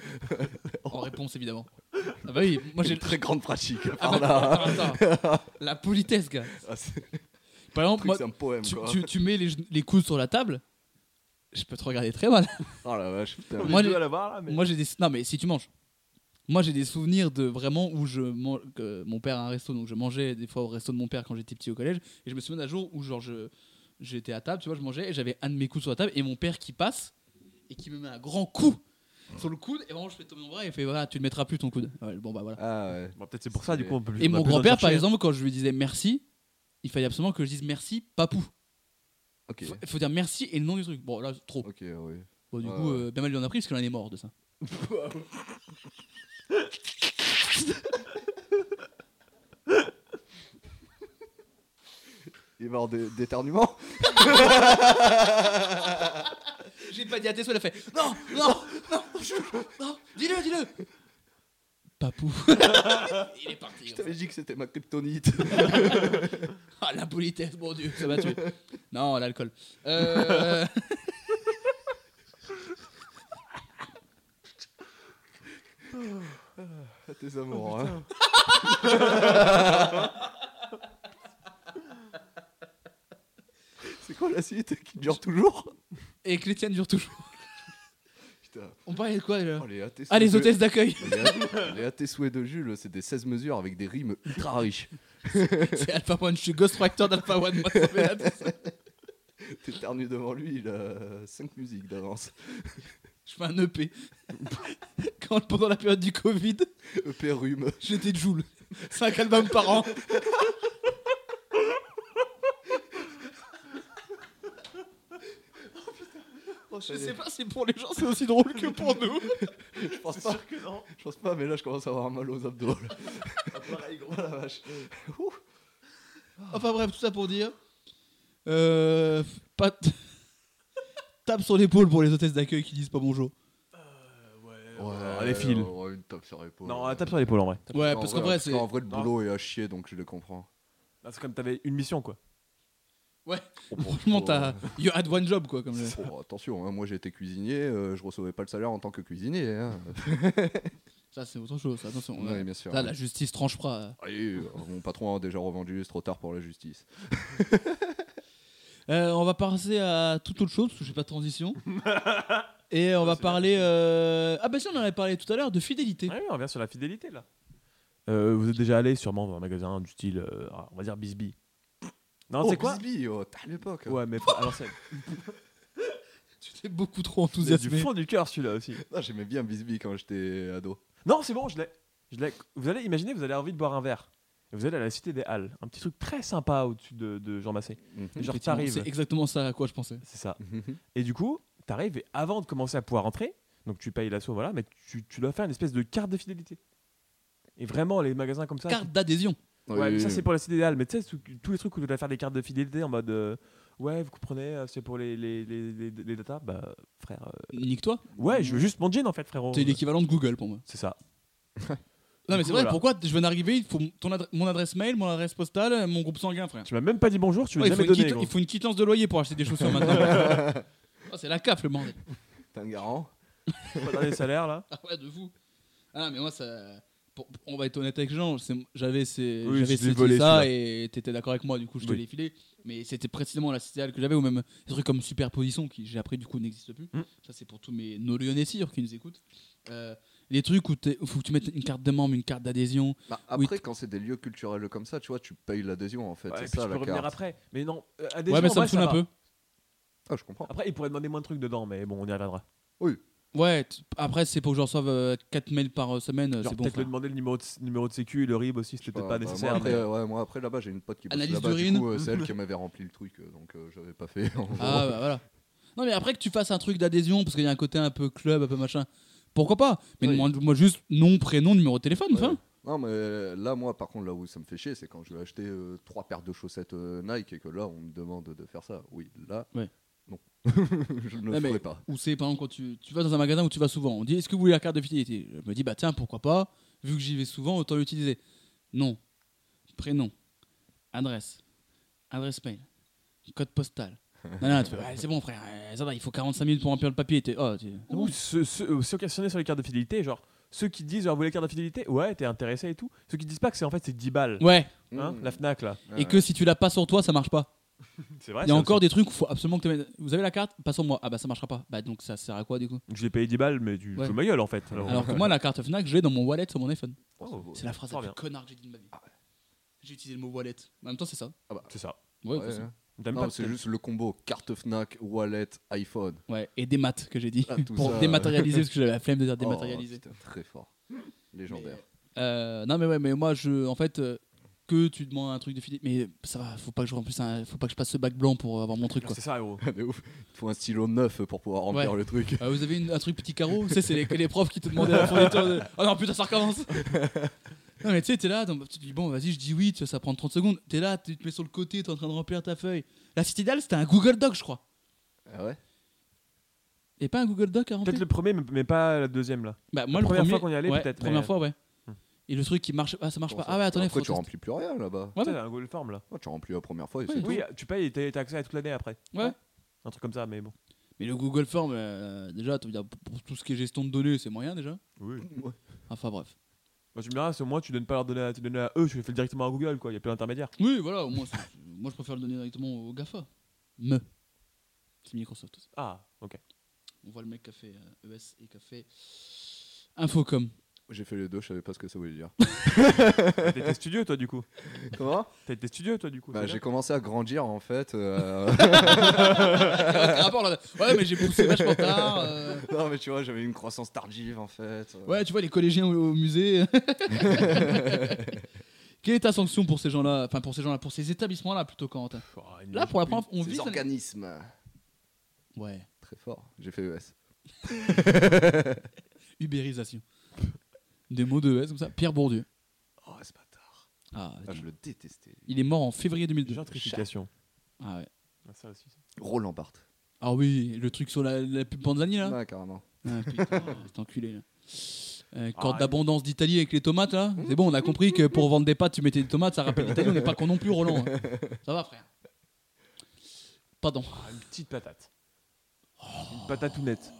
Speaker 1: en réponse, évidemment. Ah bah oui, moi j'ai
Speaker 2: une très grande pratique.
Speaker 1: Ah
Speaker 2: par
Speaker 1: bah,
Speaker 2: là.
Speaker 1: attends, attends, attends. La politesse, gars.
Speaker 2: Ah, c'est
Speaker 1: Par
Speaker 2: un
Speaker 1: exemple,
Speaker 2: truc,
Speaker 1: moi,
Speaker 2: c'est un poème
Speaker 1: tu,
Speaker 2: quoi.
Speaker 1: tu- tu mets les, gen- les coudes sur la table, je peux te regarder très mal.
Speaker 2: Oh la vache, putain.
Speaker 1: Moi,
Speaker 3: Moi, je
Speaker 1: j'ai-
Speaker 3: dois l'avoir là, mais.
Speaker 1: Moi j'ai des. Non, mais si tu manges. Moi j'ai des souvenirs de vraiment où je man- que mon père a un resto, donc je mangeais des fois au resto de mon père quand j'étais petit au collège. Et je me souviens d'un jour où genre je j'étais à table, tu vois, je mangeais et j'avais un de mes coudes sur la table et mon père qui passe et qui me met un grand coup sur le coude et vraiment je fais tomber mon bras et il fait voilà tu ne mettras plus ton coude. Ouais, bon bah voilà.
Speaker 2: Ah ouais.
Speaker 3: Bon, peut-être c'est pour ça, du coup, on peut
Speaker 1: Et
Speaker 3: on a
Speaker 1: mon
Speaker 3: plus besoin de
Speaker 1: grand-père, par
Speaker 3: chercher, hein.
Speaker 1: exemple, quand je lui disais merci, il fallait absolument que je dise merci, papou.
Speaker 2: Ok.
Speaker 1: Il faut, faut dire merci et le nom du truc. Bon, là, trop.
Speaker 2: Ok, oui.
Speaker 1: Bon, du
Speaker 2: Ouais,
Speaker 1: coup,
Speaker 2: ouais.
Speaker 1: euh, bien mal lui en a pris parce qu'il en est mort de ça.
Speaker 2: Il est mort de- d'éternuement
Speaker 1: J'ai pas dit à tes souhaits, elle a fait Non, non, non, je- non, dis-le, dis-le Papou. Il est parti.
Speaker 2: Je t'avais dit que c'était ma kryptonite.
Speaker 1: Ah, la politesse, mon dieu, ça m'a tué. Non, l'alcool. Euh...
Speaker 2: À tes
Speaker 1: Oh,
Speaker 2: amours. hein. C'est quoi la suite qui dure toujours
Speaker 1: Et que les tiennes durent toujours.
Speaker 2: Putain.
Speaker 1: On parlait de quoi déjà
Speaker 2: Oh, les athées
Speaker 1: Ah, les
Speaker 2: souhaits de-
Speaker 1: hôtesses d'accueil
Speaker 2: Les athées- Les athées souhaits de Jules, c'est des 16 mesures avec des rimes ultra riches.
Speaker 1: C'est Alpha One, je suis Ghost Factor d'Alpha One. moi, ça fait la pisse.
Speaker 2: T'éternues devant lui, il a 5 musiques d'avance.
Speaker 1: Je fais un EP. Quand, pendant la période du Covid,
Speaker 2: EP E rhume.
Speaker 1: j'étais Joule. 5 albums par an. Oh, Je sais pas si pour les gens c'est aussi drôle que pour nous.
Speaker 2: Je pense pas,
Speaker 3: que non.
Speaker 2: je pense pas, mais là je commence à avoir mal aux abdos. là. Oh la vache. Ouh.
Speaker 1: Enfin bref, tout ça pour dire. Euh. Pas. t- Tape sur l'épaule pour les hôtesses d'accueil qui disent pas bonjour.
Speaker 3: Ouais, les fils.
Speaker 2: ouais, une tape sur l'épaule.
Speaker 3: Non, tape sur l'épaule en vrai.
Speaker 1: Ouais, parce qu'en vrai, c'est.
Speaker 2: En vrai, le
Speaker 3: Non.
Speaker 2: boulot est à chier donc je le comprends.
Speaker 3: Là, C'est comme t'avais une mission quoi.
Speaker 1: Franchement, t'as. You had one job quoi. Comme le-
Speaker 2: Oh, attention, hein, moi j'ai été cuisinier, euh, je recevais pas le salaire en tant que cuisinier. hein.
Speaker 1: Ça, c'est autre chose. Attention.
Speaker 2: Ouais, bien sûr.
Speaker 1: Là, la justice tranche pas.
Speaker 2: Allez, euh, mon patron a déjà revendu, c'est trop tard pour la justice.
Speaker 1: Euh, on va passer à toute autre chose, parce que j'ai pas de transition. Et on
Speaker 3: Ah,
Speaker 1: va
Speaker 3: c'est bien,
Speaker 1: parler.
Speaker 3: c'est bien.
Speaker 1: euh, Ah, bah si, on en avait parlé tout à l'heure de fidélité.
Speaker 3: Ah oui, on revient sur la fidélité là. Euh, vous êtes déjà allé sûrement dans un magasin du style, euh, on va dire Bisbee. Non, Ah, c'est quoi
Speaker 2: Bisbee, oh, t'as l'époque.
Speaker 3: Ouais, mais fr- alors c'est
Speaker 1: Tu t'es beaucoup trop
Speaker 3: c'est du
Speaker 1: enthousiasmé.
Speaker 3: fond du cœur celui-là aussi.
Speaker 2: Non, Ah, J'aimais bien Bisbee quand j'étais ado.
Speaker 3: Non, c'est bon, je l'ai. Je l'ai. Vous allez imaginer, vous avez envie de boire un verre. Et vous allez à la Cité des Halles, un petit truc très sympa au-dessus de, de Jean Massé.
Speaker 2: Mhm.
Speaker 3: Genre
Speaker 1: Effectivement,
Speaker 3: t'arrives,
Speaker 1: C'est exactement ça à quoi je pensais.
Speaker 3: c'est ça.
Speaker 2: Mhm.
Speaker 3: Et du coup, t'arrives et avant de commencer à pouvoir entrer, donc tu payes l'assaut, voilà, mais tu, tu dois faire une espèce de carte de fidélité. Et vraiment, les magasins comme ça.
Speaker 1: Carte d'adhésion.
Speaker 3: Ouais, mais
Speaker 2: Oui,
Speaker 3: ça
Speaker 2: oui.
Speaker 3: c'est pour la cité des Halles, mais tu sais, tous- tous les trucs où tu dois faire des cartes de fidélité en mode euh, Ouais, vous comprenez, euh, c'est pour les, les, les, les, les datas. Bah, frère. euh,
Speaker 1: Nique-toi.
Speaker 3: Ouais, je veux juste mon jean en fait, frérot.
Speaker 1: T'es l'équivalent de Google pour moi.
Speaker 3: C'est ça.
Speaker 1: Non, mais
Speaker 3: Du coup,
Speaker 1: c'est vrai,
Speaker 3: voilà.
Speaker 1: pourquoi je viens d'arriver Il faut ton adre- mon adresse mail, mon adresse postale, mon groupe sanguin, frère.
Speaker 3: Tu m'as même pas dit bonjour, tu m'as
Speaker 1: Ouais, il, faut
Speaker 3: jamais
Speaker 1: une
Speaker 3: donné.
Speaker 1: quitte-
Speaker 3: gros.
Speaker 1: il faut une quittance de loyer pour acheter des chaussures maintenant. Oh, c'est la CAF le bordel.
Speaker 2: T'es un garant
Speaker 3: Pas dans les salaires là.
Speaker 1: Ah ouais, de vous. Ah non, mais moi, ça. pour- on va être honnête avec Jean, c'est- j'avais ces,
Speaker 3: Oui,
Speaker 1: j'avais
Speaker 3: je l'ai
Speaker 1: cité
Speaker 3: volé,
Speaker 1: ça et t'étais d'accord avec moi, du coup je te
Speaker 3: Oui.
Speaker 1: l'ai filé. Mais c'était précisément la cité que j'avais, ou même des trucs comme superposition qui j'ai appris du coup n'existe plus.
Speaker 3: Mm.
Speaker 1: Ça c'est pour tous mes nos lyonnais sûrs qui nous écoutent. Euh, les trucs où il faut que tu mettes une carte de membre, une carte d'adhésion.
Speaker 2: Bah,
Speaker 1: Oui,
Speaker 2: après, quand c'est des lieux culturels comme ça, tu vois, tu payes l'adhésion en fait.
Speaker 3: Ouais, et
Speaker 2: c'est
Speaker 3: puis
Speaker 2: ça
Speaker 3: tu peux
Speaker 2: la
Speaker 3: revenir
Speaker 2: carte.
Speaker 3: après. Mais non, euh, à des
Speaker 1: Ouais,
Speaker 3: gens,
Speaker 1: mais
Speaker 3: en
Speaker 1: ça me
Speaker 3: vrai,
Speaker 1: saoule un
Speaker 3: va.
Speaker 1: peu.
Speaker 2: Ah, je comprends.
Speaker 3: Après, ils pourraient demander moins de trucs dedans, mais bon, on y reviendra.
Speaker 1: Ouais, t- après c'est pour que je reçoive 4 mails par euh, semaine, euh,
Speaker 3: Genre,
Speaker 1: c'est bon.
Speaker 3: peut-être
Speaker 1: frère.
Speaker 3: le demander le numéro de, numéro de sécu et le RIB aussi, c'était
Speaker 2: Bah,
Speaker 3: peut-être pas
Speaker 2: bah,
Speaker 3: nécessaire.
Speaker 2: Moi après,
Speaker 3: mais-
Speaker 2: euh, ouais, moi, après, là-bas, j'ai une pote qui bosse
Speaker 1: Analyse
Speaker 2: là-bas. Du
Speaker 1: d'urine.
Speaker 2: coup, euh, c'est elle qui m'avait rempli le truc, euh, donc euh, j'avais pas fait. en gros.
Speaker 1: Ah bah voilà. Non mais après que tu fasses un truc d'adhésion parce qu'il y a un côté un peu club, un peu machin. Pourquoi pas Mais
Speaker 2: Oui.
Speaker 1: demande- moi juste nom, prénom, numéro de téléphone,
Speaker 2: Ouais.
Speaker 1: enfin.
Speaker 2: Non, mais là, moi, par contre, là où ça me fait chier, c'est quand je vais acheter euh, trois paires de chaussettes euh, Nike et que là, on me demande de faire ça. Oui, là,
Speaker 1: Ouais.
Speaker 2: non. je ne
Speaker 1: Ouais,
Speaker 2: le
Speaker 1: mais-
Speaker 2: ferai pas.
Speaker 1: Ou c'est par exemple quand tu, tu vas dans un magasin où tu vas souvent, on dit est-ce que vous voulez la carte de fidélité Je me dis bah tiens pourquoi pas, vu que j'y vais souvent, autant l'utiliser. Non. Prénom, adresse, adresse mail, code postal. Non, non, tu fais, ouais, c'est bon frère, euh, ça va, il faut 45 minutes pour remplir le papier. T'es- oh, t'es- c'est bon.
Speaker 3: Ou ceux, ceux- euh, ceux qui questionnaient sur les cartes de fidélité, genre ceux qui disent genre, vous voulez les cartes de fidélité Ouais, t'es intéressé et tout. Ceux qui disent pas que c'est en fait c'est 10 balles.
Speaker 1: Ouais,
Speaker 3: Hein,
Speaker 2: Mmh.
Speaker 3: La Fnac là.
Speaker 2: Ouais,
Speaker 1: et que si tu l'as pas sur toi, ça marche pas.
Speaker 3: Ah, C'est vrai.
Speaker 1: Il y a
Speaker 3: ça
Speaker 1: encore des trucs où faut absolument que tu mettes- Vous avez la carte Pas sur moi. Ah bah ça marchera pas. Bah donc ça sert à quoi du coup
Speaker 3: aussi. Je l'ai payé 10 balles, mais tu
Speaker 1: Ouais.
Speaker 3: joues ma gueule en fait. Alors,
Speaker 1: Alors que moi, la carte Fnac, je l'ai dans mon wallet sur mon iPhone.
Speaker 2: Oh, beau.
Speaker 1: C'est la phrase la
Speaker 3: Fort
Speaker 1: plus
Speaker 3: bien.
Speaker 1: connard que j'ai dit de ma vie. J'ai utilisé le mot wallet. En même temps, c'est ça.
Speaker 3: C'est ça.
Speaker 1: Ouais, de toute
Speaker 2: Ouais,
Speaker 1: façon.
Speaker 2: hein.
Speaker 3: T'aimes
Speaker 1: Ah,
Speaker 2: Non,
Speaker 3: pas
Speaker 2: c'est
Speaker 3: peut-être.
Speaker 2: juste le combo carte Fnac, wallet, iPhone. Oh,
Speaker 1: Ouais, et des maths que j'ai dit.
Speaker 2: Ah, tout
Speaker 1: pour
Speaker 2: ça,
Speaker 1: dématérialiser, parce que j'avais la flemme de dire
Speaker 2: Oh,
Speaker 1: dématérialiser.
Speaker 2: putain, très fort.
Speaker 1: Mais,
Speaker 2: Légendaire.
Speaker 1: euh, non, mais ouais, mais moi, je, en fait, euh, que tu demandes un truc de Philippe. Mais ça va, faut pas que je remplisse un- faut pas que je passe ce bac blanc pour avoir mon truc quoi.
Speaker 3: C'est ça, gros.
Speaker 2: De ouf. Il faut un stylo neuf pour pouvoir remplir
Speaker 1: Ouais.
Speaker 2: le truc.
Speaker 1: Ah, vous avez une- un truc petit carreau Tu sais, c'est les, les profs qui te demandaient à la fourniture de. Oh non, putain, ça recommence Non, mais tu sais, t'es là, donc, tu te dis, bon, vas-y, je dis oui, tu vois, ça prend 30 secondes. T'es là, tu te mets sur le côté, t'es en train de remplir ta feuille. La Citadel, c'était un Google Doc, je crois.
Speaker 2: Ah ouais
Speaker 1: Et pas un Google Doc à remplir
Speaker 3: Peut-être le premier, mais- mais pas la deuxième là.
Speaker 1: Bah, moi,
Speaker 3: la
Speaker 1: le
Speaker 3: première
Speaker 1: premier-
Speaker 3: fois qu'on y allait,
Speaker 1: ouais,
Speaker 3: peut-être,
Speaker 1: Première
Speaker 3: mais-
Speaker 1: fois, ouais.
Speaker 3: Hmm.
Speaker 1: Et le truc qui marche. Ah, ça marche
Speaker 2: Bon,
Speaker 1: pas.
Speaker 2: ça-
Speaker 1: Ah, ouais, attendez,
Speaker 2: Après,
Speaker 1: faut.
Speaker 2: tu
Speaker 1: tester.
Speaker 2: remplis plus rien là-bas.
Speaker 1: Ouais,
Speaker 3: Tu sais,
Speaker 1: ouais.
Speaker 3: un goal form là.
Speaker 2: Oh, tu remplis la première fois et
Speaker 1: Ouais.
Speaker 2: c'est tout.
Speaker 3: Oui, tu payes et t'as t'as accès à toute l'année après.
Speaker 1: Ouais.
Speaker 3: Un truc comme ça, mais bon.
Speaker 1: Mais le Google Form, euh, déjà, t'as- pour pour tout ce qui est gestion de données, c'est moyen déjà.
Speaker 3: Oui.
Speaker 2: Ouais.
Speaker 1: Enfin, bref.
Speaker 3: Bah, tu me diras, c'est au moins tu donnes pas leur données à, tu donnes à eux, tu les fais directement à Google quoi, il y a plus d'intermédiaire.
Speaker 1: Oui, voilà, au moins, c'est- moi, je préfère le donner directement au GAFA. Me. C'est Microsoft aussi.
Speaker 3: Ah, ok.
Speaker 1: On voit le mec qui a fait euh, ES et qui a fait Infocom.
Speaker 2: J'ai fait les deux, je savais pas ce que ça voulait dire.
Speaker 3: T'as été studieux toi du coup.
Speaker 2: Comment
Speaker 3: T'as été studieux toi du coup.
Speaker 2: Bah,
Speaker 3: c'est
Speaker 2: J'ai
Speaker 3: bien.
Speaker 2: commencé à grandir en fait. euh,
Speaker 1: rapport, là, ouais, mais j'ai poussé vachement tard. euh.
Speaker 2: non, mais tu vois, j'avais une croissance tardive en fait. euh.
Speaker 1: Ouais, tu vois, les collégiens au, au musée. Quelle est ta sanction pour ces gens-là Enfin, pour ces gens-là, pour ces établissements-là plutôt, Corentin
Speaker 3: Pff, oh, une
Speaker 1: Là, pour la première fois, on
Speaker 2: Ces
Speaker 1: vit. ça-
Speaker 2: organismes.
Speaker 1: Ouais,
Speaker 2: Très fort. J'ai fait E ES.
Speaker 1: ubérisation. Des mots de ES comme ça. Pierre Bourdieu.
Speaker 2: Oh, ce bâtard.
Speaker 1: Ah,
Speaker 2: Ah, je le détestais.
Speaker 1: il est mort en février 2002.
Speaker 3: gentrification.
Speaker 1: Ah, ouais.
Speaker 3: Ah, ça aussi. ça.
Speaker 2: Roland Barthes.
Speaker 1: ah oui, le truc sur la, la pub Panzani là.
Speaker 2: Ouais, carrément.
Speaker 1: Ah putain, cet enculé là. Euh, corde
Speaker 3: Ah,
Speaker 1: d'abondance d'Italie avec les tomates là. C'est bon, on a compris que pour vendre des pâtes, tu mettais des tomates, ça rappelle l'Italie. On n'est pas con non plus, Roland. hein. Ça va, frère. Pardon.
Speaker 3: Ah, une petite patate. Une patatounette.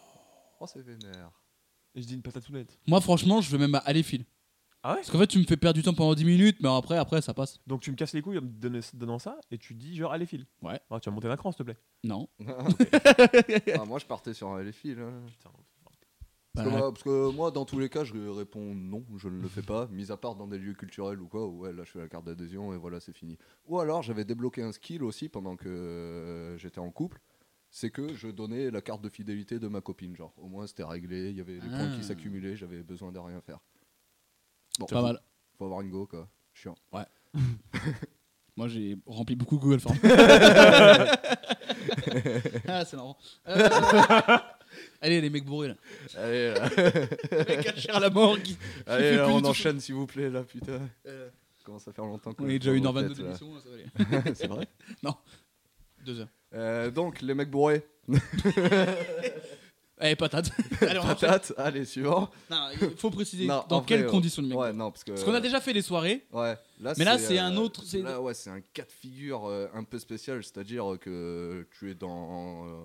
Speaker 2: Oh, c'est vénère.
Speaker 3: Je dis une patatounette.
Speaker 1: Moi, franchement, je veux même aller fil.
Speaker 3: Ah ouais
Speaker 1: Parce qu'en fait, tu me fais perdre du temps pendant 10 minutes, mais après, après, ça passe.
Speaker 3: Donc tu me casses les couilles en me donnant, donnant ça et tu dis genre allez file.
Speaker 1: Ouais.
Speaker 3: Ah, tu vas monter d'un cran s'il te plaît.
Speaker 1: Non.
Speaker 2: Ah, moi, je partais sur euh, les fils. hein.
Speaker 3: Putain.
Speaker 1: Bah,
Speaker 2: Parce, que, moi- parce que moi, dans tous les cas, je réponds non, je ne le fais pas, mis à part dans des lieux culturels ou quoi. où, Ouais, là, je fais la carte d'adhésion et voilà, c'est fini. Ou alors, j'avais débloqué un skill aussi pendant que euh, j'étais en couple. C'est que je donnais la carte de fidélité de ma copine, genre. Au moins, c'était réglé, il y avait les points
Speaker 1: Ah.
Speaker 2: qui s'accumulaient, j'avais besoin de rien faire. Bon,
Speaker 1: pas mal.
Speaker 2: Faut avoir une go, quoi. Chiant.
Speaker 1: Moi, j'ai rempli beaucoup Google Forms. ah, c'est marrant. Euh, Allez, les mecs bourrés là.
Speaker 2: Allez, là,
Speaker 1: Les mecs à chair à la mort. qui-
Speaker 2: Allez,
Speaker 1: plus
Speaker 2: là,
Speaker 1: du
Speaker 2: on
Speaker 1: tout
Speaker 2: enchaîne, s'il vous plaît, là, putain.
Speaker 1: Euh,
Speaker 2: Ça commence à faire longtemps que
Speaker 1: on
Speaker 2: je
Speaker 1: est déjà
Speaker 2: tourne
Speaker 1: une
Speaker 2: en
Speaker 1: heure 22
Speaker 2: tête, là.
Speaker 1: d'émission, là, ça va aller.
Speaker 2: c'est vrai.
Speaker 1: Deux heures.
Speaker 2: Euh, donc, les mecs bourrés,
Speaker 1: Allez, Eh, patate. Allez, on enchaîne.
Speaker 2: patate, allez, suivant.
Speaker 1: Non, il faut préciser
Speaker 2: Non,
Speaker 1: dans
Speaker 2: en
Speaker 1: quelles
Speaker 2: vrai, euh,
Speaker 1: conditions le mec.
Speaker 2: Ouais, euh, non, parce que.
Speaker 1: Parce qu'on a déjà fait les soirées.
Speaker 2: Ouais, là,
Speaker 1: Mais là, c'est un
Speaker 2: euh,
Speaker 1: autre- c'est-
Speaker 2: Là, ouais, c'est un cas de figure euh, un peu spécial, c'est-à-dire que tu es dans. euh,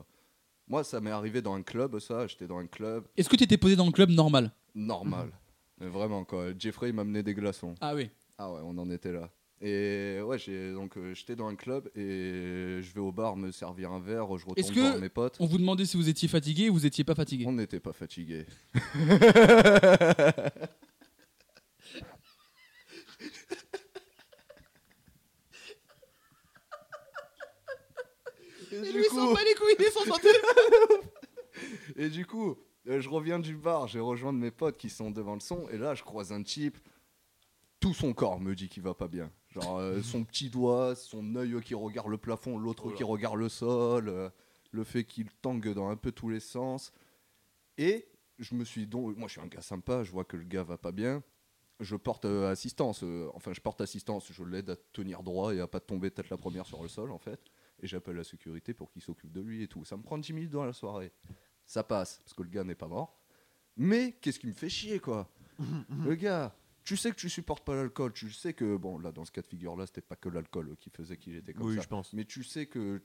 Speaker 2: Moi, ça m'est arrivé dans un club, ça. J'étais dans un club
Speaker 1: Est-ce que tu étais posé dans le club normal
Speaker 2: normal.
Speaker 1: Mhm.
Speaker 2: Mais vraiment, quoi. Jeffrey, il m'a amené des glaçons.
Speaker 1: Ah oui.
Speaker 2: Ah ouais, on en était là. Et ouais, j'ai donc euh, j'étais dans un club et je vais au bar me servir un verre, je
Speaker 1: Est-ce
Speaker 2: retourne
Speaker 1: que-
Speaker 2: voir mes potes.
Speaker 1: On vous demandait si vous étiez fatigué ou vous étiez pas fatigué.
Speaker 2: On n'était pas fatigués. Et
Speaker 1: Mais
Speaker 2: du
Speaker 1: lui, il
Speaker 2: coup-
Speaker 1: s'en bat les couilles, il est sans santé.
Speaker 2: Et du coup, euh, je reviens du bar, j'ai rejoint de mes potes qui sont devant le son, et là, je croise un type. Tout son corps me dit qu'il va pas bien. Genre euh, son petit doigt, son œil qui regarde le plafond, l'autre
Speaker 3: Oh là.
Speaker 2: qui regarde le sol, euh, le fait qu'il tangue dans un peu tous les sens. Et je me suis donc, moi je suis un gars sympa, je vois que le gars va pas bien. Je porte euh, assistance, euh, enfin je porte assistance, je l'aide à tenir droit et à pas tomber tête la première sur le sol en fait. Et j'appelle la sécurité pour qu'il s'occupe de lui et tout. Ça me prend 10 minutes dans la soirée ça passe, parce que le gars n'est pas mort. Mais qu'est-ce qui me fait chier, quoi Le gars, tu sais que tu supportes pas l'alcool, tu sais que, bon, là, dans ce cas de figure-là, c'était pas que l'alcool qui faisait qu'il était comme
Speaker 3: Oui,
Speaker 2: ça.
Speaker 3: je pense.
Speaker 2: Mais tu sais que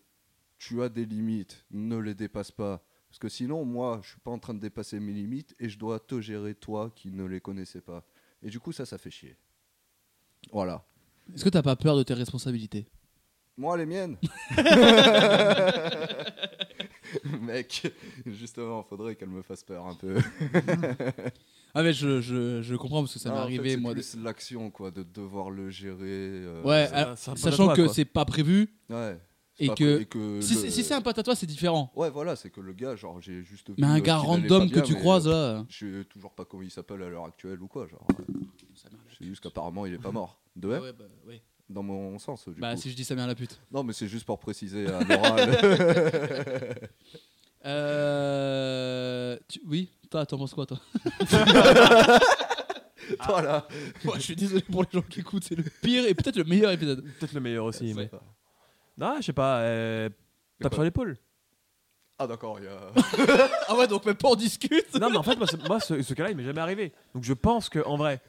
Speaker 2: tu as des limites, ne les dépasse pas. Parce que sinon, moi, je suis pas en train de dépasser mes limites et je dois te gérer, toi, qui ne les connaissais pas. Et du coup, ça, ça fait chier. Voilà.
Speaker 1: Est-ce que t'as pas peur de tes responsabilités
Speaker 2: Moi, les miennes Mec, justement, faudrait qu'elle me fasse peur un peu.
Speaker 1: Ah mais je, je, je comprends parce que ça
Speaker 2: Ah,
Speaker 1: m'est
Speaker 2: en fait,
Speaker 1: arrivé
Speaker 2: c'est
Speaker 1: moi. de-
Speaker 2: plus l'action quoi de devoir le gérer euh,
Speaker 1: Ouais,
Speaker 2: c'est-
Speaker 1: alors,
Speaker 3: c'est un peu
Speaker 1: sachant
Speaker 3: la
Speaker 1: que
Speaker 3: quoi.
Speaker 1: c'est pas prévu.
Speaker 2: ouais
Speaker 1: et
Speaker 2: C'est pas-
Speaker 1: que-
Speaker 2: que
Speaker 1: Si,
Speaker 2: Euh, le-
Speaker 1: c'est- si c'est un pote à toi, c'est différent.
Speaker 2: ouais voilà c'est que le gars genre j'ai juste vu,
Speaker 1: Mais un
Speaker 2: euh,
Speaker 1: gars
Speaker 2: qu'il allait
Speaker 1: random
Speaker 2: pas bien,
Speaker 1: que tu
Speaker 2: mais,
Speaker 1: croises
Speaker 2: euh,
Speaker 1: là.
Speaker 2: je sais toujours pas comment il s'appelle à l'heure actuelle ou quoi genre euh,
Speaker 1: Ça sa mère la
Speaker 2: C'est
Speaker 1: pute.
Speaker 2: juste qu'apparemment, il est pas mort. De
Speaker 1: Ouais,
Speaker 2: même,
Speaker 1: ouais, bah, ouais.
Speaker 2: dans mon sens. Du
Speaker 1: Bah,
Speaker 2: coup.
Speaker 1: si je dis sa mère la pute.
Speaker 2: Non, mais c'est juste pour préciser à Nora.
Speaker 1: Euh... tu- Oui, toi, t'en penses quoi, toi
Speaker 2: Toi, là.
Speaker 1: Moi, Je suis désolé pour les gens qui écoutent, c'est le pire et peut-être le meilleur épisode.
Speaker 3: Peut-être le meilleur aussi.
Speaker 2: Ouais.
Speaker 3: mais... Non, je sais pas. euh, tape
Speaker 2: quoi
Speaker 3: sur l'épaule.
Speaker 2: Ah, d'accord, il y a.
Speaker 1: Ah ouais, donc même pas on discute
Speaker 3: Non, mais en fait, moi, c'est- moi, ce, ce cas-là, il m'est jamais arrivé. Donc je pense que en vrai,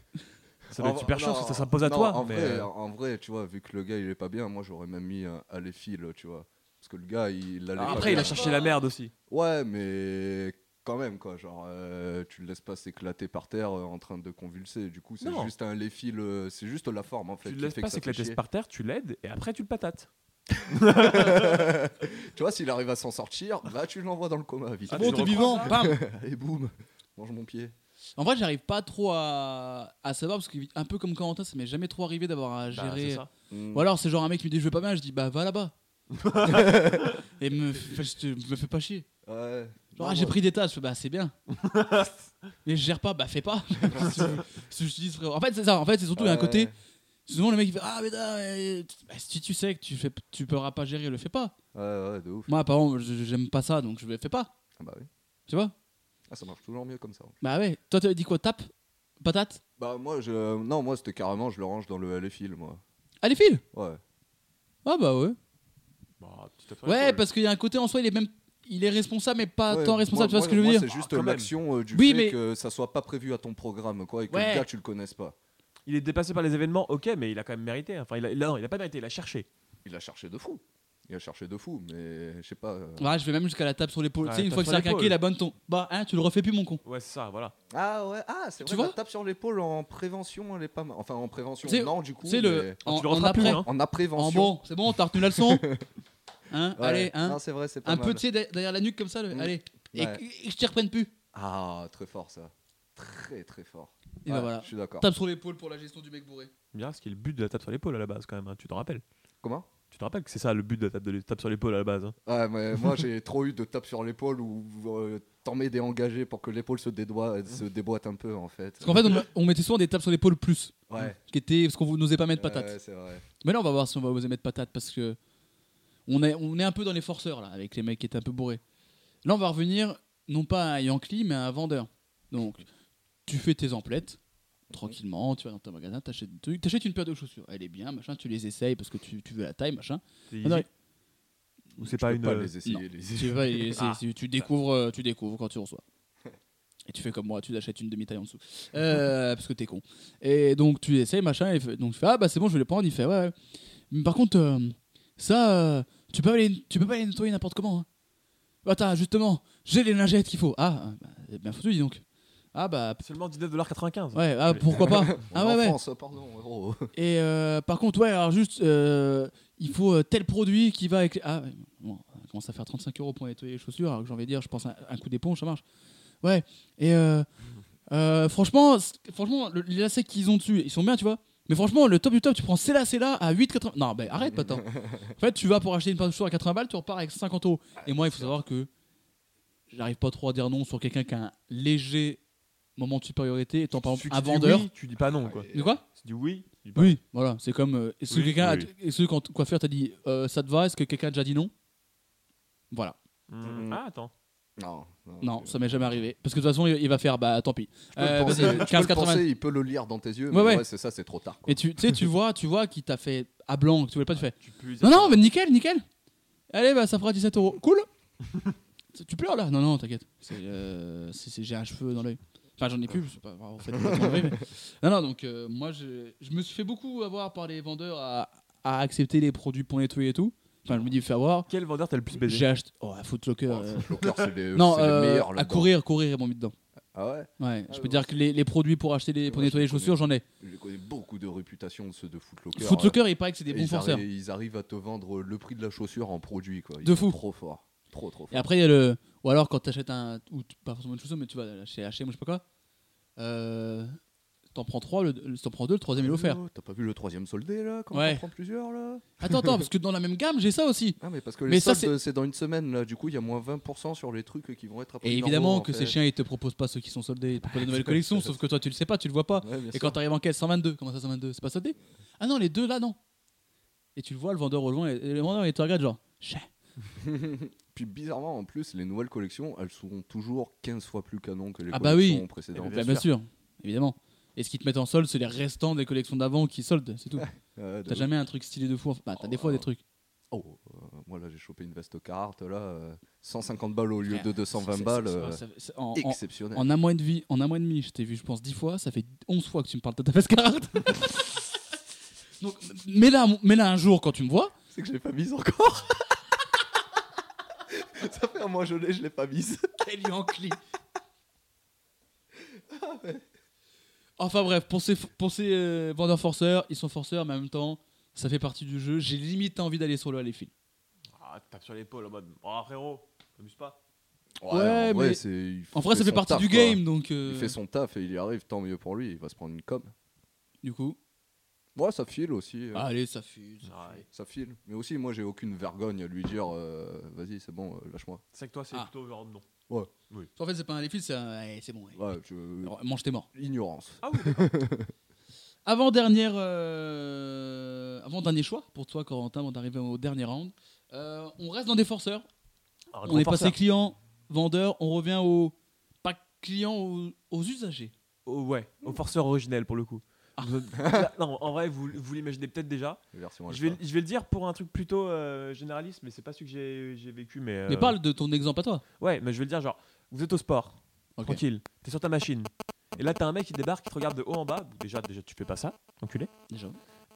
Speaker 3: ça doit
Speaker 2: En
Speaker 3: être
Speaker 2: v-
Speaker 3: super chiant,
Speaker 2: non,
Speaker 3: ça, ça s'impose à
Speaker 2: non,
Speaker 3: toi.
Speaker 2: En,
Speaker 3: mais,
Speaker 2: vrai,
Speaker 3: euh,
Speaker 2: en vrai, tu vois, vu que le gars il est pas bien, moi j'aurais même mis un allez file, tu vois. Parce que le gars il allait
Speaker 3: alors
Speaker 2: pas
Speaker 3: Ah, après, il
Speaker 2: bien.
Speaker 3: a cherché la merde aussi.
Speaker 2: Ouais, mais quand même quoi, genre euh, tu le laisses pas s'éclater par terre euh, en train de convulser. Du coup, c'est
Speaker 3: Non.
Speaker 2: juste un allez file, euh, c'est juste la forme en fait.
Speaker 3: Tu le
Speaker 2: qui
Speaker 3: laisses
Speaker 2: fait
Speaker 3: pas
Speaker 2: que ça fait
Speaker 3: s'éclater
Speaker 2: chier.
Speaker 3: par terre, tu l'aides et après tu le patates.
Speaker 2: Tu vois, s'il arrive à s'en sortir, bah tu l'envoies dans le coma vite.
Speaker 3: Ah,
Speaker 1: Bon,
Speaker 3: tu
Speaker 1: t'es
Speaker 3: le
Speaker 1: vivant,
Speaker 3: reprends,
Speaker 1: bam
Speaker 2: Allez boum, mange mon pied.
Speaker 1: En vrai, j'arrive pas trop à, à savoir parce que, un peu comme Corentin, ça m'est jamais trop arrivé d'avoir à
Speaker 3: Bah,
Speaker 1: gérer.
Speaker 3: c'est ça.
Speaker 2: Mm.
Speaker 1: Ou alors, c'est genre un mec qui me dit je vais pas bien, je dis bah va là-bas. et me, f- je te- me fais pas chier.
Speaker 2: Ouais.
Speaker 1: Genre,
Speaker 2: Non,
Speaker 1: ah, j'ai
Speaker 2: moi-
Speaker 1: pris des tasses, je fais bah c'est bien. Mais je gère pas, bah fais pas. Si je- si je te dis, frérot. En fait, c'est ça, en fait, c'est surtout il y a un
Speaker 2: Ouais.
Speaker 1: côté. Souvent, le mec il fait ah, mais non, mais- bah, si tu sais que tu, fais, tu pourras pas gérer, le fais pas.
Speaker 2: Ouais, ouais, de ouf.
Speaker 1: Moi, apparemment, je- j'aime pas ça donc je le fais pas.
Speaker 2: Ah, bah oui.
Speaker 1: Tu vois
Speaker 2: Ah, ça marche toujours mieux comme ça.
Speaker 1: Bah ouais. Toi, t'as dit quoi Tape Patate
Speaker 2: Bah moi, je... non, moi c'était carrément, je le range dans le allez file, moi.
Speaker 1: Allez, file
Speaker 2: Ouais.
Speaker 1: Ah bah ouais.
Speaker 3: Bah, tu tapes sur
Speaker 1: Ouais,
Speaker 3: l'épaule.
Speaker 1: parce qu'il y a un côté en soi, il est même. Il est responsable, mais pas
Speaker 2: Ouais,
Speaker 1: tant Ah, responsable,
Speaker 2: moi-
Speaker 1: tu vois ce que je
Speaker 2: moi,
Speaker 1: veux
Speaker 2: C'est
Speaker 1: dire
Speaker 2: juste
Speaker 3: Ah, quand
Speaker 2: l'action euh, du
Speaker 1: Oui,
Speaker 2: fait
Speaker 1: mais-
Speaker 2: que ça soit pas prévu à ton programme, quoi, et que
Speaker 1: Ouais.
Speaker 2: le gars tu le connaisses pas.
Speaker 3: Il est dépassé par les événements, ok, mais il a quand même mérité. Enfin, il a, non, il a pas mérité, il a cherché.
Speaker 2: Il a cherché de fou. Il a cherché de fou, mais je sais pas. euh,
Speaker 1: Ouais, je vais même jusqu'à la tape sur l'épaule.
Speaker 3: Ouais,
Speaker 1: tu sais, une
Speaker 3: tape
Speaker 1: fois que
Speaker 3: sur
Speaker 1: ça a
Speaker 3: l'épaule.
Speaker 1: craqué, la bonne ton. Bah, hein, tu le refais plus, mon con.
Speaker 3: Ouais, c'est ça, voilà.
Speaker 2: Ah ouais, ah c'est
Speaker 1: Tu
Speaker 2: vrai. La
Speaker 1: vois
Speaker 2: tape sur l'épaule en prévention, elle est pas mal. Enfin en prévention,
Speaker 1: C'est-
Speaker 2: non du coup.
Speaker 1: Tu sais, le.
Speaker 2: mais
Speaker 1: En,
Speaker 3: tu le
Speaker 1: en
Speaker 3: rattrapes plus,
Speaker 1: après.
Speaker 3: hein.
Speaker 2: En apprévention.
Speaker 1: En bon, c'est bon, t'as retenu la leçon. Hein,
Speaker 2: Ouais.
Speaker 1: allez, hein.
Speaker 2: Non, c'est vrai, c'est pas
Speaker 1: un
Speaker 2: mal.
Speaker 1: peu, tu sais, de- derrière la nuque comme ça, le-
Speaker 2: Mm.
Speaker 1: allez. Et,
Speaker 2: Ouais.
Speaker 1: que- et que je t'y reprenne plus.
Speaker 2: Ah très fort ça, très très fort.
Speaker 1: Et bah
Speaker 2: Ouais,
Speaker 1: voilà.
Speaker 2: Je suis d'accord.
Speaker 1: Tape sur l'épaule pour la gestion du mec bourré.
Speaker 3: Bien, ce qui est le but de la tape sur l'épaule à la base, quand même. hein. Tu te rappelles
Speaker 2: Comment
Speaker 3: Tu te rappelles que c'est ça le but de la tape, de la tape sur l'épaule à la base hein.
Speaker 2: Ouais, mais moi j'ai trop eu de tapes sur l'épaule où euh, t'en mets des engagés pour que l'épaule se, dédoi- se déboîte un peu en fait.
Speaker 1: Parce qu'en fait, on, on mettait souvent des tapes sur l'épaule plus.
Speaker 2: Ouais. Euh,
Speaker 1: Qui était. Parce qu'on n'osait pas mettre patate.
Speaker 2: Ouais, c'est vrai.
Speaker 1: Mais là, on va voir si on va oser mettre patate parce que on est, on est un peu dans les forceurs là, avec les mecs qui étaient un peu bourrés. Là, on va revenir non pas à Yankee, mais à un vendeur. Donc, tu fais tes emplettes tranquillement, tu vas dans ton magasin, t'achètes des trucs, t'achètes une paire de chaussures, elle est bien, machin, tu les essayes parce que tu, tu veux la taille, machin.
Speaker 3: C'est
Speaker 1: Ah non,
Speaker 3: easy. Ou c'est
Speaker 2: Je
Speaker 3: pas
Speaker 2: peux
Speaker 3: une.
Speaker 2: pas
Speaker 3: euh,
Speaker 2: les
Speaker 1: non.
Speaker 2: essayer. les-
Speaker 1: tu, vas et c'est-
Speaker 3: Ah.
Speaker 1: c'est- tu découvres, euh, tu découvres quand tu reçois. Et tu fais comme moi, tu achètes une demi-taille en dessous. Euh, parce que t'es con. Et donc tu essayes, machin, et f- donc tu fais, ah bah c'est bon, je vais les prendre. Il fait, ouais, ouais. Mais par contre, euh, ça, euh, tu, peux pas les, tu peux pas les nettoyer n'importe comment. hein. Attends, justement, j'ai les lingettes qu'il faut. Ah, bah, c'est bien foutu, dis donc. Ah bah, p-
Speaker 3: Seulement 19,95$.
Speaker 1: ouais, ah, pourquoi pas. Ah
Speaker 2: On est
Speaker 1: ouais,
Speaker 2: en
Speaker 1: ouais.
Speaker 2: France, pardon, oh, gros.
Speaker 1: Et euh, par contre, ouais, alors juste, euh, il faut euh, tel produit qui va avec. Ah, ouais, bon, ça commence à faire 35 euros pour nettoyer les chaussures, alors que j'ai envie de dire, je pense un, un coup d'éponge, ça marche. Ouais, et euh, euh, franchement, c- franchement le- les lacets qu'ils ont dessus, ils sont bien, tu vois. Mais franchement, le top du top, tu prends ces lacets-là à 8,80. Non, bah arrête, pas tant. En fait, tu vas pour acheter une paire de chaussures à 80 balles, tu repars avec 50 euros. Et moi, il faut savoir que j'arrive pas trop à dire non sur quelqu'un qui a un léger moment de supériorité, étant par
Speaker 3: Si
Speaker 1: exemple
Speaker 3: tu
Speaker 1: un
Speaker 3: dis
Speaker 1: vendeur.
Speaker 3: oui, tu dis pas non, quoi.
Speaker 1: De quoi
Speaker 3: Tu dis oui, tu dis pas
Speaker 1: oui, voilà, c'est comme. euh, est-ce que
Speaker 3: Oui,
Speaker 1: quelqu'un. a-
Speaker 3: oui.
Speaker 1: Est-ce que quand coiffeur t'a dit euh, ça te va Est-ce que quelqu'un a déjà dit non Voilà.
Speaker 3: Hmm, Ah, attends.
Speaker 2: Non, non,
Speaker 1: Non,
Speaker 2: tu-
Speaker 1: ça m'est jamais arrivé. Parce que de toute façon, il il va faire bah tant pis.
Speaker 2: tu peux le
Speaker 1: Euh,
Speaker 2: penser,
Speaker 1: vas-y,
Speaker 2: tu peux le
Speaker 1: 15,80.
Speaker 2: penser, il peut le lire dans tes yeux, mais
Speaker 1: Ouais,
Speaker 2: ouais,
Speaker 1: ouais.
Speaker 2: c'est ça, c'est trop tard. quoi.
Speaker 1: Et tu tu sais, tu vois, tu vois qui t'a fait à blanc, que tu voulais pas, tu fais.
Speaker 3: Tu peux
Speaker 1: Non, non, mais nickel, nickel. Allez, bah ça fera 17 euros. Cool. Tu- tu pleures là Non, non, t'inquiète. C'est, euh, c'est- c'est- j'ai un cheveu dans l'œil. Enfin, j'en ai plus, je sais pas, en fait, je vais t'enlever, mais- Non, non, donc euh, moi, je, je me suis fait beaucoup avoir par les vendeurs à, à accepter les produits pour nettoyer et tout. Enfin, je me dis, fais avoir.
Speaker 3: Quel vendeur t'as le plus baisé
Speaker 1: J'ai acheté. Oh, à Footlocker.
Speaker 2: Oh,
Speaker 1: euh,
Speaker 2: Footlocker, c'est les,
Speaker 1: Non,
Speaker 2: c'est les
Speaker 1: euh,
Speaker 2: meilleurs.
Speaker 1: à
Speaker 2: là-dedans.
Speaker 1: courir, courir est bon mis dedans.
Speaker 2: Ah ouais
Speaker 1: Ouais,
Speaker 2: Ah,
Speaker 1: je peux
Speaker 2: ouais.
Speaker 1: dire que les, les produits pour acheter les, pour
Speaker 2: Ouais,
Speaker 1: nettoyer les
Speaker 2: je connais.
Speaker 1: chaussures, j'en ai.
Speaker 2: Je connais beaucoup de réputation de ceux de Footlocker.
Speaker 1: Footlocker, il paraît que c'est des
Speaker 2: Et
Speaker 1: bons
Speaker 2: ils,
Speaker 1: forceurs.
Speaker 2: arrivent, ils arrivent à te vendre le prix de la chaussure en produit. Quoi. Ils
Speaker 1: De
Speaker 2: sont
Speaker 1: fou.
Speaker 2: Trop fort. Trop, trop
Speaker 1: Et
Speaker 2: fort.
Speaker 1: après, il y a le. Ou alors, quand t'achètes un. Ou t- pas forcément une chaussure, mais tu vas chez HM ou je sais pas quoi. Euh... t'en prends trois, le, le- t'en prends deux, le troisième est offert.
Speaker 2: Oh, T'as pas vu le troisième soldé là Quand
Speaker 1: Ouais.
Speaker 2: on prend plusieurs là
Speaker 1: Attends, attends, parce que dans la même gamme, j'ai ça aussi.
Speaker 2: Ah, mais parce que
Speaker 1: Mais
Speaker 2: les
Speaker 1: ça,
Speaker 2: soldes, c'est dans une semaine là. Du coup, il y a moins 20% sur les trucs qui vont être après.
Speaker 1: Et
Speaker 2: normaux,
Speaker 1: évidemment
Speaker 2: en
Speaker 1: que
Speaker 2: fait.
Speaker 1: ces chiens, ils te proposent pas ceux qui sont soldés, ils te
Speaker 2: Ah,
Speaker 1: proposent la nouvelle collection, sauf que toi, tu le sais pas, tu le vois pas.
Speaker 2: Ouais, bien
Speaker 1: Et
Speaker 2: sûr.
Speaker 1: quand t'arrives en caisse, 122, comment ça 122 C'est pas soldé Ah non, les deux là, non. Et tu le vois, le vendeur au loin, et et le vendeur, il te regarde genre, chien.
Speaker 2: Puis bizarrement, en plus, les nouvelles collections, elles seront toujours 15 fois plus canon que les
Speaker 1: Ah bah oui.
Speaker 2: collections
Speaker 3: Eh
Speaker 2: précédentes.
Speaker 1: Bah, bien sûr, évidemment. Et ce qu'ils te mettent en solde, c'est les restants des collections d'avant qui soldent, c'est tout.
Speaker 2: Ouais, Ah, Euh, de-
Speaker 1: T'as jamais un truc stylé de fou. en- Bah, t'as des fois des trucs.
Speaker 2: Oh, euh, moi là, j'ai chopé une veste carte là, euh, 150 balles au lieu de
Speaker 1: Frère,
Speaker 2: 220
Speaker 1: c'est-
Speaker 2: balles.
Speaker 1: c'est- c'est-
Speaker 2: euh,
Speaker 1: c'est- c'est- en- en-
Speaker 2: Exceptionnel.
Speaker 1: En un mois et demi, en un mois et demi, je t'ai vu, je pense, 10 fois. Ça fait 11 fois que tu me parles de ta face carte. Donc, mets-la, mets-la un jour quand tu me vois.
Speaker 2: C'est que je l'ai pas mise encore. Ça fait un mois je l'ai, je l'ai pas mise.
Speaker 1: Elle lui Ah Enfin bref, pour ces, pour ces euh, vendeurs forceurs, ils sont forceurs, mais en même temps, ça fait partie du jeu. J'ai limite envie d'aller sur le Halleyfield.
Speaker 3: Ah, tu tapes sur l'épaule en mode. Oh frérot, t'amuses pas.
Speaker 2: Ouais,
Speaker 1: Ouais,
Speaker 2: en vrai,
Speaker 1: mais-
Speaker 2: c'est- il f-
Speaker 1: En vrai, ça
Speaker 2: fait
Speaker 1: fait
Speaker 2: son
Speaker 1: partie
Speaker 2: taf,
Speaker 1: du
Speaker 2: quoi.
Speaker 1: game, donc euh,
Speaker 2: Il fait son taf et il y arrive, tant mieux pour lui, il va se prendre une com.
Speaker 1: du coup.
Speaker 2: Moi, ça file aussi. euh,
Speaker 1: Allez, ça fuse.
Speaker 3: Ouais.
Speaker 2: Ça file. Mais aussi, moi, j'ai aucune vergogne à lui dire euh, vas-y, c'est bon, euh, lâche-moi.
Speaker 3: C'est que toi, c'est
Speaker 1: Ah.
Speaker 3: plutôt genre non.
Speaker 1: En fait, c'est pas un Halleyfield, c'est un. ouais, c'est bon. ouais.
Speaker 2: Ouais, je-
Speaker 1: Alors, mange tes morts.
Speaker 2: Ignorance.
Speaker 3: Ah oui,
Speaker 1: Avant dernière, euh, avant dernier choix pour toi Corentin, avant d'arriver au dernier round. Euh, on reste dans des forceurs. on est passé client, vendeur, on revient au pas client aux, aux usagers.
Speaker 3: Oh, ouais, au forceur originel pour le coup.
Speaker 1: Ah.
Speaker 3: Vous- là, non, en vrai, vous, vous l'imaginez peut-être déjà.
Speaker 2: Version
Speaker 3: Je vais,
Speaker 2: alpha.
Speaker 3: je vais le dire pour un truc plutôt euh, généraliste, mais c'est pas celui que j'ai- j'ai vécu. Mais, euh,
Speaker 1: Mais parle de ton exemple à toi.
Speaker 3: Ouais, mais je vais le dire genre, vous êtes au sport,
Speaker 1: Ok.
Speaker 3: tranquille, t'es sur ta machine. Et là, t'as un mec qui débarque, qui te regarde de haut en bas. Déjà, déjà tu fais pas ça, enculé.
Speaker 1: Déjà.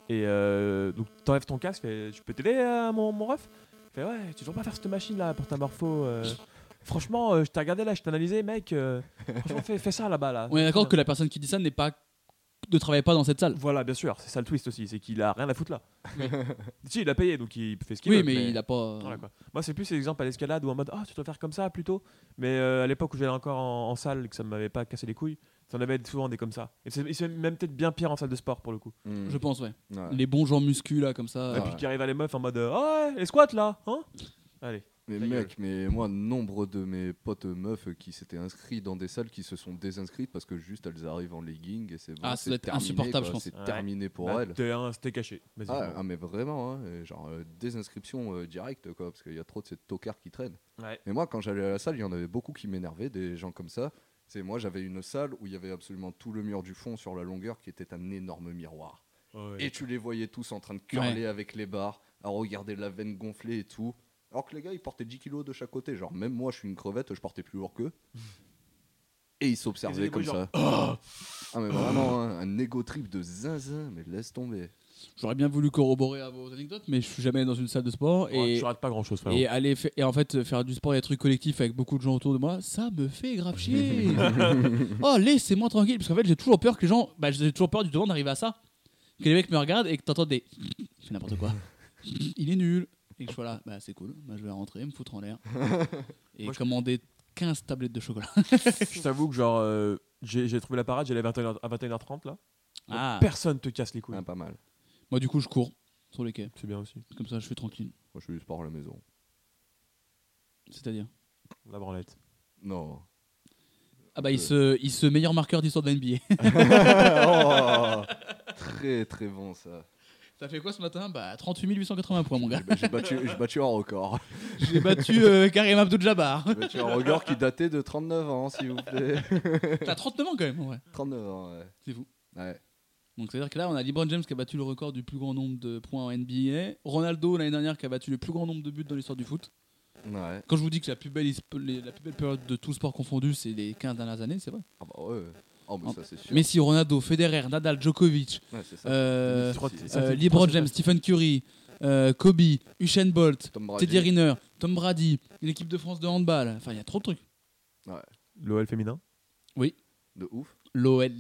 Speaker 3: Et euh, donc t'enlèves ton casque, fais, tu peux t'aider euh, mon, mon ref Il fait ouais, tu dois pas faire cette machine là pour ta morpho. euh. franchement, euh, je t'ai regardé là, je t'ai analysé, mec. euh, franchement, fais, fais ça là-bas là.
Speaker 1: On est d'accord
Speaker 3: Bien.
Speaker 1: que la personne qui dit ça n'est pas ne travaille pas dans cette salle.
Speaker 3: Voilà, bien sûr, c'est ça le twist aussi, c'est qu'il a rien à foutre là.
Speaker 1: Oui.
Speaker 3: si, il a payé, donc il fait ce qu'il
Speaker 1: Oui,
Speaker 3: veut.
Speaker 1: mais, il a pas.
Speaker 3: Voilà, quoi. Moi, c'est plus ces exemples à l'escalade ou en mode ah, tu dois faire comme ça plutôt. Mais euh, à l'époque où j'allais encore en, en salle, que ça m'avait pas cassé les couilles, ça en avait souvent des comme ça. Et c'est et c'est même peut-être bien pire en salle de sport pour le coup.
Speaker 2: Mm.
Speaker 1: Je pense ouais.
Speaker 2: Ouais.
Speaker 1: Les bons gens muscu là comme ça.
Speaker 3: Et
Speaker 1: euh,
Speaker 3: puis qui arrive à les meufs en mode euh, ah ouais, les squats là, hein Allez.
Speaker 2: Mais
Speaker 3: Ta
Speaker 2: mec, mais moi, nombre de mes potes meufs qui s'étaient inscrits dans des salles qui se sont désinscrites parce que juste elles arrivent en legging et c'est bon,
Speaker 1: Ah, ça
Speaker 2: c'est
Speaker 1: doit être
Speaker 2: terminé,
Speaker 1: insupportable,
Speaker 2: quoi.
Speaker 1: je pense.
Speaker 2: C'est
Speaker 3: Ouais.
Speaker 2: terminé pour
Speaker 3: Bah,
Speaker 2: elles.
Speaker 3: T'es un, c'était caché. Vas-y,
Speaker 2: Ah,
Speaker 3: bon.
Speaker 2: ah, mais vraiment, hein, et genre euh, désinscription euh, directe quoi, parce qu'il y a trop de ces tocards qui traînent.
Speaker 3: Ouais.
Speaker 2: Et moi, quand j'allais à la salle, il y en avait beaucoup qui m'énervaient, des gens comme ça. C'est moi, j'avais une salle où il y avait absolument tout le mur du fond sur la longueur qui était un énorme miroir. Et tu les voyais tous en train de curler avec les barres, à regarder la veine gonfler et tout. Alors que les gars, ils portaient 10 kilos de chaque côté. Genre, même moi, je suis une crevette, je portais plus lourd qu'eux. Et ils
Speaker 3: Ils
Speaker 2: s'observaient
Speaker 3: étaient
Speaker 2: comme
Speaker 3: genre,
Speaker 2: ça. ah, mais vraiment, hein, un égo trip de zinzin, mais laisse tomber.
Speaker 1: J'aurais bien voulu corroborer à vos anecdotes, mais je suis jamais dans une salle de sport et
Speaker 3: tu rates pas grand chose, frère.
Speaker 1: Et aller fa- et en fait euh, faire du sport et des trucs collectifs avec beaucoup de gens autour de moi, ça me fait grave chier. oh laissez-moi tranquille parce qu'en fait j'ai toujours peur que les gens, bah j'ai toujours peur du devant d'arriver à ça, que les mecs me regardent et que t'entends des, je fais n'importe quoi, il est nul et que je sois là, bah c'est cool, bah, je vais rentrer, me foutre en l'air et
Speaker 3: Moi, je-
Speaker 1: commander 15 tablettes de chocolat.
Speaker 3: Je t'avoue que, genre, euh, j'ai j'ai trouvé la parade, j'allais à 21h, à 21h30 là.
Speaker 1: Ah.
Speaker 3: Personne te casse les couilles.
Speaker 2: Ah, pas mal.
Speaker 1: Moi du coup je cours sur les quais,
Speaker 3: C'est bien aussi.
Speaker 1: comme ça je suis tranquille.
Speaker 2: Moi, je fais du sport à la maison.
Speaker 1: C'est-à-dire
Speaker 3: La branlette.
Speaker 2: Non.
Speaker 1: ah bah il se, il se meilleur marqueur d'histoire de la NBA.
Speaker 2: Oh, très, très bon, ça.
Speaker 1: T'as fait quoi ce matin Bah 38 880 points mon gars.
Speaker 2: J'ai ba- J'ai battu, j'ai battu un record.
Speaker 1: J'ai battu euh, Karim Abdul-Jabbar.
Speaker 2: J'ai battu un record qui datait de 39 ans, s'il vous plaît.
Speaker 1: T'as 39 ans quand même, ouais.
Speaker 2: 39 ans, ouais.
Speaker 1: C'est fou.
Speaker 2: Ouais.
Speaker 1: Donc c'est-à-dire que là, on a LeBron James qui a battu le record du plus grand nombre de points en NBA. Ronaldo, l'année dernière, qui a battu le plus grand nombre de buts dans l'histoire du foot.
Speaker 2: Ouais.
Speaker 1: Quand je vous dis que la plus belle, is- les- la plus belle période de tout sport confondu, c'est les 15 dernières années, c'est vrai.
Speaker 2: Ah bah ouais. Oh, mais
Speaker 1: En-
Speaker 2: ça, c'est sûr.
Speaker 1: Messi, Ronaldo, Federer, Nadal, Djokovic,
Speaker 2: Ouais, c'est ça.
Speaker 1: euh,
Speaker 3: Je crois que c'est-
Speaker 1: euh,
Speaker 3: ça fait-
Speaker 1: LeBron
Speaker 3: ça fait-
Speaker 1: James, Stephen Curry, euh, Kobe, Usain Bolt,
Speaker 2: Tom
Speaker 3: Oh,
Speaker 2: Brady.
Speaker 1: Teddy Riner, Tom Brady, l'équipe de France de handball. Enfin, il y a trop de trucs.
Speaker 3: L'OL féminin
Speaker 2: De ouf.
Speaker 1: L'OL,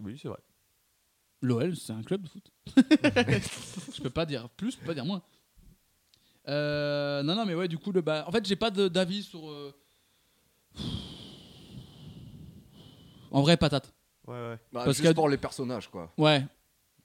Speaker 3: Oui, c'est vrai.
Speaker 1: L'OL, c'est un club de foot. je peux pas dire plus, je peux pas dire moins. Euh, non, non, mais ouais, du coup, le bah, en fait, j'ai pas de- d'avis sur. euh, En vrai, patate.
Speaker 3: Ouais, ouais.
Speaker 2: Bah,
Speaker 1: Parce
Speaker 2: juste
Speaker 1: que-
Speaker 2: pour les personnages, quoi.
Speaker 1: Ouais.
Speaker 2: Non.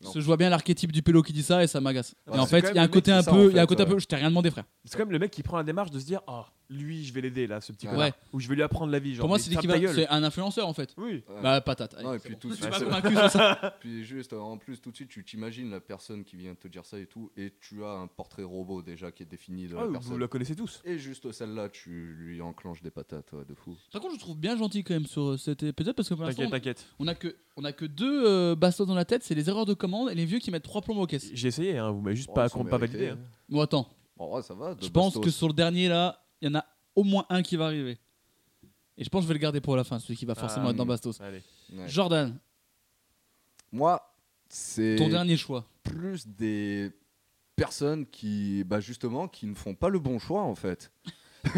Speaker 1: Parce que Je vois bien l'archétype du pélo qui dit ça et ça m'agace.
Speaker 3: Ouais,
Speaker 1: et en
Speaker 2: c'est
Speaker 1: fait,
Speaker 2: quand
Speaker 1: il y
Speaker 2: même
Speaker 1: a un
Speaker 2: le mec
Speaker 1: côté
Speaker 2: qui
Speaker 1: un
Speaker 2: sort, en
Speaker 1: peu, il y
Speaker 2: fait,
Speaker 1: a un côté un
Speaker 2: ouais.
Speaker 1: peu, je t'ai rien demandé, frère.
Speaker 3: C'est quand même le mec qui prend la démarche de se dire Ah, lui, je vais l'aider là, ce petit
Speaker 2: Ouais.
Speaker 3: connard. Ou je vais lui apprendre la vie. Genre,
Speaker 1: Pour moi,
Speaker 3: mais
Speaker 1: c'est
Speaker 3: ferme ta
Speaker 1: l'équivalent,
Speaker 3: gueule.
Speaker 1: c'est un influenceur en fait.
Speaker 3: Oui.
Speaker 2: Ouais.
Speaker 1: Bah patate. Allez,
Speaker 2: Non, et
Speaker 1: c'est
Speaker 2: puis
Speaker 1: bon.
Speaker 2: tout de
Speaker 1: Je suis
Speaker 2: suite,
Speaker 1: pas
Speaker 2: c'est-
Speaker 1: convaincu sur ça.
Speaker 2: Puis juste, euh, en plus, tout de suite, tu t'imagines la personne qui vient te dire ça et tout, et tu as un portrait robot déjà qui est défini de
Speaker 3: Ah,
Speaker 2: la
Speaker 3: vous- vous
Speaker 2: personne.
Speaker 3: la connaissez tous.
Speaker 2: Et juste celle-là, tu lui enclenches des patates ouais, de fou.
Speaker 1: Par contre, je trouve bien gentil quand même sur euh, cet épisode parce que pour l'instant,
Speaker 3: T'inquiète, t'inquiète.
Speaker 1: on a que on a que deux euh, bastos dans la tête, c'est les erreurs de commande et les vieux qui mettent trois plombs aux caisses.
Speaker 3: J'ai essayé, hein, vous m'avez juste
Speaker 2: Oh,
Speaker 3: pas,
Speaker 2: ils sont
Speaker 3: pas
Speaker 2: mérités,
Speaker 3: validé. hein.
Speaker 2: hein.
Speaker 1: Bon attends,
Speaker 2: Bon, ouais, ça va. de
Speaker 1: je pense
Speaker 2: bastos.
Speaker 1: que sur le dernier là, il y en a au moins un qui va arriver. Et je pense que je vais le garder pour la fin, celui qui va forcément
Speaker 3: Ah,
Speaker 1: être dans
Speaker 2: hmm.
Speaker 1: bastos.
Speaker 3: Allez.
Speaker 2: Ouais.
Speaker 1: Jordan,
Speaker 2: Moi, c'est
Speaker 1: ton dernier choix.
Speaker 2: plus des personnes qui, bah justement, qui ne font pas le bon choix en fait.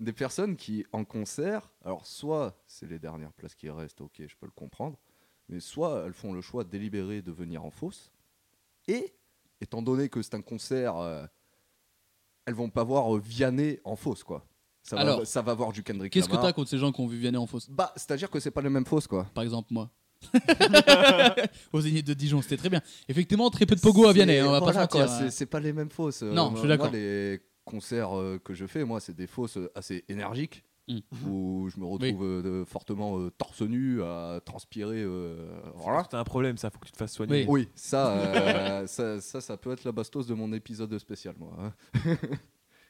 Speaker 2: des personnes qui, en concert, alors soit c'est les dernières places qui restent, ok, je peux le comprendre, mais soit elles font le choix délibéré de venir en fausse, et étant donné que c'est un concert, euh, elles vont pas voir euh, Vianney en fausse quoi. Ça va,
Speaker 1: Alors,
Speaker 2: ça va voir du Kendrick
Speaker 1: Qu'est-ce que
Speaker 2: Lamar.
Speaker 1: t'as contre ces gens qui ont vu Vianney en fausse
Speaker 2: Bah, c'est-à-dire que c'est pas les mêmes fausses quoi.
Speaker 1: Par exemple, moi. Aux Zénith de Dijon, c'était très bien. Effectivement, très peu de pogo à
Speaker 2: C'est-
Speaker 1: Vianney, on va
Speaker 2: voilà,
Speaker 1: pas se mentir.
Speaker 2: quoi,
Speaker 1: hein.
Speaker 2: c'est- C'est pas les mêmes fausses. Euh,
Speaker 1: Non, je
Speaker 2: moi,
Speaker 1: suis d'accord.
Speaker 2: moi, Les concerts euh, que je fais, moi, c'est des fausses euh, assez énergiques
Speaker 1: Mm.
Speaker 2: où je me retrouve euh, de- fortement euh, torse nu à transpirer. euh, voilà.
Speaker 3: T'as un problème, ça, faut que tu te fasses soigner.
Speaker 1: Oui.
Speaker 2: Oui, ça, euh, ça, ça, ça peut être la bastos de mon épisode spécial, moi. hein.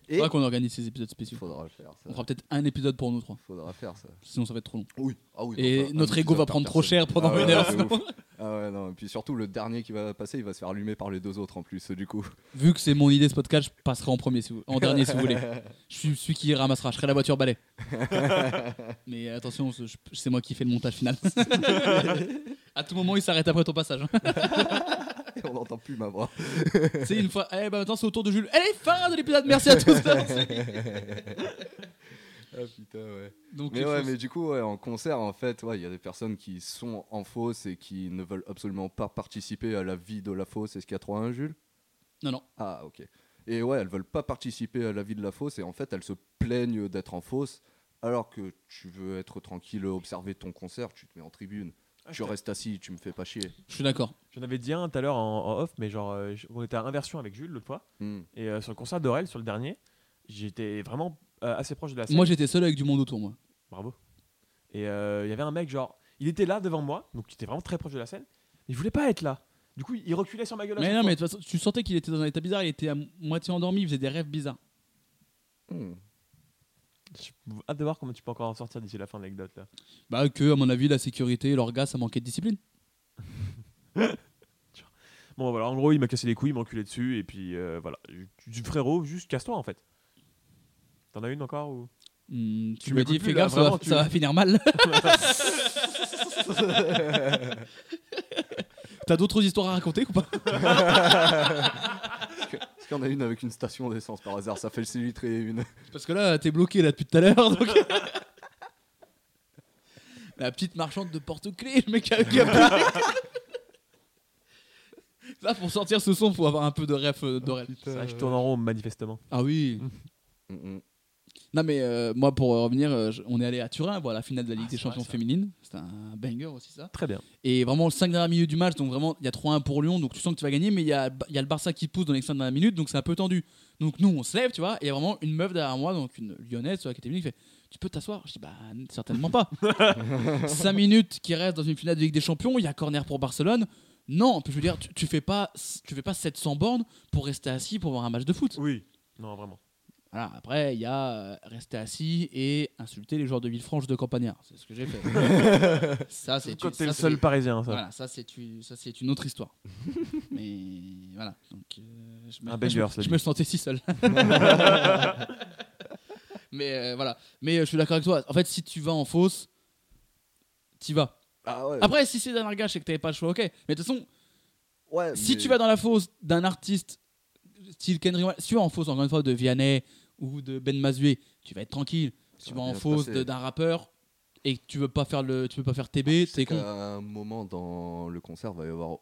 Speaker 2: Et
Speaker 1: Faudra qu'on organise ces épisodes spéciaux.
Speaker 2: faudra faire ça.
Speaker 1: On fera peut-être un épisode pour nous trois,
Speaker 2: Faudra faire ça.
Speaker 1: sinon ça va être trop long.
Speaker 2: Oui. Ah oui,
Speaker 1: Et
Speaker 2: non, pas un
Speaker 1: notre ego
Speaker 2: épisode par
Speaker 1: va prendre trop
Speaker 2: personne.
Speaker 1: cher pendant
Speaker 2: Ah ouais,
Speaker 1: une heure.
Speaker 2: c'est ouf.
Speaker 1: sinon.
Speaker 2: Ah ouais, non. Et puis surtout, le dernier qui va passer, il va se faire allumer par les deux autres en plus, du coup.
Speaker 1: Vu que c'est mon idée ce podcast, je passerai en premier, si vous- en dernier si vous voulez. Je suis celui qui ramassera, je serai la voiture balai. Mais attention, ce- je- c'est moi qui fais le montage final. à tout moment, il s'arrête après ton passage. hein.
Speaker 2: On n'entend plus ma voix.
Speaker 1: c'est une fois. Eh ben maintenant, c'est au tour de Jules. Allez, fin de l'épisode. Merci à tous.
Speaker 2: Ah putain, ouais.
Speaker 1: Donc,
Speaker 2: Mais
Speaker 1: les
Speaker 2: ouais,
Speaker 1: choses-
Speaker 2: mais du coup, ouais, en concert, en fait, ouais, il y a des personnes qui sont en fausse et qui ne veulent absolument pas participer à la vie de la fausse. Est-ce qu'il y a 3-1, Jules
Speaker 1: Non, non.
Speaker 2: Ah, ok. Et ouais, elles veulent pas participer à la vie de la fausse et en fait, elles se plaignent d'être en fausse alors que tu veux être tranquille, observer ton concert, tu te mets en tribune,
Speaker 3: Ah,
Speaker 2: tu
Speaker 3: je-
Speaker 2: restes assis, tu me fais pas chier.
Speaker 1: Je suis d'accord.
Speaker 2: Ah,
Speaker 3: J'en avais dit un tout à l'heure en, en off, mais genre, euh, je- on était à inversion avec Jules l'autre fois.
Speaker 2: Hmm.
Speaker 3: Et euh, sur le concert d'Aurel, sur le dernier, j'étais vraiment euh, assez proche de la scène.
Speaker 1: Moi, j'étais seul avec du monde autour, moi.
Speaker 3: Bravo. Et euh, il y avait un mec, genre, il était là devant moi, donc il était vraiment très proche de la scène, mais je voulais pas être là. Du coup, il reculait sur ma gueule. à
Speaker 1: Mais
Speaker 3: chaque
Speaker 1: non,
Speaker 3: fois.
Speaker 1: mais de toute façon, tu sentais qu'il était dans un état bizarre. Il était à moitié endormi, il faisait des rêves bizarres.
Speaker 2: Hmm.
Speaker 3: J'ai hâte de voir comment tu peux encore en sortir d'ici la fin de l'anecdote là.
Speaker 1: Bah, que, à mon avis, la sécurité, l'orgas, ça manquait de discipline.
Speaker 3: Bon, voilà, en gros, il m'a cassé les couilles, il m'a enculé dessus, et puis euh, voilà. Tu, tu- frérot, juste casse-toi en fait. T'en as une encore ou
Speaker 1: Hmm, tu
Speaker 3: Tu
Speaker 1: me dis,
Speaker 3: m'écoutes
Speaker 1: fais
Speaker 3: plus, là,
Speaker 1: gaffe, ça va-
Speaker 3: vraiment, tu-
Speaker 1: ça va finir mal. T'as d'autres histoires à raconter ou pas
Speaker 2: Est-ce qu'il y en a une avec une station d'essence par hasard Ça fait le C8 et une.
Speaker 1: Parce que là, t'es bloqué là depuis tout à l'heure. donc- La petite marchande de porte-clés, le mec avec un Là, pour sortir ce son, faut avoir un peu de ref euh, d'Aurel.
Speaker 3: C'est vrai que je tourne en rond manifestement.
Speaker 1: Ah oui.
Speaker 2: Hmm, hmm.
Speaker 1: Non, mais euh, moi, pour euh, revenir, euh, je- on est allé à Turin voir la finale de la Ligue
Speaker 3: Ah,
Speaker 1: des
Speaker 3: c'est vrai,
Speaker 1: Champions
Speaker 3: ça.
Speaker 1: féminine. C'était un banger aussi, ça.
Speaker 3: Très bien.
Speaker 1: Et vraiment, le 5 dernières minutes du match, donc vraiment, il y a 3-1 pour Lyon, donc tu sens que tu vas gagner, mais il y a, il y a le Barça qui pousse dans les 5 dernières minutes, donc c'est un peu tendu. Donc nous, on se lève, tu vois, et il y a vraiment une meuf derrière moi, donc une lyonnaise, tu vois, qui était venue, qui fait Tu peux t'asseoir Je dis Bah, certainement pas. 5 minutes qui restent dans une finale de Ligue des Champions, il y a corner pour Barcelone. Non, puis je veux dire, tu, tu fais pas, tu fais pas 700 bornes pour rester assis pour voir un match de foot.
Speaker 3: Oui. Non, vraiment.
Speaker 1: Voilà, après, il y a euh, rester assis et insulter les joueurs de Villefranche de Campagnard. C'est ce que j'ai fait. ça, c'est
Speaker 3: Quand
Speaker 1: tu-
Speaker 3: t'es le
Speaker 1: ça,
Speaker 3: seul
Speaker 1: c'est-
Speaker 3: parisien, ça.
Speaker 1: voilà, ça c'est une, ça c'est une autre histoire. Mais voilà, donc euh, je, me,
Speaker 3: Un banger,
Speaker 1: je me-
Speaker 3: cela
Speaker 1: je
Speaker 3: dit.
Speaker 1: me sentais si seul. mais euh, voilà, mais euh, je suis d'accord avec toi. En fait, si tu vas en fausse, t'y vas.
Speaker 2: Ah ouais.
Speaker 1: Après, si c'est d'un largage et que t'avais pas le choix, ok. Mais de toute façon,
Speaker 2: ouais
Speaker 1: si
Speaker 2: mais-
Speaker 1: tu vas dans la fausse d'un artiste style Kendrick, Lamar- si tu vas en fausse encore une fois de Vianney ou de Ben Mazué, tu vas être tranquille. Si
Speaker 2: Ça
Speaker 1: tu
Speaker 2: va
Speaker 1: vas en
Speaker 2: bien se
Speaker 1: fausse
Speaker 2: passer.
Speaker 1: de- d'un rappeur et que tu veux pas faire le, tu peux pas faire TB,
Speaker 2: C'est
Speaker 1: t'es
Speaker 2: qu'à
Speaker 1: con.
Speaker 2: un moment dans le concert, il va y avoir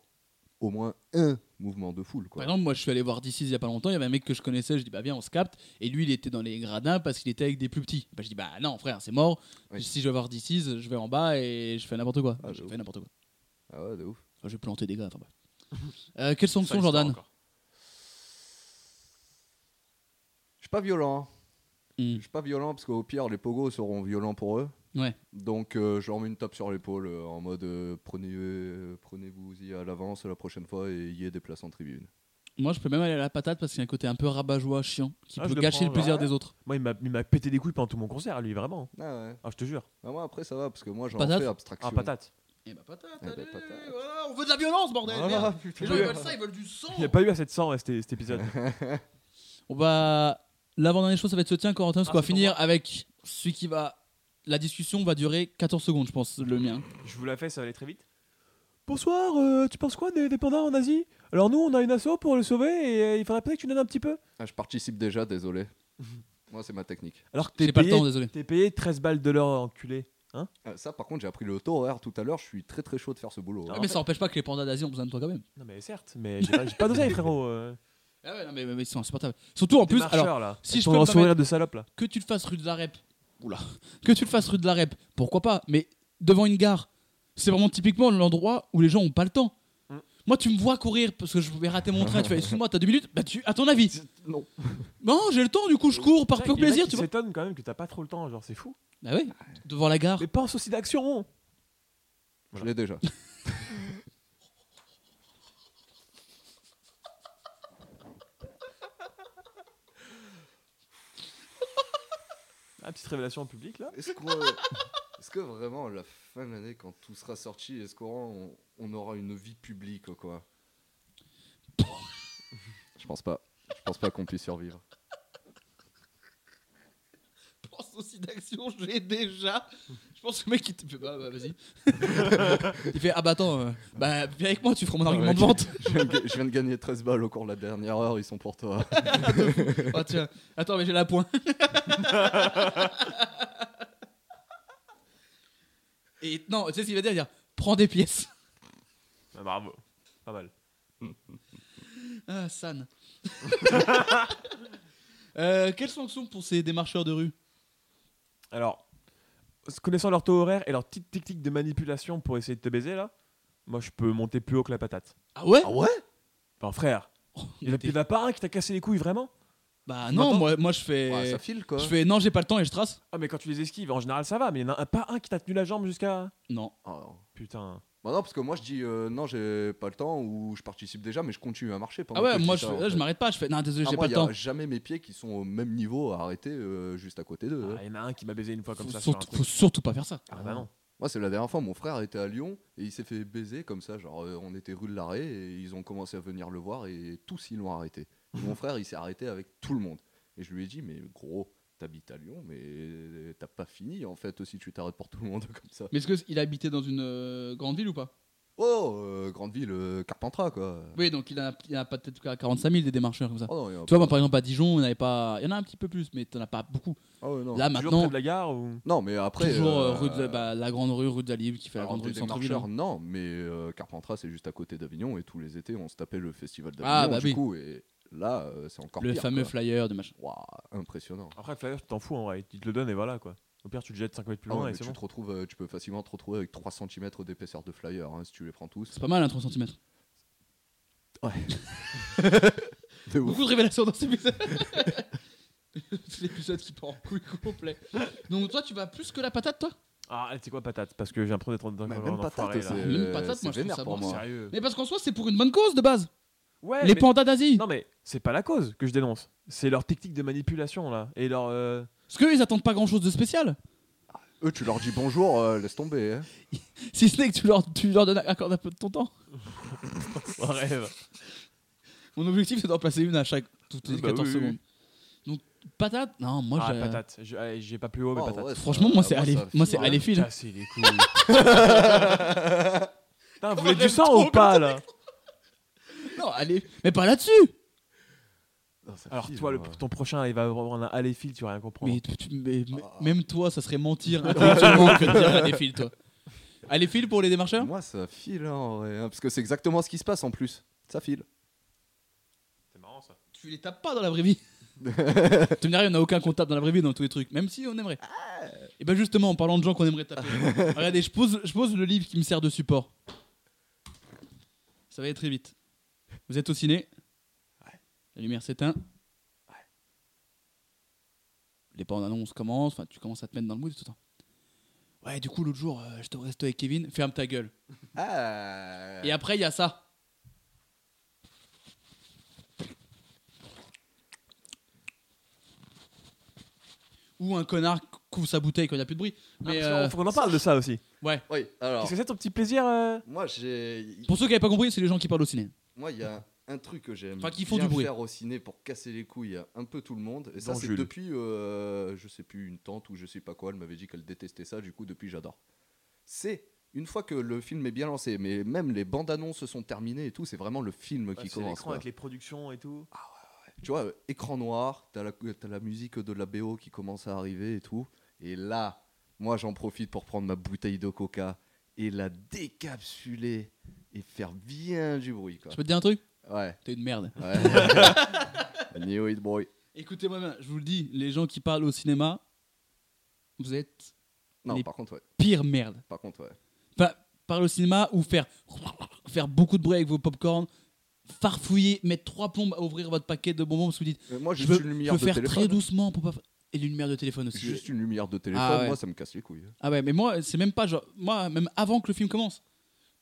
Speaker 2: au moins un mouvement de foule. Quoi.
Speaker 1: Par exemple, moi, je suis allé voir DC's il y a pas longtemps. Il y avait un mec que je connaissais. Je dis, bah viens, on se capte. Et lui, il était dans les gradins parce qu'il était avec des plus petits. Bah, je dis, bah non, frère, c'est mort.
Speaker 2: Oui.
Speaker 1: Si je vais voir DC's, je vais en bas et je fais n'importe quoi.
Speaker 2: Ah, de
Speaker 1: je
Speaker 2: ouf.
Speaker 1: fais n'importe quoi.
Speaker 2: Ah ouais, de ouf.
Speaker 1: Enfin, J'ai planté des gars. Enfin, bref. Euh, quelles
Speaker 3: Ça
Speaker 1: sanctions,
Speaker 3: existe
Speaker 1: Jordan
Speaker 3: encore.
Speaker 2: Je suis pas violent. hein.
Speaker 1: Hmm.
Speaker 2: Je suis pas violent parce qu'au pire, les pogos seront violents pour eux.
Speaker 1: Ouais.
Speaker 2: Donc euh, je leur mets une tape sur l'épaule euh, en mode euh, prenez, euh, prenez-vous-y à l'avance la prochaine fois et ayez des places en tribune.
Speaker 1: Moi, je peux même aller à la patate parce qu'il y a un côté un peu rabat-joie chiant qui
Speaker 3: Ah, je
Speaker 1: peut
Speaker 3: le
Speaker 1: gâcher
Speaker 3: prends,
Speaker 1: le plaisir
Speaker 3: genre,
Speaker 1: des autres.
Speaker 3: Moi, il m'a- il m'a pété des couilles pendant tout mon concert, lui, vraiment.
Speaker 2: Ah ouais.
Speaker 3: Ah, je te jure.
Speaker 2: Bah, moi après ça va parce que moi j'en
Speaker 1: Patate
Speaker 2: fais abstraction.
Speaker 3: Ah, patate.
Speaker 1: Eh bah patate,
Speaker 2: Eh bah,
Speaker 1: allez,
Speaker 2: patate.
Speaker 1: voilà, on veut de la violence, bordel
Speaker 2: Ah,
Speaker 1: merde.
Speaker 2: putain.
Speaker 1: Les gens ils veulent ça, ils veulent du sang
Speaker 3: Il n'y a pas eu assez de sang, ouais, c'était- cet épisode.
Speaker 1: On va. L'avant-dernière chose, ça va être ce tien, Corentin, parce
Speaker 3: Ah,
Speaker 1: qu'on va
Speaker 3: c'est pour
Speaker 1: finir avec celui qui va. La discussion va durer 14 secondes, je pense, le mien.
Speaker 3: Je vous la fais, ça va aller très vite. Bonsoir, euh, tu penses quoi des, des pandas en Asie Alors nous, on a une asso pour le sauver et euh, il faudrait peut-être que tu nous donnes un petit peu.
Speaker 2: Ah, je participe déjà, désolé. moi c'est ma technique.
Speaker 3: Alors que t'es
Speaker 1: J'ai pas le
Speaker 3: payé,
Speaker 1: temps, désolé.
Speaker 3: t'es payé 13 balles de l'heure, enculé.
Speaker 2: Ah, ça par contre j'ai appris le taux horaire tout à l'heure, je suis très très chaud de faire ce boulot.
Speaker 3: Ah,
Speaker 2: hein.
Speaker 1: mais ça empêche pas que les pandas d'Asie ont besoin de toi quand même.
Speaker 3: Non mais certes, mais j'ai pas, j'ai pas d'oseille, frérot. euh.
Speaker 1: Ah ouais, non, mais, mais- mais ils sont insupportables. Surtout en
Speaker 3: Des
Speaker 1: plus,
Speaker 3: marcheurs,
Speaker 1: alors,
Speaker 3: là.
Speaker 1: si je
Speaker 3: Ton
Speaker 1: peux me
Speaker 3: sourire de salope là.
Speaker 1: que tu le fasses rue de la Rep, oula, que tu le fasses rue de la Rep, pourquoi pas, mais devant une gare, c'est vraiment typiquement l'endroit où les gens ont pas le temps.
Speaker 3: Mm.
Speaker 1: Moi, tu me vois courir parce que je vais rater mon train. Tu fais, excuse-moi, t'as deux minutes Bah, tu, à ton avis.
Speaker 2: Non.
Speaker 1: Non, j'ai le temps, du coup, je cours par
Speaker 3: Putain,
Speaker 1: pur
Speaker 3: il y en a
Speaker 1: plaisir,
Speaker 3: qui
Speaker 1: tu vois.
Speaker 3: s'étonnent quand même que t'as pas trop le temps, genre c'est fou.
Speaker 1: Bah ouais, devant la gare.
Speaker 3: Mais pense aussi d'action
Speaker 2: Je l'ai déjà.
Speaker 3: La Ah, petite révélation en public là.
Speaker 2: Est-ce qu'on- est-ce que vraiment à la fin de l'année quand tout sera sorti, est-ce qu'on on aura une vie publique quoi Je pense pas. Je pense pas qu'on puisse survivre.
Speaker 1: Je pense aussi d'action, je l'ai déjà. Je pense que le mec, il te fait, bah, bah, vas-y. il fait, ah bah attends, euh, bah viens avec moi, tu feras mon
Speaker 2: Ah
Speaker 1: argument
Speaker 2: ouais.
Speaker 1: de vente.
Speaker 2: je, viens de, ga- je viens de gagner 13 balles au cours de la dernière heure, ils sont pour toi.
Speaker 1: Oh tiens, attends, mais j'ai la pointe. Et non, tu sais ce qu'il va dire Il va dire prends des pièces.
Speaker 3: Ah, bravo, pas mal.
Speaker 1: Ah, San. Euh, quelles sanctions pour ces démarcheurs de rue
Speaker 3: Alors, connaissant leur taux horaire et leur petite technique de manipulation pour essayer de te baiser là, moi je peux monter plus haut que la patate.
Speaker 1: Ah ouais
Speaker 2: ouais
Speaker 3: Enfin frère, il y en a- il y en a pas un qui t'a cassé les couilles vraiment
Speaker 1: Bah
Speaker 3: Tu
Speaker 1: non,
Speaker 3: m'entends
Speaker 1: moi, moi je fais.
Speaker 2: Ça file quoi.
Speaker 1: je fais non, j'ai pas le temps et je trace.
Speaker 3: Ah mais quand tu les esquives, en général ça va, mais il y en a un- pas un qui t'a tenu la jambe jusqu'à...
Speaker 1: Non.
Speaker 2: Ah, non.
Speaker 3: Putain.
Speaker 2: Bah non, parce que moi je dis euh, non, j'ai pas le temps ou je participe déjà, mais je continue à marcher. pendant
Speaker 1: Ah ouais,
Speaker 2: que
Speaker 1: moi
Speaker 2: dis
Speaker 1: je,
Speaker 2: ça, en
Speaker 1: là, je
Speaker 2: fait.
Speaker 1: m'arrête pas, je fais non, désolé,
Speaker 2: Ah,
Speaker 1: j'ai
Speaker 2: moi,
Speaker 1: pas le
Speaker 2: y a
Speaker 1: temps.
Speaker 2: jamais mes pieds qui sont au même niveau à arrêter euh, juste à côté
Speaker 3: Ah,
Speaker 2: d'eux.
Speaker 3: Il
Speaker 2: hein.
Speaker 3: y en a un qui m'a baisé une fois comme
Speaker 1: faut,
Speaker 3: ça. sur un
Speaker 1: surtout,
Speaker 3: truc.
Speaker 1: faut surtout pas faire ça.
Speaker 3: Ah bah non.
Speaker 2: Moi, c'est la dernière fois, mon frère était à Lyon et il s'est fait baiser comme ça. Genre, euh, on était rue de l'arrêt et ils ont commencé à venir le voir et tous ils l'ont arrêté. mon frère, il s'est arrêté avec tout le monde. Et je lui ai dit, mais gros, t'habites à Lyon, mais euh, t'as pas fini en fait si tu t'arrêtes pour tout le monde comme ça.
Speaker 1: Mais est-ce qu'il habitait dans une euh, grande ville ou pas
Speaker 2: Oh, euh, grande ville, euh, Carpentras quoi.
Speaker 1: Oui, donc il en a, il en a pas peut-être 45 000 des démarcheurs comme ça.
Speaker 2: Oh, non, il y en a
Speaker 1: Tu
Speaker 2: pas-
Speaker 1: vois, moi, par exemple, à Dijon, on n'avait pas. Il y en a un petit peu plus, mais t'en as pas beaucoup.
Speaker 2: Ah ouais, non.
Speaker 1: Là,
Speaker 3: Toujours
Speaker 1: maintenant,
Speaker 3: près de la gare ou...
Speaker 2: Non, mais après.
Speaker 1: toujours euh,
Speaker 2: euh,
Speaker 1: rue de, bah, la grande rue, rue de la Libre, qui fait la
Speaker 2: alors,
Speaker 1: grande rue
Speaker 2: des
Speaker 1: du centre-ville.
Speaker 2: démarcheurs, non, mais euh, Carpentras, c'est juste à côté d'Avignon et tous les étés, on se tapait le festival d'Avignon.
Speaker 1: Ah, bah
Speaker 2: du
Speaker 1: oui.
Speaker 2: coup, et là, euh, c'est encore
Speaker 1: Le
Speaker 2: pire,
Speaker 1: fameux
Speaker 2: quoi.
Speaker 1: flyer de machin.
Speaker 2: Waouh, impressionnant.
Speaker 3: Après, le flyer, tu t'en fous en vrai. Tu te le donnes et voilà quoi. Au pire, tu le jettes 5 mètres plus
Speaker 2: Ah ouais,
Speaker 3: loin
Speaker 2: mais
Speaker 3: et c'est
Speaker 2: tu,
Speaker 3: bon.
Speaker 2: te retrouves, euh, tu peux facilement te retrouver avec 3 cm d'épaisseur de flyer hein, si tu les prends tous.
Speaker 1: C'est pas mal, un 3 cm.
Speaker 2: De ouf.
Speaker 1: Beaucoup de révélations dans cet épisode. C'est l'épisode qui part en couille complet. Donc, toi, tu vas plus que la patate, toi
Speaker 3: Ah, tu sais quoi, patate Parce que j'ai un pro d'être dans
Speaker 2: Mais
Speaker 3: un
Speaker 2: même
Speaker 3: enfoiré,
Speaker 2: patate,
Speaker 3: là.
Speaker 2: c'est
Speaker 1: Même
Speaker 2: euh,
Speaker 1: patate,
Speaker 2: c'est
Speaker 1: moi, je trouve
Speaker 2: vénère
Speaker 1: ça
Speaker 2: pour
Speaker 1: bon,
Speaker 2: moi.
Speaker 3: Sérieux.
Speaker 1: Mais parce qu'en soi, c'est pour une bonne cause de base.
Speaker 3: Ouais,
Speaker 1: Les
Speaker 3: mais-
Speaker 1: pandas d'Asie.
Speaker 3: Non mais c'est pas la cause que je dénonce. C'est leur technique de manipulation là. Et leur. euh,
Speaker 1: Parce qu'eux, ils attendent pas grand chose de spécial.
Speaker 2: Eux, tu leur dis bonjour, euh, laisse tomber. hein.
Speaker 1: Si ce n'est que tu leur, tu leur donnes, accordes un peu de ton temps.
Speaker 3: rêve.
Speaker 1: Mon objectif, c'est d'en placer une à chaque. Toutes les
Speaker 3: Ah bah
Speaker 1: 14
Speaker 3: oui, oui.
Speaker 1: secondes. Donc, patate Non, moi,
Speaker 3: ah,
Speaker 1: j'ai-
Speaker 3: patate. Je- allez, J'ai pas plus haut, mais
Speaker 2: Oh,
Speaker 3: patate.
Speaker 2: ouais, ça-
Speaker 1: Franchement, moi, c'est
Speaker 2: ça
Speaker 1: aller-
Speaker 2: file.
Speaker 1: moi, c'est
Speaker 3: Ouais.
Speaker 1: aller file.
Speaker 3: Casser les couilles. Putain, vous voulez
Speaker 1: j'aime
Speaker 3: du sang
Speaker 1: trop
Speaker 3: ou pas là
Speaker 1: Non, allez. Mais pas là-dessus
Speaker 2: Non, hein. ça
Speaker 3: Alors
Speaker 2: file,
Speaker 3: toi, le-
Speaker 2: moi.
Speaker 3: ton prochain, il va avoir un aller file, tu vas rien comprendre.
Speaker 1: Mais, tu- tu- mais- mais-
Speaker 2: Ah.
Speaker 1: même toi, ça serait mentir intellectuellement que de dire allez file toi. Allez file pour les démarcheurs
Speaker 2: Moi, ça file, hein, en vrai, hein, parce que c'est exactement ce qui se passe en plus. Ça file.
Speaker 1: Tu les tapes pas dans la vraie vie. tu me diras, il n'y en a aucun qu'on tape dans la vraie vie dans tous les trucs, même si on aimerait. Et ben justement, en parlant de gens qu'on aimerait taper, regardez, je pose, je pose le livre qui me sert de support. Ça va aller très vite. Vous êtes au ciné. La lumière s'éteint. Les bandes annonces commencent, enfin tu commences à te mettre dans le mood tout le temps. Ouais, du coup, l'autre jour, euh, j'étais au resto avec Kevin, ferme ta gueule.
Speaker 2: Ah
Speaker 1: Et après, il y a ça. Ou un connard couvre sa bouteille quand il n'y a plus de bruit. Mais
Speaker 3: Ah, Parce qu'on-
Speaker 1: euh,
Speaker 3: faut qu'on en parle de ça aussi.
Speaker 1: ouais.
Speaker 2: Oui, alors,
Speaker 3: Qu'est-ce que c'est ton petit plaisir euh
Speaker 2: moi, j'ai.
Speaker 1: Pour ceux qui n'avaient pas compris, c'est les gens qui parlent au ciné.
Speaker 2: Moi, il y a un truc que j'aime
Speaker 1: Enfin, qui font
Speaker 2: bien
Speaker 1: du bruit.
Speaker 2: faire au ciné pour casser les couilles à un peu tout le monde. Et ça,
Speaker 3: Dans
Speaker 2: c'est
Speaker 3: Jules.
Speaker 2: depuis, euh, je sais plus, une tante ou je sais pas quoi, elle m'avait dit qu'elle détestait ça, du coup, depuis, j'adore. C'est une fois que le film est bien lancé, mais même les bandes annonces sont terminées et tout, c'est vraiment le film qui
Speaker 3: Ouais, c'est
Speaker 2: commence.
Speaker 3: l'écran
Speaker 2: quoi.
Speaker 3: avec les productions et tout.
Speaker 2: Tu vois, euh, écran noir, t'as la, t'as la musique de la BO qui commence à arriver et tout. Et là, moi, j'en profite pour prendre ma bouteille de coca et la décapsuler et faire bien du bruit, quoi.
Speaker 1: Je peux te dire un truc
Speaker 2: Ouais.
Speaker 1: T'es une merde.
Speaker 2: Ouais. Néo Hit Boy.
Speaker 1: Écoutez-moi bien, je vous le dis, les gens qui parlent au cinéma, vous êtes
Speaker 2: Non,
Speaker 1: Les-
Speaker 2: par contre, ouais.
Speaker 1: pire merde.
Speaker 2: Par contre, ouais.
Speaker 1: Enfin, parler au cinéma ou faire, faire beaucoup de bruit avec vos popcorn, farfouiller, mettre trois plombes à ouvrir votre paquet de bonbons parce que vous dites,
Speaker 2: Euh, moi,
Speaker 1: je
Speaker 2: juste
Speaker 1: veux,
Speaker 2: une
Speaker 1: je
Speaker 2: lumière
Speaker 1: veux
Speaker 2: de
Speaker 1: faire
Speaker 2: téléphone.
Speaker 1: très doucement pour pas. fa- Et une lumière de téléphone aussi.
Speaker 2: Juste une lumière de téléphone,
Speaker 1: Ah ouais.
Speaker 2: moi, ça me casse les couilles.
Speaker 1: Ah ouais, mais moi, c'est même pas genre. Moi, même avant que le film commence,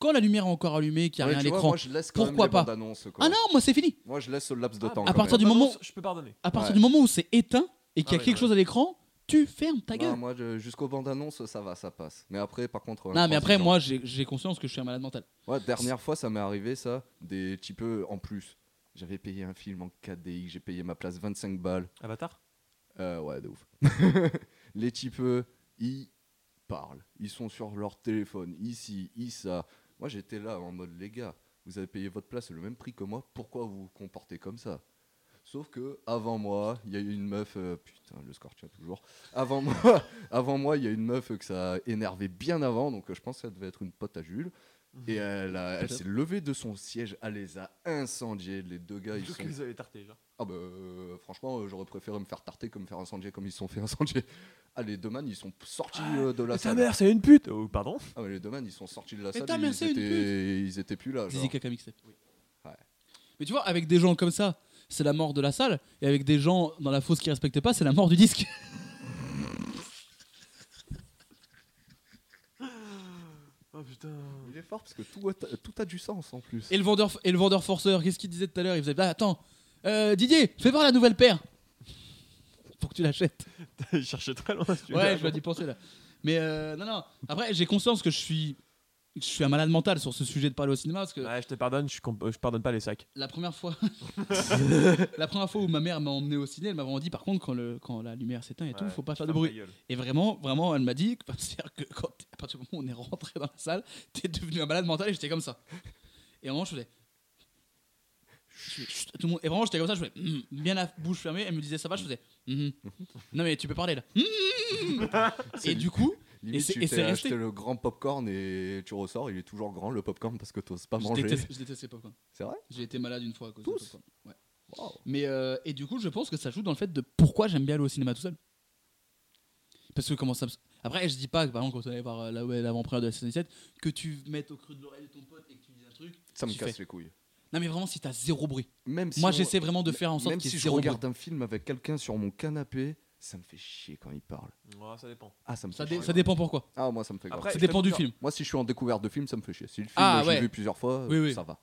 Speaker 1: quand la lumière est encore allumée, qu'il n'y a
Speaker 2: Ouais,
Speaker 1: rien à
Speaker 2: tu vois,
Speaker 1: l'écran.
Speaker 2: moi, je laisse quand
Speaker 1: Pourquoi
Speaker 2: même les
Speaker 1: pas
Speaker 2: bandes annonces, quoi.
Speaker 1: Ah non, moi, c'est fini.
Speaker 2: Moi, je laisse le laps de
Speaker 3: Ah,
Speaker 2: temps.
Speaker 1: à
Speaker 2: quand
Speaker 1: partir
Speaker 2: même.
Speaker 1: du moment-
Speaker 3: Je peux pardonner.
Speaker 1: À partir
Speaker 2: Ouais.
Speaker 1: du moment où c'est éteint et qu'il y a
Speaker 3: Ah oui,
Speaker 1: quelque
Speaker 3: ouais.
Speaker 1: chose à l'écran, tu fermes ta
Speaker 2: Non,
Speaker 1: gueule.
Speaker 2: moi, je- jusqu'aux bandes annonces, ça va, ça passe. Mais après, par contre.
Speaker 1: non, mais après,
Speaker 2: intransigeant.
Speaker 1: moi, j'ai j'ai conscience que je suis un malade mental.
Speaker 2: Ouais, dernière fois, ça m'est arrivé, ça. Des petits peu en plus. J'avais payé un film en 4DX, j'ai payé ma place 25 balles.
Speaker 3: Avatar
Speaker 2: Euh, ouais, de ouf. les types, ils parlent. Ils sont sur leur téléphone, ici, ici, ça. Moi, j'étais là en mode, les gars, vous avez payé votre place le même prix que moi, pourquoi vous vous comportez comme ça Sauf que avant moi, il y a eu une meuf, euh, putain, le scorpion toujours. Avant moi, avant moi, il y a une meuf que ça a énervé bien avant, donc euh, je pense que ça devait être une pote à Jules. Et elle, a- elle
Speaker 1: Peut-être.
Speaker 2: s'est levée de son siège, elle les a incendiés. Les deux gars, ils
Speaker 3: Tout ce
Speaker 2: sont
Speaker 3: que vous avez tarté, genre.
Speaker 2: ah bah euh, franchement euh, j'aurais préféré me faire tarter que me faire incendier comme ils se sont fait incendier. Ah les deux man ils sont sortis euh, de la
Speaker 3: Ta
Speaker 2: salle.
Speaker 3: mère, c'est une pute Oh, Pardon
Speaker 2: Ah mais les deux man ils sont sortis de la
Speaker 1: Mais
Speaker 2: salle.
Speaker 1: ta mère,
Speaker 2: ils,
Speaker 1: c'est une
Speaker 2: étaient, ils étaient plus là. genre.
Speaker 1: Zizi Kaka Mixtape.
Speaker 2: Ouais.
Speaker 1: Mais tu vois, avec des gens comme ça, c'est la mort de la salle. Et avec des gens dans la fosse qui respectent pas, c'est la mort du disque.
Speaker 3: Oh putain.
Speaker 2: Il est fort parce que tout a, tout a du sens en plus.
Speaker 1: Et le vendeur, et le vendeur forceur, qu'est-ce qu'il disait tout à l'heure Il faisait bah, Attends, euh, Didier, fais voir la nouvelle paire. Pour que tu l'achètes.
Speaker 3: Il cherchait très loin. ce
Speaker 1: Ouais,
Speaker 3: gars.
Speaker 1: je dois d'y penser là. Mais euh, non, non. Après, j'ai conscience que je suis, je suis un malade mental sur ce sujet de parler au cinéma parce que
Speaker 3: Ouais, je te pardonne, je, comp- je pardonne pas les sacs.
Speaker 1: la première fois, la première fois où ma mère m'a emmené au ciné, elle m'a vraiment dit par contre quand le, quand la lumière s'éteint et tout,
Speaker 3: Ouais,
Speaker 1: faut pas faire
Speaker 3: ferme
Speaker 1: de
Speaker 3: ta
Speaker 1: bruit.
Speaker 3: gueule.
Speaker 1: Et vraiment, vraiment, elle m'a dit, que- c'est-à-dire que quand t'es- à partir du moment où on est rentré dans la salle, t'es devenu un malade mental et j'étais comme ça. Et vraiment, je faisais. je fais, Chut, à tout le monde. Et vraiment, j'étais comme ça, je faisais hum, bien la bouche fermée. Elle me disait ça va, je faisais. hum, hum. Non mais tu peux parler là. Hum.
Speaker 2: C'est
Speaker 1: et du coup.
Speaker 2: Limite,
Speaker 1: c'est-
Speaker 2: tu
Speaker 1: et
Speaker 2: t'es
Speaker 1: c'est resté.
Speaker 2: acheté le grand popcorn et tu ressors il est toujours grand le popcorn parce que t'oses pas
Speaker 1: Je
Speaker 2: manger.
Speaker 1: déteste, je déteste les popcorn.
Speaker 2: C'est vrai
Speaker 1: J'ai été malade une fois à cause
Speaker 2: Tous
Speaker 1: des popcorn. Ouais.
Speaker 2: Wow.
Speaker 1: Mais euh, et du coup, je pense que ça joue dans le fait de pourquoi j'aime bien aller au cinéma tout seul. Parce que comment ça me- Après, je dis pas que par exemple quand on allait voir euh, la- ouais, l'avant-première de la saison 17 que tu mettes au creux de l'oreille de ton pote et que tu dis un truc.
Speaker 2: Ça me
Speaker 1: Tu
Speaker 2: casse
Speaker 1: fais.
Speaker 2: les couilles.
Speaker 1: Non mais vraiment si t'as zéro bruit.
Speaker 2: Même si
Speaker 1: Moi
Speaker 2: on-
Speaker 1: j'essaie vraiment de faire en sorte
Speaker 2: Même
Speaker 1: qu'il y
Speaker 2: si
Speaker 1: ait
Speaker 2: je
Speaker 1: zéro bruit.
Speaker 2: regarde un film avec quelqu'un sur mon canapé, ça me fait chier quand il parle.
Speaker 3: Ouais, ça dépend.
Speaker 2: Ah ça me
Speaker 1: Ça,
Speaker 2: fait
Speaker 1: dé-
Speaker 2: chier.
Speaker 1: ça dépend pourquoi.
Speaker 2: Ah moi ça me fait grave.
Speaker 3: Après,
Speaker 1: ça
Speaker 3: je
Speaker 1: dépend du
Speaker 3: t'avoue,
Speaker 1: film.
Speaker 2: Moi si je suis en découverte de film ça me fait chier. Si le film
Speaker 1: Ah,
Speaker 2: euh, je l'ai
Speaker 1: ouais.
Speaker 2: vu plusieurs fois
Speaker 1: Oui, oui.
Speaker 2: ça va.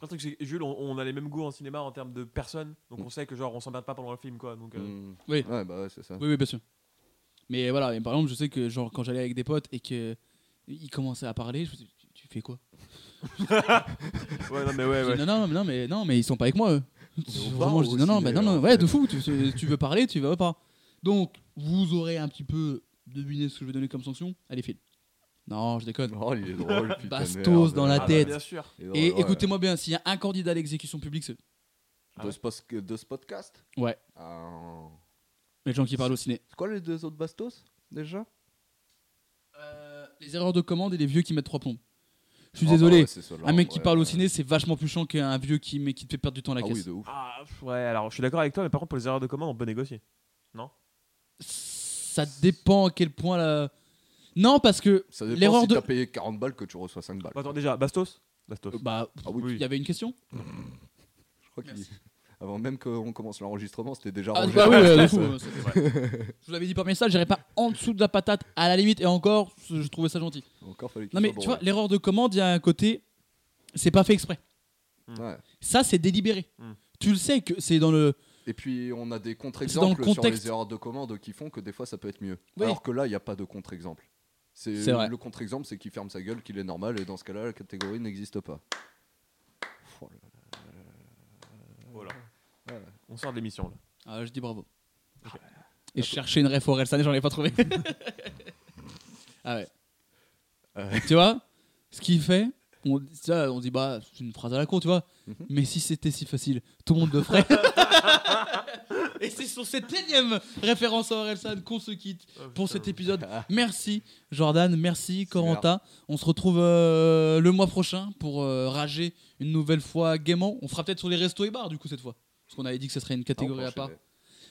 Speaker 3: Le truc, c'est que Jules, on, on a les mêmes goûts en cinéma en termes de personnes, donc on sait que genre on s'emmerde pas pendant le film quoi. Donc, euh,
Speaker 2: Mm.
Speaker 1: Oui.
Speaker 2: Ouais, bah ouais, c'est ça.
Speaker 1: Oui oui bien sûr. Mais voilà, et par exemple, je sais que genre quand j'allais avec des potes et que ils commençaient à parler, je me suis dit, tu tu fais quoi
Speaker 3: Ouais, non mais ouais,
Speaker 1: Je dis,
Speaker 3: ouais.
Speaker 1: non, non, mais non, mais non, mais ils sont pas avec moi. Eux.
Speaker 2: au
Speaker 1: Vraiment,
Speaker 2: bar
Speaker 1: je dis
Speaker 2: ou au
Speaker 1: non, non,
Speaker 2: ciné,
Speaker 1: bah, non, non,
Speaker 2: euh, alors, en
Speaker 1: ouais,
Speaker 2: fait.
Speaker 1: de fou. Tu, tu veux parler, tu vas pas. Donc, vous aurez un petit peu deviné ce que je vais donner comme sanction. Allez, file. Non, je déconne.
Speaker 2: Oh, il est drôle, putain.
Speaker 1: Bastos
Speaker 2: merde.
Speaker 1: dans la
Speaker 3: bah,
Speaker 1: tête.
Speaker 3: bien sûr.
Speaker 2: Il est drôle,
Speaker 1: Et
Speaker 2: ouais.
Speaker 1: écoutez-moi bien, s'il y a un candidat à l'exécution publique, c'est
Speaker 2: De ce, pos- de ce podcast
Speaker 1: Ouais.
Speaker 2: Ah.
Speaker 1: les gens qui parlent au ciné.
Speaker 2: C'est quoi les deux autres Bastos déjà
Speaker 1: Euh, les erreurs de commande et les vieux qui mettent trois plombes. Je suis
Speaker 2: Ah bah
Speaker 1: désolé.
Speaker 2: ouais, c'est ça, là,
Speaker 1: un mec
Speaker 2: en
Speaker 1: qui
Speaker 2: vrai,
Speaker 1: parle au
Speaker 2: euh,
Speaker 1: ciné, c'est vachement plus chiant qu'un vieux qui, mais qui te fait perdre du temps à la
Speaker 2: Ah
Speaker 1: caisse.
Speaker 2: oui, de ouf.
Speaker 3: Ah, pff, ouais, alors je suis d'accord avec toi, mais par contre, pour les erreurs de commande, on peut négocier.
Speaker 1: Ça dépend à quel point la. Non, parce que.
Speaker 2: Ça dépend
Speaker 1: L'erreur
Speaker 2: si
Speaker 1: de-
Speaker 2: t'as payé 40 balles que tu reçois 5 balles.
Speaker 3: Bon, attends, déjà, Bastos Bastos.
Speaker 1: Bah,
Speaker 2: Ah oui,
Speaker 1: il y avait une question
Speaker 2: je crois qu'il- Avant même qu'on commence l'enregistrement, c'était déjà
Speaker 1: Ah,
Speaker 2: rangé.
Speaker 1: bah oui,
Speaker 2: Ouais,
Speaker 1: euh, de
Speaker 2: ça-
Speaker 1: fou, euh, ça, c'est vrai. Je vous l'avais dit par message, j'irais pas en dessous de la patate, à la limite, et encore, je trouvais ça gentil.
Speaker 2: Encore fallait qu'il
Speaker 1: Non, mais
Speaker 2: soit
Speaker 1: tu
Speaker 2: bon,
Speaker 1: vois, l'erreur de commande, il y a un côté. C'est pas fait exprès.
Speaker 2: ouais. Hmm.
Speaker 1: Ça, c'est délibéré.
Speaker 3: Mm.
Speaker 1: Tu le sais que c'est dans le.
Speaker 2: Et puis on a des
Speaker 1: C'est dans
Speaker 2: contre-exemples
Speaker 1: le
Speaker 2: sur
Speaker 1: contexte.
Speaker 2: les erreurs de commande qui font que des fois ça peut être mieux.
Speaker 1: Oui.
Speaker 2: Alors que là, il n'y a pas de contre-exemple. C'est
Speaker 1: C'est vrai.
Speaker 2: le contre-exemple, c'est qu'il ferme sa gueule, qu'il est normal, et dans ce cas-là, la catégorie n'existe pas. Oh là là.
Speaker 3: Voilà. On sort de l'émission, là.
Speaker 1: Ah, je dis bravo.
Speaker 3: Ok.
Speaker 1: Et je cherchais une ref Orelsan et j'en ai pas trouvé. ah ouais.
Speaker 2: Euh.
Speaker 1: Tu vois Ce qu'il fait, on, ça, on dit bah c'est une phrase à la con, tu vois.
Speaker 2: Mhm.
Speaker 1: Mais si c'était si facile, tout le monde le ferait. et c'est sur cette énième référence à Orelsan qu'on se quitte pour cet épisode.
Speaker 2: Ah.
Speaker 1: Merci Jordan, merci Coranta. On se retrouve euh, le mois prochain pour euh, rager une nouvelle fois gaiement. On fera peut-être sur les restos et bars du coup cette fois. Parce qu'on avait dit que ce serait une catégorie
Speaker 2: Ah, on
Speaker 1: à part.
Speaker 2: enchaînait.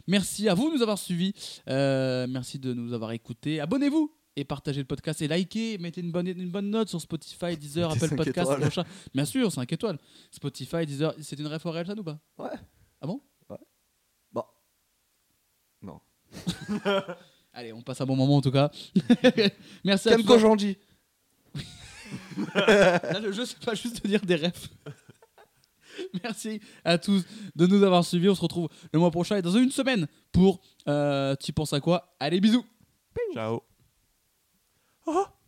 Speaker 1: Merci à vous de nous avoir suivis. Euh, merci de nous avoir écoutés. Abonnez-vous et partagez le podcast et likez. Mettez une bonne, une bonne note sur Spotify, Deezer,
Speaker 2: Mettez
Speaker 1: Apple
Speaker 2: cinq
Speaker 1: Podcast.
Speaker 2: étoiles.
Speaker 1: machin. Bien sûr, 5 étoiles. Spotify, Deezer. C'est une ref Orelsan ou pas
Speaker 2: Ouais.
Speaker 1: Ah bon
Speaker 2: Bah.
Speaker 1: Allez, on passe un bon moment en tout cas. merci à
Speaker 2: Ken
Speaker 1: tous.
Speaker 2: Kojandi
Speaker 1: Là, le jeu, c'est pas juste de dire des refs. Merci à tous de nous avoir suivis. On se retrouve le mois prochain et dans une semaine pour euh, Tu penses à quoi Allez, bisous
Speaker 3: Ciao. Oh